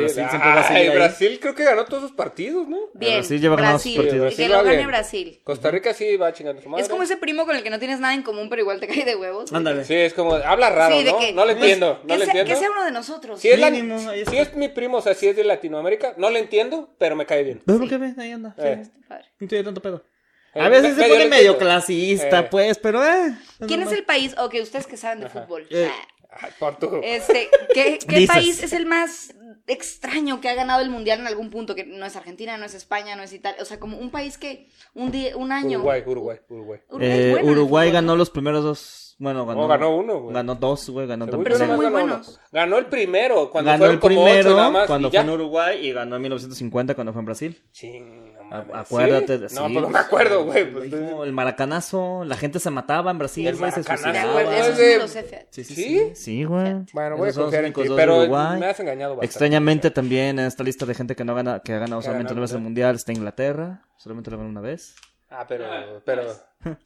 [SPEAKER 1] Ay, Brasil siempre va a seguir
[SPEAKER 3] Ay,
[SPEAKER 1] ahí.
[SPEAKER 3] Brasil creo que ganó todos sus partidos, ¿no?
[SPEAKER 4] Bien,
[SPEAKER 1] Brasil lleva ganados sus partidos.
[SPEAKER 4] Que
[SPEAKER 3] Brasil
[SPEAKER 4] lo
[SPEAKER 3] va
[SPEAKER 4] gane
[SPEAKER 3] bien.
[SPEAKER 4] Brasil.
[SPEAKER 3] Costa Rica sí va chingando su madre.
[SPEAKER 4] Es como ese primo con el que no tienes nada en común, pero igual te cae de huevos.
[SPEAKER 1] Ándale.
[SPEAKER 3] Sí, es como, habla raro,
[SPEAKER 4] Sí, de
[SPEAKER 3] ¿no?
[SPEAKER 4] que-
[SPEAKER 3] no le
[SPEAKER 4] pues,
[SPEAKER 3] entiendo, no
[SPEAKER 4] que
[SPEAKER 3] le
[SPEAKER 4] sea-
[SPEAKER 3] entiendo.
[SPEAKER 4] Que sea uno de nosotros.
[SPEAKER 3] Si es, la-
[SPEAKER 1] Mínimo, ahí
[SPEAKER 3] si
[SPEAKER 1] está.
[SPEAKER 3] es mi primo, o sea, si es de Latinoamérica, no le entiendo, pero me cae bien.
[SPEAKER 1] ¿Ves lo que ves? Ahí anda. sí,
[SPEAKER 3] Eh.
[SPEAKER 4] Padre.
[SPEAKER 1] No tiene tanto pedo.
[SPEAKER 3] Eh,
[SPEAKER 1] A veces se
[SPEAKER 3] medio
[SPEAKER 1] pone
[SPEAKER 3] le
[SPEAKER 1] medio
[SPEAKER 3] entiendo.
[SPEAKER 1] clasista,
[SPEAKER 3] Eh.
[SPEAKER 1] pues, pero eh.
[SPEAKER 4] ¿Quién es el país? O que ustedes que saben de fútbol.
[SPEAKER 1] Eh.
[SPEAKER 4] Ah,
[SPEAKER 3] Ay, por tu-
[SPEAKER 4] Este, ¿qué, qué
[SPEAKER 1] Dices.
[SPEAKER 4] país es el más extraño que ha ganado el mundial en algún punto? Que no es Argentina, no es España, no es Italia. O sea, como un país que un día, un año.
[SPEAKER 3] Uruguay, Uruguay, Uruguay.
[SPEAKER 4] Uruguay es
[SPEAKER 1] Eh,
[SPEAKER 4] bueno en el
[SPEAKER 1] Uruguay
[SPEAKER 4] fútbol,
[SPEAKER 1] ganó los primeros dos. Bueno, ganó.
[SPEAKER 3] No, ganó uno, güey.
[SPEAKER 1] Ganó dos, güey. Ganó
[SPEAKER 3] Según
[SPEAKER 4] Pero
[SPEAKER 3] yo
[SPEAKER 4] son
[SPEAKER 1] también.
[SPEAKER 3] nomás
[SPEAKER 4] muy
[SPEAKER 3] ganó uno.
[SPEAKER 4] buenos.
[SPEAKER 3] Ganó el primero, cuando
[SPEAKER 1] ganó
[SPEAKER 3] fueron
[SPEAKER 1] el
[SPEAKER 3] como
[SPEAKER 1] primero
[SPEAKER 3] ocho nada más.
[SPEAKER 1] cuando
[SPEAKER 3] y ya.
[SPEAKER 1] fue en Uruguay y ganó en 1950 cuando fue en Brasil.
[SPEAKER 3] Ching, no
[SPEAKER 1] A-
[SPEAKER 3] mames.
[SPEAKER 1] acuérdate.
[SPEAKER 3] ¿Sí?
[SPEAKER 1] de-
[SPEAKER 3] No,
[SPEAKER 1] sí,
[SPEAKER 3] pues no me acuerdo, güey. pues,
[SPEAKER 1] lo mismo, el maracanazo, la gente se mataba en Brasil,
[SPEAKER 4] El
[SPEAKER 1] güey, se
[SPEAKER 3] maracanazo,
[SPEAKER 4] ¿no? De
[SPEAKER 1] suicidaba.
[SPEAKER 4] acuerdo,
[SPEAKER 3] Ah,
[SPEAKER 4] eso
[SPEAKER 3] es
[SPEAKER 4] sí
[SPEAKER 3] de-
[SPEAKER 4] lo sé, fíjate.
[SPEAKER 1] Sí, sí,
[SPEAKER 3] ¿Sí?
[SPEAKER 1] sí. Sí, güey.
[SPEAKER 3] Bueno, voy a
[SPEAKER 1] Esos son los
[SPEAKER 3] confiar en ti,
[SPEAKER 1] únicos dos de
[SPEAKER 3] pero
[SPEAKER 1] Uruguay.
[SPEAKER 3] me has engañado bastante.
[SPEAKER 1] Extrañamente también en esta lista de gente que no gana, que ha ganado
[SPEAKER 3] Que
[SPEAKER 1] solamente
[SPEAKER 3] ganó,
[SPEAKER 1] una vez el
[SPEAKER 3] ¿no?
[SPEAKER 1] mundial está Inglaterra, solamente lo ganó una vez.
[SPEAKER 3] Ah, pero, pero,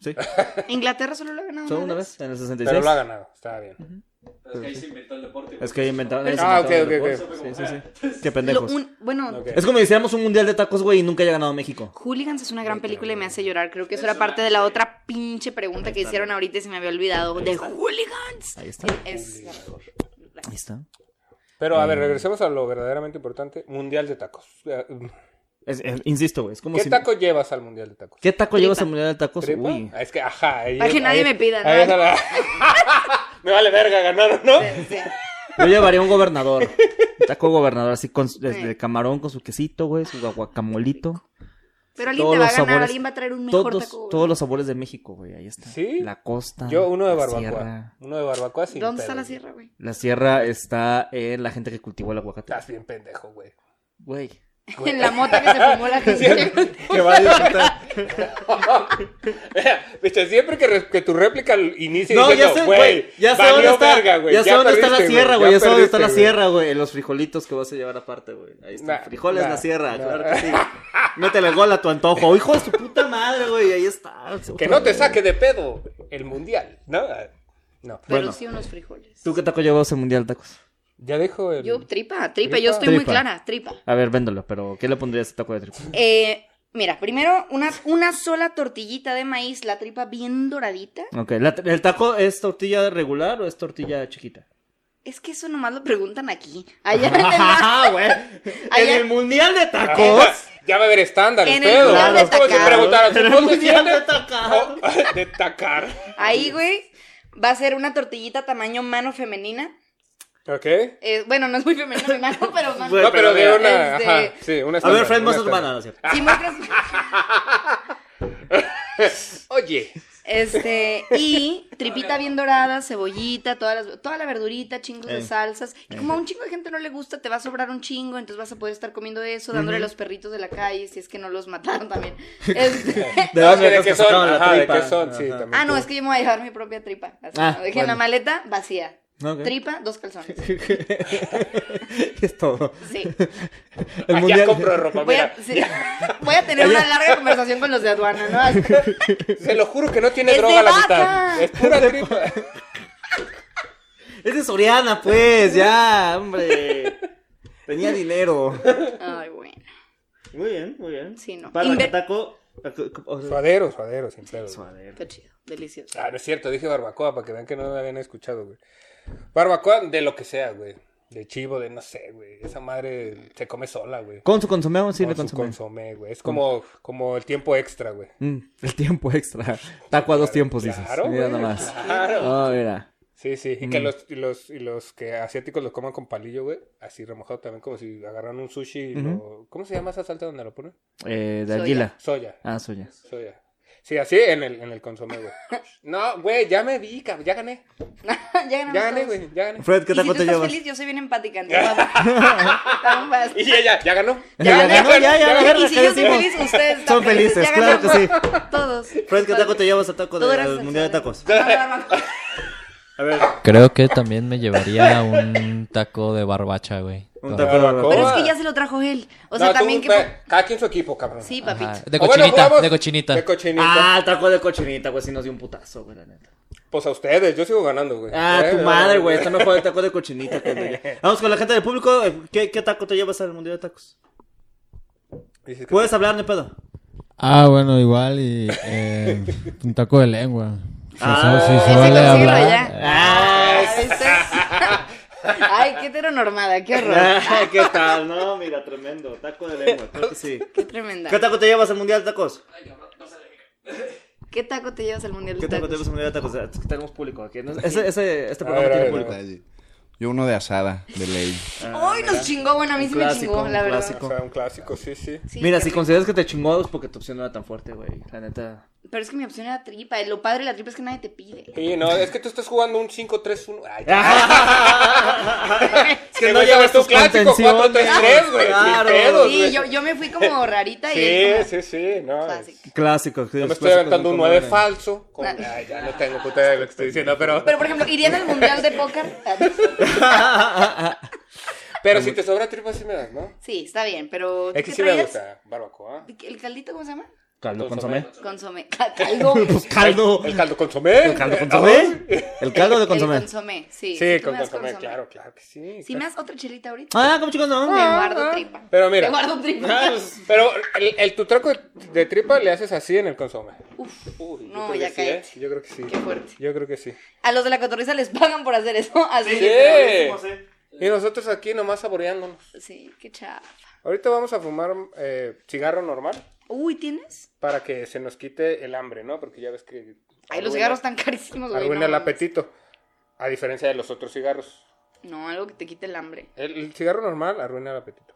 [SPEAKER 1] Sí,
[SPEAKER 4] Inglaterra solo lo ha ganado.
[SPEAKER 1] solo una
[SPEAKER 4] una
[SPEAKER 1] vez en el 66.
[SPEAKER 3] pero lo ha ganado, está bien.
[SPEAKER 2] Pero es que ahí se inventó el deporte.
[SPEAKER 1] Es que inventaron ellos
[SPEAKER 3] Ah,
[SPEAKER 1] inventaron
[SPEAKER 3] ok,
[SPEAKER 1] el
[SPEAKER 3] ok,
[SPEAKER 1] deporte.
[SPEAKER 2] ok.
[SPEAKER 1] Sí, sí, sí. Qué
[SPEAKER 4] Lo-
[SPEAKER 1] pendejos.
[SPEAKER 4] un- bueno,
[SPEAKER 3] Ok.
[SPEAKER 1] Es como decíamos un mundial de tacos, güey, y nunca haya ganado México.
[SPEAKER 4] Hooligans es una gran película y me hace llorar. Creo que eso
[SPEAKER 2] Es
[SPEAKER 4] era parte
[SPEAKER 2] una-
[SPEAKER 4] de la otra pinche pregunta que hicieron ahorita y se me había olvidado. De Hooligans.
[SPEAKER 1] Ahí está.
[SPEAKER 4] Es la mejor.
[SPEAKER 1] Ahí está.
[SPEAKER 3] Pero,
[SPEAKER 1] Mm.
[SPEAKER 3] a ver, regresemos a lo verdaderamente importante. Mundial de tacos. Eh,
[SPEAKER 1] Es- es- insisto, güey, es como
[SPEAKER 3] ¿Qué
[SPEAKER 1] si
[SPEAKER 3] taco llevas al mundial de tacos?
[SPEAKER 1] ¿Qué taco llevas al
[SPEAKER 4] Tripa.
[SPEAKER 1] mundial de tacos?
[SPEAKER 3] ¿Tripa?
[SPEAKER 1] Uy.
[SPEAKER 3] Ah, Es que, ajá. ahí
[SPEAKER 4] Para
[SPEAKER 3] es-
[SPEAKER 4] que nadie
[SPEAKER 3] ahí-
[SPEAKER 4] me pida, ¿no?
[SPEAKER 3] ahí es a la- me vale verga ganaron, ¿no?
[SPEAKER 4] Sí.
[SPEAKER 1] Yo llevaría un gobernador. Un taco gobernador así con su- desde camarón con su quesito, güey, su guacamolito.
[SPEAKER 4] Pero alguien te
[SPEAKER 1] Todos los
[SPEAKER 4] va a ganar,
[SPEAKER 1] sabores.
[SPEAKER 4] alguien va a traer un mejor
[SPEAKER 1] Todos,
[SPEAKER 4] taco. güey.
[SPEAKER 1] todos los sabores de México, güey. Ahí está.
[SPEAKER 3] ¿Sí?
[SPEAKER 1] La costa.
[SPEAKER 3] Yo uno de
[SPEAKER 1] la
[SPEAKER 3] barbacoa.
[SPEAKER 1] Sierra.
[SPEAKER 3] Uno de barbacoa sin
[SPEAKER 4] ¿Dónde está
[SPEAKER 3] pedos,
[SPEAKER 4] la
[SPEAKER 3] güey.
[SPEAKER 4] sierra, güey?
[SPEAKER 1] La sierra está en la gente que cultivó el aguacate.
[SPEAKER 3] Estás bien pendejo, güey.
[SPEAKER 1] Güey.
[SPEAKER 4] En la mota que se fumó la gente.
[SPEAKER 1] Que va a disfrutar.
[SPEAKER 3] Viste, siempre que, re- que tu réplica inicie
[SPEAKER 1] No, ya
[SPEAKER 3] diciendo,
[SPEAKER 1] sé,
[SPEAKER 3] güey,
[SPEAKER 1] güey. Ya sé
[SPEAKER 3] valió
[SPEAKER 1] dónde está.
[SPEAKER 3] verga, güey,
[SPEAKER 1] ya sé dónde está la
[SPEAKER 3] perdiste,
[SPEAKER 1] sierra, güey. Ya sé dónde está la
[SPEAKER 3] perdiste, güey".
[SPEAKER 1] sierra, güey. En Los frijolitos que vas a llevar aparte, güey. Ahí están.
[SPEAKER 3] Nah,
[SPEAKER 1] Frijoles,
[SPEAKER 3] nah,
[SPEAKER 1] la sierra.
[SPEAKER 3] nah.
[SPEAKER 1] Claro que sí. Métele gol a tu antojo. Hijo de su puta madre, güey. Ahí está.
[SPEAKER 3] Que no te saque de pedo el mundial. No, no.
[SPEAKER 4] Pero
[SPEAKER 1] Bueno.
[SPEAKER 4] sí unos frijoles.
[SPEAKER 1] ¿Tú qué taco llevabas en Mundial Tacos?
[SPEAKER 3] Ya dejo el...
[SPEAKER 4] Yo, tripa, tripa, yo estoy muy
[SPEAKER 1] Tripa.
[SPEAKER 4] clara, tripa.
[SPEAKER 1] A ver, véndolo, pero ¿qué le pondrías a taco de tripa?
[SPEAKER 4] Eh, mira, primero una, una sola tortillita de maíz, la tripa bien doradita.
[SPEAKER 1] Ok, la- ¿el taco es tortilla regular o es tortilla chiquita?
[SPEAKER 4] Es que eso nomás lo preguntan aquí. Allá en el,
[SPEAKER 1] Ajá, güey. En
[SPEAKER 4] Allá-
[SPEAKER 1] el mundial de
[SPEAKER 3] Ah,
[SPEAKER 1] tacos.
[SPEAKER 3] Ya va a haber estándar, el
[SPEAKER 4] En el
[SPEAKER 3] pedo.
[SPEAKER 4] mundial
[SPEAKER 3] Es como si
[SPEAKER 4] destacado.
[SPEAKER 3] preguntaran,
[SPEAKER 1] En el
[SPEAKER 3] ¿cómo te
[SPEAKER 1] mundial
[SPEAKER 3] sientes?
[SPEAKER 1] destacado.
[SPEAKER 3] No, de tacar.
[SPEAKER 4] ahí, güey, va a ser una tortillita tamaño mano femenina.
[SPEAKER 3] Ok.
[SPEAKER 4] Eh, bueno, no es muy femenina mi mano, pero mano.
[SPEAKER 1] Bueno,
[SPEAKER 3] No, pero de
[SPEAKER 1] pero
[SPEAKER 3] una... Ah.
[SPEAKER 4] este-
[SPEAKER 3] Ajá, sí, una
[SPEAKER 1] A ver,
[SPEAKER 3] estándar,
[SPEAKER 1] Fred,
[SPEAKER 3] una
[SPEAKER 1] más
[SPEAKER 3] estándar.
[SPEAKER 1] urbana, ¿no es cierto?
[SPEAKER 4] Si muestras-
[SPEAKER 3] Oye.
[SPEAKER 4] Este, y tripita bien dorada, cebollita, todas las- toda la verdurita, chingos de
[SPEAKER 1] Eh.
[SPEAKER 4] salsas. Y como a un chingo de gente no le gusta, te va a sobrar un chingo, entonces vas a poder estar comiendo eso, dándole a los perritos de la calle, si es que no los mataron también. Este,
[SPEAKER 1] De
[SPEAKER 3] No,
[SPEAKER 1] dónde
[SPEAKER 3] que de
[SPEAKER 1] los
[SPEAKER 3] qué
[SPEAKER 1] que
[SPEAKER 3] son,
[SPEAKER 1] sacaron la
[SPEAKER 3] ajá, de
[SPEAKER 1] tripa.
[SPEAKER 3] qué son, sí,
[SPEAKER 1] Ajá.
[SPEAKER 3] también.
[SPEAKER 4] ah, no, es que yo me voy a llevar mi propia tripa. Así,
[SPEAKER 1] Ah,
[SPEAKER 4] ¿no? Dejé
[SPEAKER 1] bueno.
[SPEAKER 4] la maleta vacía.
[SPEAKER 1] Ok.
[SPEAKER 4] Tripa, dos calzones.
[SPEAKER 1] es todo.
[SPEAKER 4] Sí.
[SPEAKER 1] El
[SPEAKER 3] Ah,
[SPEAKER 1] mundial.
[SPEAKER 3] Ya compro ropa,
[SPEAKER 4] Voy a,
[SPEAKER 3] mira.
[SPEAKER 4] sí. Voy a tener una larga conversación con los de aduana, ¿no?
[SPEAKER 3] Se lo juro que no tiene
[SPEAKER 4] Es de
[SPEAKER 3] droga la
[SPEAKER 4] vaca.
[SPEAKER 3] mitad. Es pura tripa.
[SPEAKER 1] Es de Soriana, pues, ya, hombre. Tenía dinero.
[SPEAKER 4] Ay, bueno.
[SPEAKER 1] Muy bien, muy bien.
[SPEAKER 4] Sí, no.
[SPEAKER 1] Para que
[SPEAKER 4] Inve-
[SPEAKER 1] taco. o sea,
[SPEAKER 3] Suadero, suadero, sin pedo.
[SPEAKER 1] suadero.
[SPEAKER 4] Qué chido, delicioso.
[SPEAKER 3] Ah, no es cierto, dije barbacoa para que vean que no me habían escuchado, güey. Barbacoa de lo que sea, güey. De chivo, de no sé, güey. Esa madre se come sola, güey.
[SPEAKER 1] ¿Con su consomé o sin
[SPEAKER 3] Con
[SPEAKER 1] le
[SPEAKER 3] su
[SPEAKER 1] consomé?
[SPEAKER 3] consomé, güey. Es como, como el tiempo extra, güey.
[SPEAKER 1] Mm, el tiempo extra. Taco a dos tiempos, dices.
[SPEAKER 3] Claro,
[SPEAKER 1] mira
[SPEAKER 3] güey.
[SPEAKER 1] nomás.
[SPEAKER 3] Claro.
[SPEAKER 1] Ah, mira.
[SPEAKER 3] Sí, sí. Y que los, y los, y los que asiáticos lo coman con palillo, güey. Así remojado también, como si agarran un sushi y lo... ¿Cómo se llama esa salsa donde lo ponen?
[SPEAKER 1] Eh, de
[SPEAKER 4] Soya.
[SPEAKER 1] anguila.
[SPEAKER 3] Soya.
[SPEAKER 1] Ah, soya.
[SPEAKER 3] Soya. Sí, así en el, en el consomé, güey. No, güey, ya me vi, cab- ya gané.
[SPEAKER 4] ya ganamos
[SPEAKER 3] Ya gané,
[SPEAKER 4] todos.
[SPEAKER 3] güey, ya gané.
[SPEAKER 1] Fred, ¿qué
[SPEAKER 4] Y si tú
[SPEAKER 1] taco te
[SPEAKER 4] estás
[SPEAKER 1] llevas?
[SPEAKER 4] feliz, yo soy bien empática. entonces, vamos. Vamos, vas.
[SPEAKER 3] Y ya, ya, ya ganó.
[SPEAKER 1] Ya ganó,
[SPEAKER 3] ganó,
[SPEAKER 1] ya, ya,
[SPEAKER 3] ganó.
[SPEAKER 1] la verga,
[SPEAKER 4] Y si
[SPEAKER 1] ¿qué
[SPEAKER 4] yo soy
[SPEAKER 1] decimos?
[SPEAKER 4] feliz, ustedes están
[SPEAKER 1] Son felices,
[SPEAKER 4] ya
[SPEAKER 1] claro que sí.
[SPEAKER 4] ganamos Todos.
[SPEAKER 1] Fred, ¿qué taco te llevas al taco
[SPEAKER 4] Todo
[SPEAKER 1] de-
[SPEAKER 4] era
[SPEAKER 1] al mundial de
[SPEAKER 4] sensual.
[SPEAKER 1] tacos?
[SPEAKER 4] A ver.
[SPEAKER 5] Creo que también me llevaría un taco de barbacha, güey.
[SPEAKER 1] Un
[SPEAKER 5] Con-
[SPEAKER 1] taco de barbacoa.
[SPEAKER 4] Pero es que ya se lo trajo él. O sea,
[SPEAKER 3] No, tú,
[SPEAKER 4] también que.
[SPEAKER 3] pe- Cada quien su equipo, cabrón.
[SPEAKER 4] Sí,
[SPEAKER 5] Ajá,
[SPEAKER 4] papito.
[SPEAKER 5] De
[SPEAKER 3] O bueno,
[SPEAKER 5] cochinita,
[SPEAKER 3] jugamos
[SPEAKER 5] de cochinita.
[SPEAKER 3] De cochinita.
[SPEAKER 1] Ah, el taco de cochinita, güey, sí nos dio un putazo, güey, la neta.
[SPEAKER 3] Pues a ustedes, yo sigo ganando, güey.
[SPEAKER 1] Ah,
[SPEAKER 3] Eh,
[SPEAKER 1] tu madre, güey, está mejor el taco de cochinita. pendejo. Vamos con la gente del público, eh, ¿qué, qué taco te llevas al mundial de tacos?
[SPEAKER 3] Dices que-
[SPEAKER 1] Puedes hablar, no hay pedo.
[SPEAKER 6] Ah, bueno, igual y eh, un taco de lengua. Si,
[SPEAKER 1] Ah,
[SPEAKER 6] so- si
[SPEAKER 1] ese
[SPEAKER 6] se vale
[SPEAKER 4] consigo
[SPEAKER 6] hablar.
[SPEAKER 4] ya.
[SPEAKER 6] eh,
[SPEAKER 1] Ah,
[SPEAKER 4] Ay, ustedes- Ay, qué heteronormada, qué horror.
[SPEAKER 1] ah, ¿qué tal? No, mira, tremendo, taco de lengua, creo que sí.
[SPEAKER 4] Qué tremenda.
[SPEAKER 1] ¿Qué taco te llevas al mundial de tacos?
[SPEAKER 4] ¿Qué taco te llevas al mundial? de
[SPEAKER 1] ¿Qué taco te llevas
[SPEAKER 4] tacos?
[SPEAKER 1] al mundial de tacos? Es que tenemos público aquí. ¿no? Ese, ese, este
[SPEAKER 3] A
[SPEAKER 1] programa
[SPEAKER 3] ver, a
[SPEAKER 1] tiene
[SPEAKER 3] ver,
[SPEAKER 1] público.
[SPEAKER 3] a
[SPEAKER 7] Yo uno de asada, de ley.
[SPEAKER 4] Ay, nos chingó. Bueno, a mí
[SPEAKER 1] Un
[SPEAKER 4] sí me
[SPEAKER 1] Ah, clásico,
[SPEAKER 4] chingó,
[SPEAKER 1] un
[SPEAKER 4] la verdad.
[SPEAKER 1] clásico.
[SPEAKER 3] O sea, un clásico, sí, sí.
[SPEAKER 4] Sí,
[SPEAKER 1] Mira,
[SPEAKER 4] qué
[SPEAKER 1] si
[SPEAKER 4] rico.
[SPEAKER 1] consideras que te chingó es porque tu opción no era tan fuerte, güey. La neta.
[SPEAKER 4] Pero es que mi opción era tripa. Lo padre de la tripa es que nadie te pide.
[SPEAKER 3] Sí, no, es que tú estás jugando un 5-3-1. Ay,
[SPEAKER 1] es
[SPEAKER 3] que no llevas tu clásico 4-3-3, güey.
[SPEAKER 1] Claro.
[SPEAKER 3] Claro. Pedos,
[SPEAKER 4] Sí,
[SPEAKER 3] güey.
[SPEAKER 4] yo, yo me fui como rarita y él
[SPEAKER 3] Sí, sí,
[SPEAKER 4] como
[SPEAKER 3] sí, no.
[SPEAKER 4] clásico.
[SPEAKER 1] Clásicos.
[SPEAKER 3] Yo me estoy aventando un 9 falso. con-
[SPEAKER 4] Ah.
[SPEAKER 3] Ay, ya no tengo puta idea de lo que estoy diciendo, pero.
[SPEAKER 4] Pero por ejemplo, irían al mundial de póker.
[SPEAKER 3] Pero si te sobra tripa, sí me das, ¿no?
[SPEAKER 4] Sí, está bien, pero. ¿tú
[SPEAKER 3] Es que
[SPEAKER 4] qué
[SPEAKER 3] sí me
[SPEAKER 4] traías?
[SPEAKER 3] gusta. Barbacoa.
[SPEAKER 4] ¿El caldito cómo se llama?
[SPEAKER 1] Caldo consomé.
[SPEAKER 4] Consomé. Ca- Caldo.
[SPEAKER 1] Pues caldo.
[SPEAKER 3] El caldo consomé. Ah,
[SPEAKER 1] El caldo consomé. El caldo de
[SPEAKER 4] El
[SPEAKER 1] consomé.
[SPEAKER 4] consomé, sí.
[SPEAKER 3] Sí,
[SPEAKER 4] tú
[SPEAKER 3] con
[SPEAKER 4] me das
[SPEAKER 3] consomé, claro, claro que sí.
[SPEAKER 4] Si me das otra chelita ahorita,
[SPEAKER 1] Ah, ¿cómo chicos
[SPEAKER 4] me
[SPEAKER 1] no?
[SPEAKER 3] Ah.
[SPEAKER 4] guardo tripa.
[SPEAKER 3] Pero mira. Ah, pues,
[SPEAKER 4] Me guardo tripa.
[SPEAKER 3] Pero el, el- tu traco de, de tripa le haces así en el consomé.
[SPEAKER 4] Uf,
[SPEAKER 3] Uy, yo
[SPEAKER 4] No,
[SPEAKER 3] creo
[SPEAKER 4] ya
[SPEAKER 3] que sí, ¿eh?
[SPEAKER 4] cállate.
[SPEAKER 3] Yo creo que sí.
[SPEAKER 4] Qué fuerte.
[SPEAKER 3] Yo creo que sí.
[SPEAKER 4] a los de la cotorriza les pagan por hacer eso. Así.
[SPEAKER 3] Sí.
[SPEAKER 1] ¿eh?
[SPEAKER 3] Y nosotros aquí nomás saboreándonos.
[SPEAKER 4] Sí, qué chafa.
[SPEAKER 3] Ahorita vamos a fumar eh, cigarro normal
[SPEAKER 4] Uy, ¿tienes?
[SPEAKER 3] para que se nos quite el hambre, ¿no? Porque ya ves que...
[SPEAKER 4] Ay, los
[SPEAKER 3] arruina-
[SPEAKER 4] cigarros están carísimos, güey.
[SPEAKER 3] Arruina
[SPEAKER 4] no
[SPEAKER 3] el
[SPEAKER 4] mames.
[SPEAKER 3] apetito. A diferencia de los otros cigarros.
[SPEAKER 4] No, algo que te quite el hambre,
[SPEAKER 3] El, el cigarro normal arruina el apetito.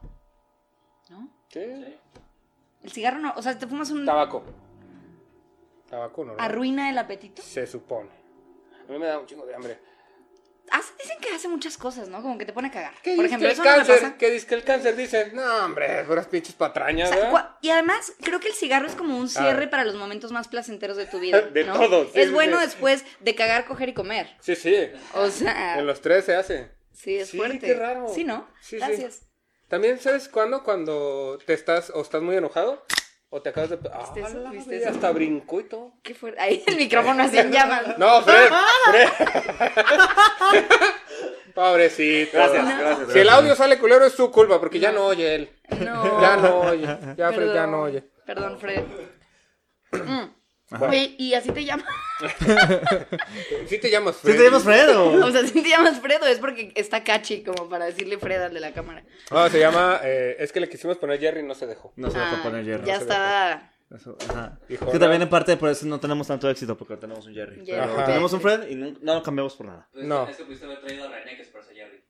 [SPEAKER 4] ¿no?
[SPEAKER 3] Sí.
[SPEAKER 4] El cigarro no, o sea, te fumas un...
[SPEAKER 3] Tabaco. Tabaco normal.
[SPEAKER 4] ¿Arruina el apetito?
[SPEAKER 3] Se supone. A mí me da un chingo de hambre.
[SPEAKER 4] Hace- dicen que hace muchas cosas, ¿no? Como que te pone a cagar.
[SPEAKER 3] ¿Qué
[SPEAKER 4] Por
[SPEAKER 3] dice
[SPEAKER 4] ejemplo,
[SPEAKER 3] el
[SPEAKER 4] eso no me
[SPEAKER 3] cáncer?
[SPEAKER 4] pasa.
[SPEAKER 3] ¿Qué dice que el cáncer? Dice, no, hombre, puras pinches patrañas,
[SPEAKER 4] O sea,
[SPEAKER 3] ¿verdad?
[SPEAKER 4] cua- y además, creo que el cigarro es como un cierre para los momentos más placenteros de tu vida.
[SPEAKER 3] Ah. De
[SPEAKER 4] ¿no?
[SPEAKER 3] todo, sí,
[SPEAKER 4] es
[SPEAKER 3] sí,
[SPEAKER 4] bueno
[SPEAKER 3] sí.
[SPEAKER 4] después de cagar, coger y comer.
[SPEAKER 3] Sí, sí.
[SPEAKER 4] O sea,
[SPEAKER 3] En los tres se hace.
[SPEAKER 4] sí, es
[SPEAKER 3] Sí,
[SPEAKER 4] fuerte.
[SPEAKER 3] qué raro.
[SPEAKER 4] Sí, ¿no?
[SPEAKER 3] Sí, sí.
[SPEAKER 4] Gracias.
[SPEAKER 3] También, ¿sabes cuándo? Cuando te estás o estás muy enojado o te acabas de... ¡Ah,
[SPEAKER 4] ¿Viste eso?
[SPEAKER 3] la
[SPEAKER 4] ¿Viste
[SPEAKER 3] vida!
[SPEAKER 4] eso?
[SPEAKER 3] Hasta brincó y todo.
[SPEAKER 4] Qué fuerte. Ahí el micrófono así en llamas.
[SPEAKER 3] No, Fred, Fred. Pobrecito.
[SPEAKER 8] Gracias, gracias.
[SPEAKER 3] Si el audio sale culero es su culpa, porque ya no oye él.
[SPEAKER 4] No.
[SPEAKER 3] Ya no oye. Ya Fred
[SPEAKER 4] Perdón.
[SPEAKER 3] ya no oye.
[SPEAKER 4] Perdón, Fred. Mm. Oye, ¿y así te llamas?
[SPEAKER 3] Sí te llamas
[SPEAKER 1] ¿Sí
[SPEAKER 3] Fred.
[SPEAKER 1] te llamas Fredo?
[SPEAKER 4] O sea, ¿sí te llamas Fred o es porque está cachi como para decirle Fred al de la cámara?
[SPEAKER 3] No, se llama... eh, es que le quisimos poner Jerry y no se dejó.
[SPEAKER 1] No se va a
[SPEAKER 4] Ah,
[SPEAKER 1] poner Jerry.
[SPEAKER 4] Ya
[SPEAKER 3] se
[SPEAKER 4] está.
[SPEAKER 1] Eso, ajá.
[SPEAKER 3] Hijo,
[SPEAKER 1] que
[SPEAKER 3] no.
[SPEAKER 1] también en parte por eso no tenemos tanto éxito porque tenemos un Jerry.
[SPEAKER 4] Jerry.
[SPEAKER 1] Pero
[SPEAKER 3] Ajá.
[SPEAKER 1] tenemos un Fred y no, no lo cambiamos por nada.
[SPEAKER 2] Pues,
[SPEAKER 3] No.
[SPEAKER 2] Es que pudiste haber traído a René, que es por Jerry.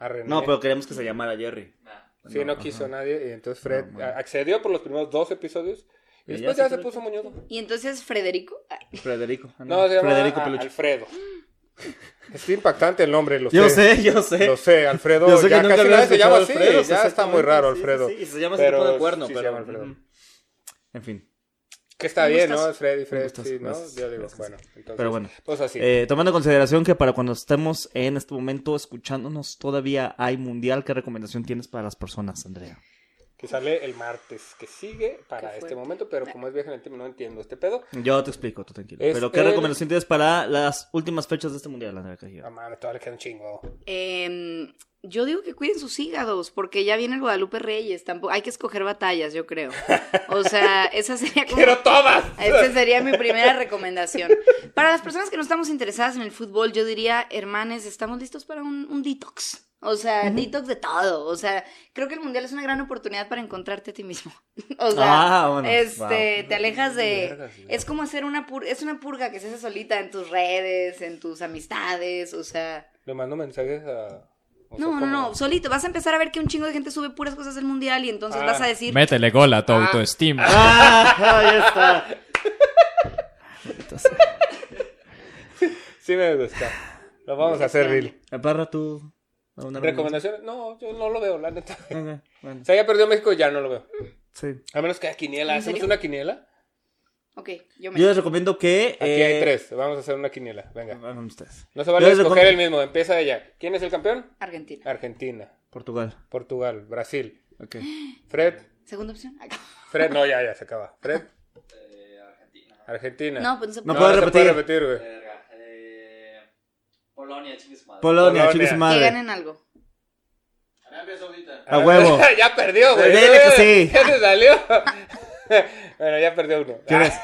[SPEAKER 3] A René.
[SPEAKER 1] No, pero queríamos que se llamara Jerry.
[SPEAKER 2] Nah.
[SPEAKER 3] Sí, no, quiso nadie. Y entonces Fred a- accedió por los primeros dos episodios.
[SPEAKER 1] Y
[SPEAKER 3] Y después
[SPEAKER 1] ya
[SPEAKER 3] ya
[SPEAKER 1] se
[SPEAKER 3] se
[SPEAKER 1] quedó
[SPEAKER 3] puso moñudo.
[SPEAKER 4] ¿Y entonces Frederico? Ah,
[SPEAKER 1] Frederico. ah,
[SPEAKER 3] No, se llama
[SPEAKER 1] Frederico
[SPEAKER 3] a-
[SPEAKER 1] Peluche.
[SPEAKER 3] Alfredo. Es impactante el nombre, lo
[SPEAKER 1] Yo
[SPEAKER 3] sé.
[SPEAKER 1] sé, yo sé.
[SPEAKER 3] Lo sé, Alfredo.
[SPEAKER 1] Yo sé que
[SPEAKER 3] ya
[SPEAKER 1] nunca
[SPEAKER 3] casi
[SPEAKER 1] había
[SPEAKER 3] nadie se llama
[SPEAKER 1] escuchado
[SPEAKER 3] así.
[SPEAKER 1] Alfredo, sí,
[SPEAKER 3] ya está muy
[SPEAKER 1] exactamente, sí,
[SPEAKER 3] raro,
[SPEAKER 1] sí,
[SPEAKER 3] Alfredo.
[SPEAKER 1] sí, y se llama ese tipo de cuerno,
[SPEAKER 3] sí se
[SPEAKER 1] pero.
[SPEAKER 3] llama Alfredo.
[SPEAKER 1] ujú. En fin.
[SPEAKER 3] Que está bien, ¿no?
[SPEAKER 4] gustas.
[SPEAKER 3] Freddy, Fred,
[SPEAKER 1] gustas,
[SPEAKER 3] sí, ¿no?
[SPEAKER 1] gracias,
[SPEAKER 3] Yo digo,
[SPEAKER 1] gracias.
[SPEAKER 3] bueno. Entonces,
[SPEAKER 1] Pero bueno.
[SPEAKER 3] Pues así.
[SPEAKER 1] Eh, tomando en consideración que para cuando estemos en este momento escuchándonos todavía hay mundial, ¿qué recomendación tienes para las personas, Andrea?
[SPEAKER 3] que sale el martes que sigue para
[SPEAKER 4] Qué
[SPEAKER 3] este
[SPEAKER 4] fuerte.
[SPEAKER 3] momento, pero como es viaje en el tiempo no entiendo este pedo.
[SPEAKER 1] Yo te explico, tú tranquilo.
[SPEAKER 3] Es
[SPEAKER 1] Pero ¿qué
[SPEAKER 3] el-
[SPEAKER 1] recomendación tienes para las últimas fechas de este mundial, Andrea Cajillo?
[SPEAKER 3] Ah, mano, todavía le queda un chingo.
[SPEAKER 4] em, yo digo que cuiden sus hígados, porque ya viene el Guadalupe Reyes. Tampoco, hay que escoger batallas, yo creo. O sea, esa sería como-
[SPEAKER 3] ¡Quiero todas!
[SPEAKER 4] Esa Este sería mi primera recomendación. Para las personas que no estamos interesadas en el fútbol, yo diría, hermanes, estamos listos para un, un detox. O sea, detox de todo. O sea, creo que el mundial es una gran oportunidad para encontrarte a ti mismo. O sea,
[SPEAKER 1] Ah, bueno,
[SPEAKER 4] este,
[SPEAKER 1] wow.
[SPEAKER 4] te alejas de. es como hacer una purga, es una purga que se hace solita en tus redes, en tus amistades. O sea,
[SPEAKER 3] Le mando mensajes a. o sea,
[SPEAKER 4] no, no,
[SPEAKER 3] como-
[SPEAKER 4] no, solito. Vas a empezar a ver que un chingo de gente sube puras cosas del mundial y entonces
[SPEAKER 3] Ah.
[SPEAKER 4] vas a decir.
[SPEAKER 5] Métele gol a tu autoestima.
[SPEAKER 1] Ah, ahí está. Maldita sea.
[SPEAKER 3] Sí, me gusta. Lo vamos a hacer, Bill.
[SPEAKER 1] Aparra tú. una
[SPEAKER 3] ¿Recomendaciones? No, yo no lo veo, la neta.
[SPEAKER 1] recomendación. Ok, bueno,
[SPEAKER 3] O sea, ya perdió México, ya no lo veo.
[SPEAKER 1] sí.
[SPEAKER 3] A menos que haya quiniela.
[SPEAKER 4] ¿En
[SPEAKER 3] ¿Hacemos
[SPEAKER 4] serio?
[SPEAKER 3] una quiniela?
[SPEAKER 4] Ok, yo me.
[SPEAKER 1] Yo les recomiendo que.
[SPEAKER 3] Aquí
[SPEAKER 1] eh,
[SPEAKER 3] hay tres. Vamos a hacer una quiniela. Venga.
[SPEAKER 1] bueno, ustedes.
[SPEAKER 3] No se
[SPEAKER 1] Yo
[SPEAKER 3] vale
[SPEAKER 1] les
[SPEAKER 3] escoger
[SPEAKER 1] recom-
[SPEAKER 3] el mismo. Empieza ella. ¿Quién es el campeón?
[SPEAKER 4] Argentina.
[SPEAKER 3] Argentina,
[SPEAKER 1] Portugal.
[SPEAKER 3] Portugal, Brasil.
[SPEAKER 1] Ok.
[SPEAKER 3] Fred.
[SPEAKER 4] Segunda opción. Acá.
[SPEAKER 3] Fred. No, ya, ya se acaba. Fred.
[SPEAKER 2] Eh, Argentina.
[SPEAKER 3] Argentina.
[SPEAKER 4] No, pues no se
[SPEAKER 1] No
[SPEAKER 4] puede.
[SPEAKER 1] puedo
[SPEAKER 3] se puede
[SPEAKER 1] repetir.
[SPEAKER 3] repetir, güey.
[SPEAKER 2] Verga. Eh, Polonia, chingue su madre.
[SPEAKER 1] Polonia,
[SPEAKER 3] Polonia.
[SPEAKER 1] chicos su
[SPEAKER 4] Que
[SPEAKER 1] madre.
[SPEAKER 4] ganen algo.
[SPEAKER 2] Arabia Saudita.
[SPEAKER 1] A huevo.
[SPEAKER 3] ya perdió, güey.
[SPEAKER 1] Dile que sí.
[SPEAKER 3] Ya se salió. bueno, ya perdió uno.
[SPEAKER 1] ¿Quién
[SPEAKER 3] Ah,
[SPEAKER 1] es?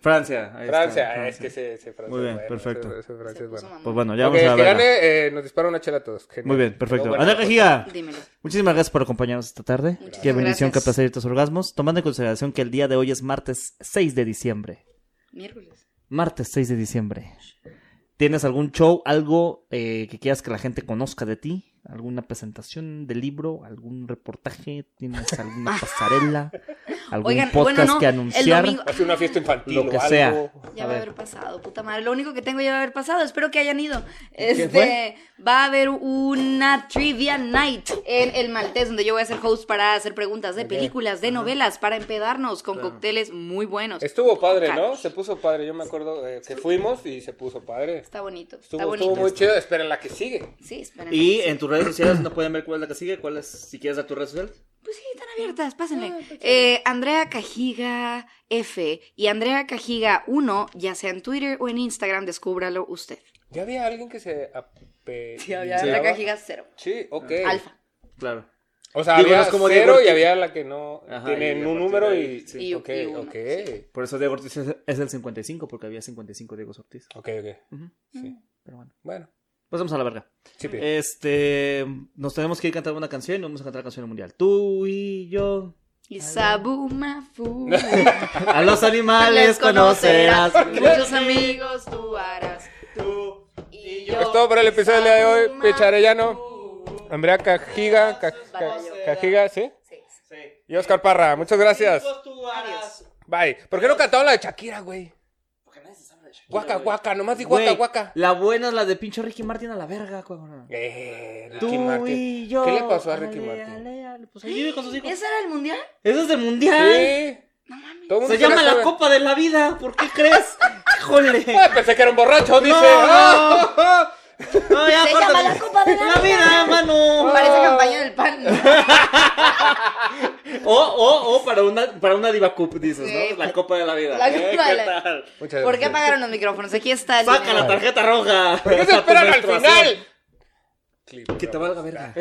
[SPEAKER 1] Francia. ahí está,
[SPEAKER 3] Francia. Ah, es que ese, ese francés.
[SPEAKER 1] Muy bien,
[SPEAKER 3] bueno,
[SPEAKER 1] perfecto.
[SPEAKER 3] Ese, ese francés,
[SPEAKER 4] Se puso
[SPEAKER 3] bueno.
[SPEAKER 4] mamón.
[SPEAKER 1] Pues bueno, ya
[SPEAKER 3] Ok,
[SPEAKER 1] vamos a
[SPEAKER 3] el que
[SPEAKER 1] ver.
[SPEAKER 3] gane, eh, nos dispara una chela a todos. Genial.
[SPEAKER 1] Muy bien, perfecto.
[SPEAKER 3] Pero bueno, pues,
[SPEAKER 1] Andrea Cajiga,
[SPEAKER 4] Dímelo.
[SPEAKER 1] muchísimas gracias por acompañarnos esta tarde.
[SPEAKER 4] Muchas
[SPEAKER 1] Qué bendición,
[SPEAKER 4] gracias.
[SPEAKER 1] qué placer y tus orgasmos. Tomando en consideración que el día de hoy es martes 6 de diciembre.
[SPEAKER 4] Miércoles.
[SPEAKER 1] Martes 6 de diciembre. ¿Tienes algún show, algo eh, que quieras que la gente conozca de ti? ¿Alguna presentación de libro? ¿Algún reportaje? ¿Tienes alguna pasarela? ¿Algún
[SPEAKER 4] Oigan,
[SPEAKER 1] podcast
[SPEAKER 4] bueno, no.
[SPEAKER 1] que
[SPEAKER 4] El
[SPEAKER 1] anunciar?
[SPEAKER 4] domingo.
[SPEAKER 3] Hace una fiesta infantil
[SPEAKER 1] Lo
[SPEAKER 3] o
[SPEAKER 1] que
[SPEAKER 3] algo.
[SPEAKER 1] sea.
[SPEAKER 4] Ya
[SPEAKER 1] A
[SPEAKER 4] va a
[SPEAKER 1] ver.
[SPEAKER 4] haber pasado, puta madre. Lo único que tengo ya va a haber pasado. Espero que hayan ido.
[SPEAKER 1] fue?
[SPEAKER 4] Este, va a haber una trivia night en el Maltés, donde yo voy a ser host para hacer preguntas de películas, de novelas, para empedarnos con cócteles muy buenos.
[SPEAKER 3] Estuvo padre, ¿no?
[SPEAKER 4] Caros.
[SPEAKER 3] Se puso padre. Yo me acuerdo eh, que fuimos y se puso padre.
[SPEAKER 4] Está bonito.
[SPEAKER 3] Estuvo,
[SPEAKER 4] está bonito.
[SPEAKER 3] estuvo muy chido. Esperen la que sigue.
[SPEAKER 4] Sí, esperen.
[SPEAKER 1] Y en tus redes sociales no pueden ver cuál es la que sigue, cuál es, si quieres dar tu red social.
[SPEAKER 4] Pues sí, están abiertas,
[SPEAKER 3] Ah,
[SPEAKER 4] pásenle.
[SPEAKER 3] pues
[SPEAKER 4] Eh, Andrea Cajiga F y Andrea Cajiga 1, ya sea en Twitter o en Instagram, descúbralo usted.
[SPEAKER 3] ¿Ya había alguien que se ape...
[SPEAKER 4] Andrea Cajiga 0.
[SPEAKER 3] Sí, ok.
[SPEAKER 4] Alfa.
[SPEAKER 1] Claro.
[SPEAKER 3] O sea,
[SPEAKER 1] Digo,
[SPEAKER 3] había
[SPEAKER 1] no es como Diego
[SPEAKER 3] cero y
[SPEAKER 1] Ortiz.
[SPEAKER 3] había la que no
[SPEAKER 1] Ajá, y a
[SPEAKER 3] tienen un
[SPEAKER 1] partir
[SPEAKER 3] número
[SPEAKER 1] de
[SPEAKER 3] y...
[SPEAKER 1] ahí, sí.
[SPEAKER 4] Y-
[SPEAKER 3] ok,
[SPEAKER 4] y uno,
[SPEAKER 3] ok.
[SPEAKER 4] sí.
[SPEAKER 1] Por eso Diego Ortiz es, es el 55, porque había 55 Diego Ortiz.
[SPEAKER 3] Ok, ok.
[SPEAKER 1] Ujú.
[SPEAKER 4] Mm.
[SPEAKER 3] Sí.
[SPEAKER 1] Pero bueno,
[SPEAKER 3] Bueno,
[SPEAKER 1] pasamos a la verga.
[SPEAKER 3] sí, pi.
[SPEAKER 1] Este, nos tenemos que ir a cantar una canción y vamos a cantar la canción del mundial. Tú y yo.
[SPEAKER 4] Y Sabumafu.
[SPEAKER 1] A los animales
[SPEAKER 4] Les
[SPEAKER 1] conocerás.
[SPEAKER 4] conocerás. Muchos amigos tú harás. Tú y yo.
[SPEAKER 3] Es todo para el episodio del día de hoy,
[SPEAKER 4] Sabumafu.
[SPEAKER 3] Picharellano. Andrea Cajiga, Ca- Ca-
[SPEAKER 4] Vaya yo.
[SPEAKER 3] Cajiga, ¿sí?
[SPEAKER 4] Sí.
[SPEAKER 2] Sí.
[SPEAKER 3] Y Oscar Parra, muchas gracias.
[SPEAKER 2] Pues tú harás.
[SPEAKER 3] Bye. ¿Por qué no cantaron la de Shakira, güey?
[SPEAKER 2] Porque nadie se sabe de Shakira,
[SPEAKER 3] Guaca,
[SPEAKER 2] güey.
[SPEAKER 3] guaca, nomás di guaca,
[SPEAKER 1] Güey,
[SPEAKER 3] guaca.
[SPEAKER 1] La buena es la de pinche Ricky Martin a la verga, cabrón.
[SPEAKER 3] Eh,
[SPEAKER 1] Tú
[SPEAKER 3] Ricky Martin.
[SPEAKER 1] y yo.
[SPEAKER 3] ¿Qué le pasó a Ricky
[SPEAKER 1] Ale,
[SPEAKER 3] Martin?
[SPEAKER 1] ale, ale. Pues ahí vive con sus hijos.
[SPEAKER 4] ¿Ese era el mundial?
[SPEAKER 1] Eso es del mundial.
[SPEAKER 3] Sí.
[SPEAKER 4] No mames.
[SPEAKER 3] Todo el mundo
[SPEAKER 1] Se
[SPEAKER 3] quiere
[SPEAKER 1] llama la
[SPEAKER 3] saber.
[SPEAKER 1] copa de la vida. ¿Por qué crees? Híjole.
[SPEAKER 3] Ay, pensé que era un borracho, dice.
[SPEAKER 1] No,
[SPEAKER 3] ¡Ah!
[SPEAKER 1] No, ya
[SPEAKER 4] Se llama
[SPEAKER 1] córtale.
[SPEAKER 4] la copa de la
[SPEAKER 1] vida,
[SPEAKER 3] Oh.
[SPEAKER 1] mano.
[SPEAKER 4] Parece campaña del pan.
[SPEAKER 1] O, o, o para una, para una diva cup, dices,
[SPEAKER 4] Sí,
[SPEAKER 1] ¿no? La copa de la vida.
[SPEAKER 4] la
[SPEAKER 1] ¿Eh?
[SPEAKER 4] copa de
[SPEAKER 1] ¿Qué
[SPEAKER 4] la-
[SPEAKER 1] tal?
[SPEAKER 3] Muchas
[SPEAKER 4] ¿Por qué
[SPEAKER 3] gracias.
[SPEAKER 4] apagaron los micrófonos? Aquí está el
[SPEAKER 1] Saca
[SPEAKER 4] dinero.
[SPEAKER 1] la tarjeta roja.
[SPEAKER 3] ¿Por qué se
[SPEAKER 1] Saca tu
[SPEAKER 3] esperan al
[SPEAKER 1] menstruación.
[SPEAKER 3] final?
[SPEAKER 1] Que te valga verga.